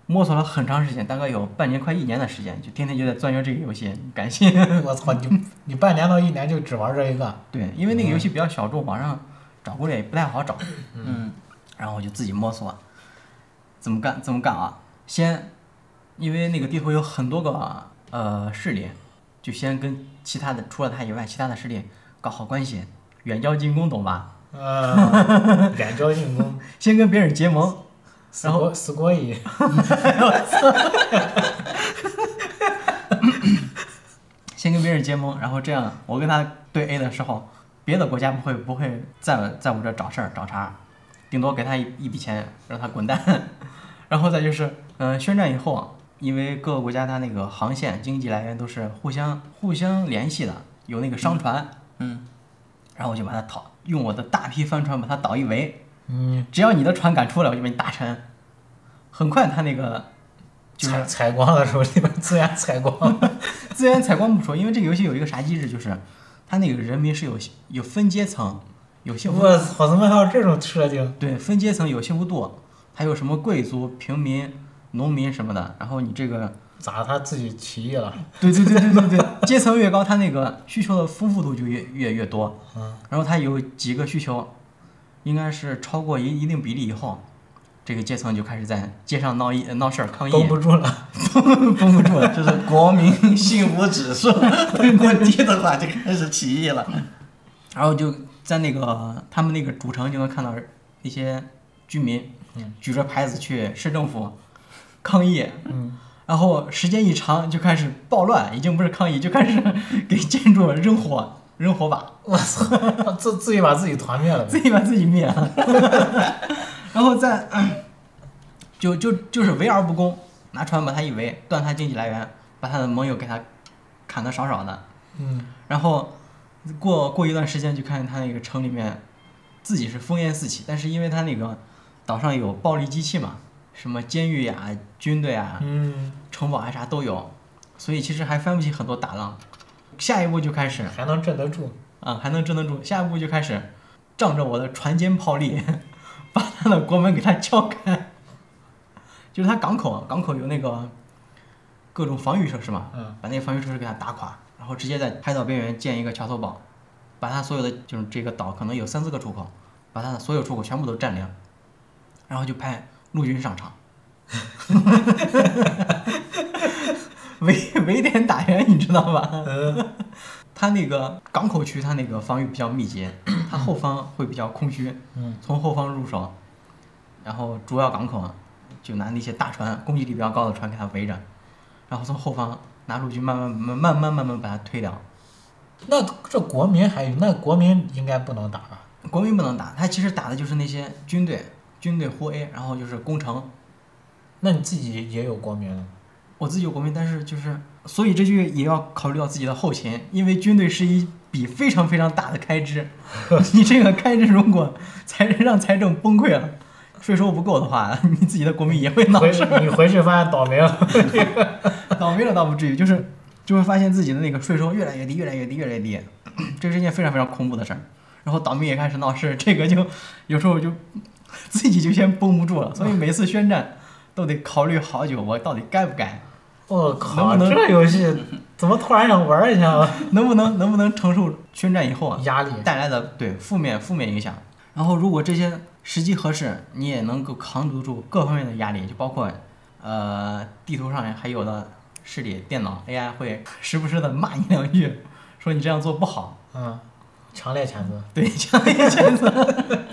C: 摸索了很长时间，大概有半年快一年的时间，就天天就在钻研这个游戏，感谢。
A: 我操，你你半年到一年就只玩这一个，
C: 对，因为那个游戏比较小众，网上找攻略也不太好找，
B: 嗯，
C: 然后我就自己摸索，怎么干怎么干啊？先，因为那个地图有很多个呃势力，就先跟其他的除了他以外其他的势力搞好关系，远交近攻，懂吧？
A: 呃，远交近攻，
C: 先跟别人结盟，
A: 死
C: 然后
A: 国死国蚁，
C: 先跟别人结盟，然后这样我跟他对 A 的时候，别的国家不会不会在在我这找事儿找茬，顶多给他一一笔钱让他滚蛋。 然后再就是，嗯、宣战以后啊，因为各个国家它那个航线、经济来源都是互相互相联系的，有那个商船，
B: 嗯，
C: 然后我就把它讨，用我的大批帆船把它倒一围，
A: 嗯，
C: 只要你的船敢出来，我就把你打沉。很快他那个就是
A: 采采光的时候，你把资源采光。
C: 资源采光不说，因为这个游戏有一个啥机制，就是它那个人民是有有分阶层， 有幸福
A: 我操，怎么还有这种设定？
C: 对分阶层有幸福度，还有什么贵族、平民、农民什么的。然后你这个
A: 咋他自己起义了？
C: 对对对对对对，阶层越高，它那个需求的丰富度就越越越多。
A: 嗯，
C: 然后它有几个需求，应该是超过一一定比例以后，这个阶层就开始在街上闹一闹事儿抗议，
A: 绷不住了。
C: 绷不住了。
B: 就是国民幸福指 数过低的话，就开始起义了。
C: 然后就在那个他们那个主城就能看到一些居民举着牌子去市政府抗议，
A: 嗯，
C: 然后时间一长就开始暴乱，已经不是抗议，就开始给建筑扔火、扔火把，
A: 我操，自自己把自己团灭了呗。
C: 自己把自己灭了。 然后再、嗯就就就是围而不攻，拿船把他一围，断他经济来源，把他的盟友给他砍得少少的。
A: 嗯
C: 然后过过一段时间，就看见他那个城里面自己是烽烟四起，但是因为他那个岛上有暴力机器嘛，什么监狱呀、军队啊、
A: 嗯，
C: 城堡啊啥都有，所以其实还翻不起很多大浪。下一步就开始啊、
A: 还能镇得住。
C: 还能镇得住。下一步就开始仗着我的船坚炮利，把他的国门给他撬开。就是他港口啊，港口有那个各种防御设施嘛，
A: 嗯
C: 把那个防御设施给它打垮，然后直接在海岛边缘建一个桥头堡，把它所有的就是这个岛可能有三四个出口，把它的所有出口全部都占领，然后就派陆军上场， 围 围点打援，你知道吧？
A: 嗯
C: 它那个港口区，它那个防御比较密集，它后方会比较空虚，
A: 嗯
C: 从后方入手，然后主要港口啊就拿那些大船，攻击力比较高的船给它围着，然后从后方拿陆军慢慢慢慢慢慢慢把它推掉。
A: 那这国民还有那国民应该不能打吧？
C: 国民不能打，他其实打的就是那些军队，军队呼 A，然后就是攻城。
A: 那你自己也有啊国民了？
C: 我自己有国民，但是就是，所以这句也要考虑到自己的后勤，因为军队是一笔非常非常大的开支，你这个开支如果财让财政崩溃了，税收不够的话， 你自己的国民也会闹
A: 回
C: 事儿。
A: 你回去发现倒霉了。
C: 倒霉了倒不至于，就是就会发现自己的那个税收越来越低，越来越低，越来越低， 这是一件非常非常恐怖的事儿。然后倒霉也开始闹事，这个就 有时候就自己就先绷不住了，所以每次宣战都得考虑好久，我到底该不该，
A: 我靠，
C: 能不能
A: 这游戏 怎么突然想玩一下了？
C: 能不能能不能承受宣战以后啊
A: 压力。
C: 带来的对负面负面影响。然后如果这些时机合适，你也能够扛得住各方面的压力，就包括呃地图上还有的市里电脑 AI 会时不时的骂你两句，说你这样做不好，
A: 嗯，强烈谴责。
C: 对，这样一选择。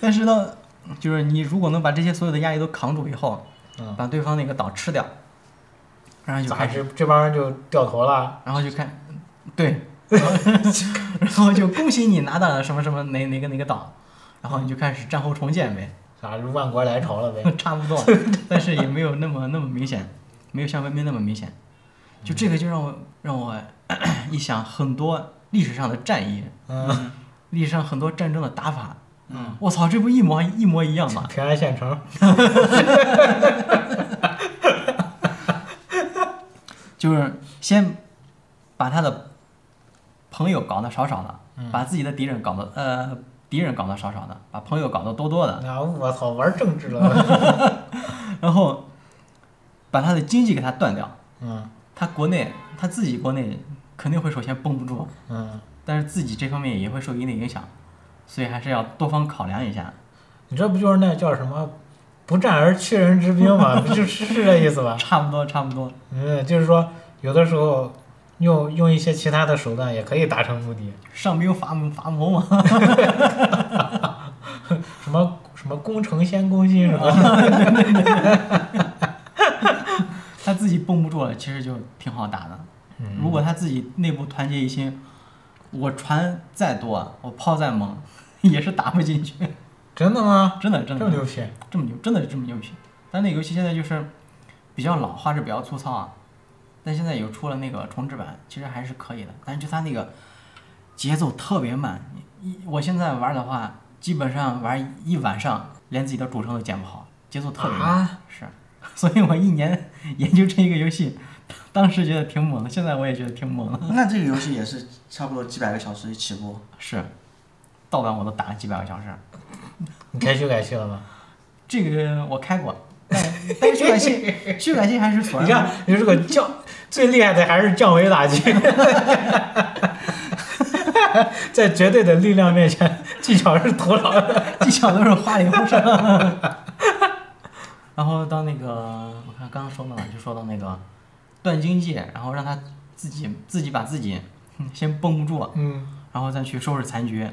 C: 但是呢，就是你如果能把这些所有的压力都扛住以后，
A: 嗯，
C: 把对方那个岛吃掉，然后就
A: 咋
C: 开
A: 这
C: 始，
A: 这帮人就掉头了？
C: 然后就看，对， 然后然后就恭喜你拿到了什么什么哪哪个哪个岛，然后你就开始战后重建呗。
A: 咋就万国来朝了 呗？
C: 差不多，但是也没有那么那么明显，没有像文明那么明显。就这个就让我让我 一想很多历史上的战役，
A: 嗯，
C: 历史上很多战争的打法，
B: 嗯，
C: 我操，这不一模一模一样吗？
A: 平安县城。
C: 就是先把他的朋友搞得少少的，
A: 嗯
C: 把自己的敌人搞得呃敌人搞得少少的，把朋友搞得多多的，
A: 啊，我操，玩政治了。
C: 然后把他的经济给他断掉，
A: 嗯
C: 他国内他自己国内肯定会首先绷不住，
A: 嗯，
C: 但是自己这方面也会受一定的影响，所以还是要多方考量一下。
A: 你这不就是那叫什么？不战而屈人之兵 嘛，不就是是这意思吧？
C: 差不多，差不多，
A: 嗯，就是说有的时候用用一些其他的手段也可以达成目的，
C: 上兵伐木伐谋嘛，
A: 什么什么攻城先攻心什么，
C: 他自己绷不住了，其实就挺好打的。
A: 嗯
C: 如果他自己内部团结一心，我船再多，啊我炮再猛， 也是打不进去。
A: 真的吗？
C: 真的，真
A: 这
C: 的
A: 么，牛皮？
C: 这么牛，真的是这么牛皮。但那个游戏现在就是比较老，画质比较粗糙啊。但现在有出了那个重置版，其实还是可以的。但是就它那个节奏特别慢，一一我现在玩的话，基本上玩一晚上，连自己的主城都建不好，节奏特别慢。
A: 啊，
C: 是， 所以我一年 研究这一个游戏，当时觉得挺猛的，现在我也觉得挺猛的。
B: 那这个游戏也是差不多几百个小时起步。
C: 是，盗版我都打了几百个小时。
A: 你该修改器了吗？
C: 这个我开过，但但是修改器修改器还是锁
A: 你
C: 着的。
A: 看，你这个降最厉害的还是降维打击， 在绝对的力量面前，技巧是徒劳的。
C: 技巧都是花里胡哨。 然后到那个，我看刚刚说到哪，就说到那个断经济，然后让他自己自己把自己嗯先绷不住，
A: 嗯
C: 然后再去收拾残局，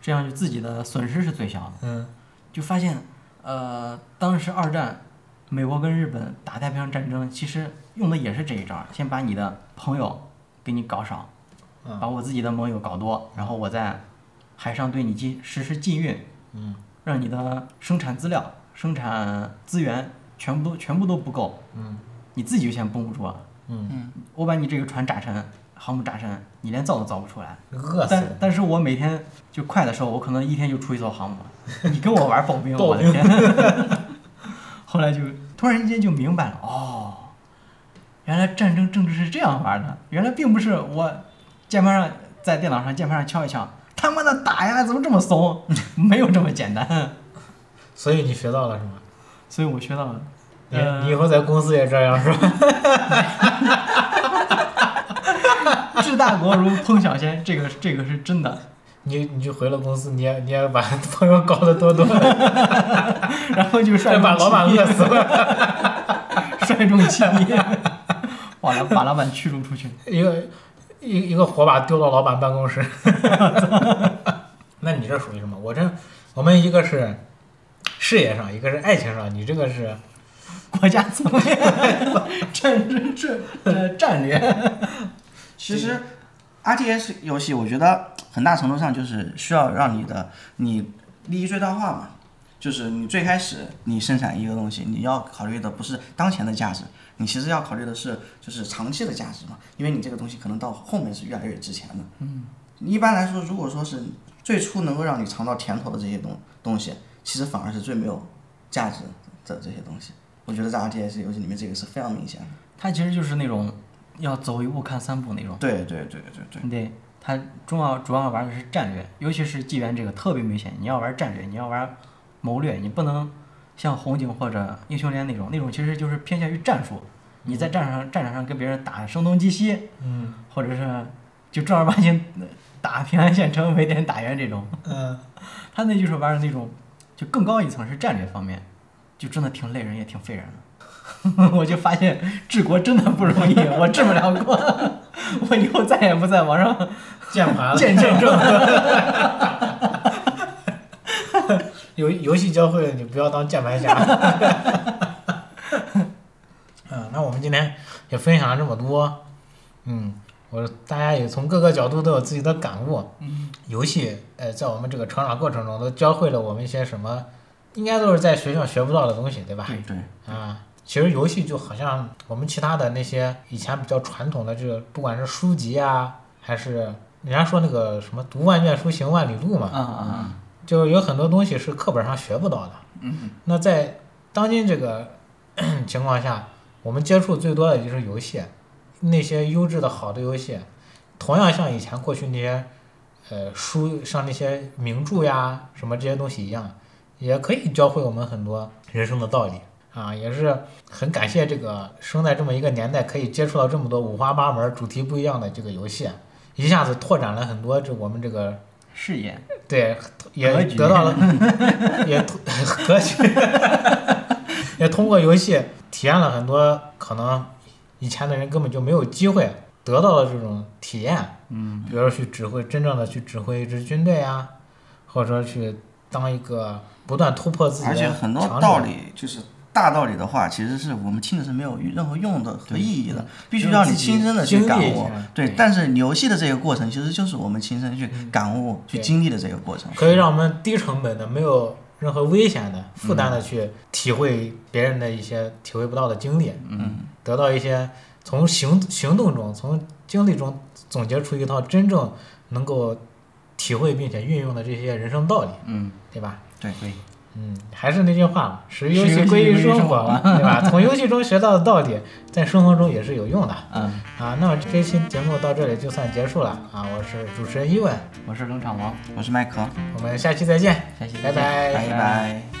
C: 这样就自己的损失是最小的。
A: 嗯
C: 就发现，呃，当时二战，美国跟日本打太平洋战争，其实用的也是这一招儿，先把你的朋友给你搞少，
A: 嗯
C: 把我自己的盟友搞多，然后我在海上对你进实施禁运，
A: 嗯，
C: 让你的生产资料、生产资源全部都全部都不够，
A: 嗯
C: 你自己就先绷不住了。
A: 嗯，
C: 我把你这个船炸沉，航母炸沉，你连造都造不出来。
A: 饿死
C: 但
A: 了。
C: 但是我每天就快的时候，我可能一天就出一艘航 母。你跟我玩刨冰，
A: 刨
C: 我的天！ 后来就突然间就明白了，哦，原来战争政治是这样玩的，原来并不是我键盘上在电脑上键盘上敲一敲，他妈的打呀，怎么这么 怂？没有这么简单。
A: 所以你学到了是吗？
C: 所以我学到了，
A: 你
C: 呃
A: 你以后在公司也这样是吧？
C: 治大国如烹小鲜，这个这个是真的。
A: 你你就回了公司，你也你也把朋友搞得 多多，
C: 然后就率
A: 再
C: 众
A: 把老板
C: 起义
A: 饿死了。
C: 率众起义，把老把老板驱逐出去。
A: 一个一一个火把丢到老板办公室。 那你这属于什么？我这我们一个是事业上，一个是爱情上，你这个是
C: 国家层面战争战呃战略，
B: 其实 R T S 游戏，我觉得很大程度上就是需要让你的你利益最大化嘛，就是你最开始你生产一个东西，你要考虑的不是当前的价值，你其实要考虑的是就是长期的价值嘛，因为你这个东西可能到后面是越来越值钱的。嗯，一般来说，如果说是最初能够让你尝到甜头的这些东东西，其实反而是最没有价值的这些东西。我觉得在 R T S 游戏里面，这个是非常明显的。
C: 它其实就是那种要走一步看三步那种。
B: 对对对对对，
C: 对，它重要主要玩的是战略，尤其是纪元这个特别明显。你要玩战略，你要玩谋略，你不能像红警或者英雄联那种，那种其实就是偏向于战术。你在战场上战场上跟别人打声东击西，
A: 嗯
C: 或者是呃就正儿八经呃打平安县城围点打援这种，
A: 嗯
C: 他那就是玩的那种，就更高一层是战略方面，就真的挺累人也挺费人的。 我就发现治国真的不容易，我治不了国， 我以后再也不在网上
A: 键盘了
C: 见证
A: 游游戏教会了你不要当键盘侠。 嗯，那我们今天也分享了这么多，嗯，我大家也从各个角度都有自己的感悟。
C: 嗯，
A: 游戏，呃，在我们这个成长过程中都教会了我们一些什么，应该都是在学校学不到的东西，对吧？
C: 对
B: 对。
A: 啊，其实游戏就好像我们其他的那些以前比较传统的这个，不管是书籍啊，还是人家说那个什么“读万卷书，行万里路”嘛，
C: 啊啊，
A: 就是有很多东西是课本上学不到的。
B: 嗯，
A: 那在当今这个 情况下，我们接触最多的就是游戏，那些优质的好的游戏，同样像以前过去那些呃书，像那些名著呀什么这些东西一样，也可以教会我们很多人生的道理啊，也是很感谢这个生在这么一个年代，可以接触到这么多五花八门、主题不一样的这个游戏，啊一下子拓展了很多这我们这个
C: 视野
A: 对，也
C: 格局
A: 得到了，也通 格局，也通过游戏体验了很多可能以前的人根本就没有机会得到的这种体验。嗯，比如说去指挥真正的去指挥一支军队啊，或者说去当一个不断突破自己的
B: 而且很多
A: 强者
B: 道理就是大道理的话，其实是我们听着是没有任何用的和意义
A: 嗯
B: 的，必须让你亲身的去感
A: 经历一
B: 悟
A: 下。
B: 对，但是你游戏的这个过程，其实就是我们亲身去感悟、去
A: 嗯对
B: 经历的这个过程。
A: 可以让我们低成本的、没有任何危险的、负担的去体会别人的一些体会不到的经历，
B: 嗯，
A: 得到一些从行行动中、从经历中总结出一套真正能够体会并且运用的这些人生道理，
C: 嗯，
A: 对吧？
B: 对
C: 对，
A: 嗯，还是那句话嘛，识游
C: 识游
A: 戏
C: 戏
A: 归于
C: 归于
A: 生
C: 生
A: 活
C: 活
A: 嘛，对吧？从游戏中学到的道理，在生活中也是有用的
C: 嗯，
A: 啊。那么这期节目到这里就算结束了啊，我是主持人伊文，
C: 我是冷场王，
B: 我是麦克，
A: 我们下期再见，
C: 下期再
A: 拜拜
C: 见
B: 拜拜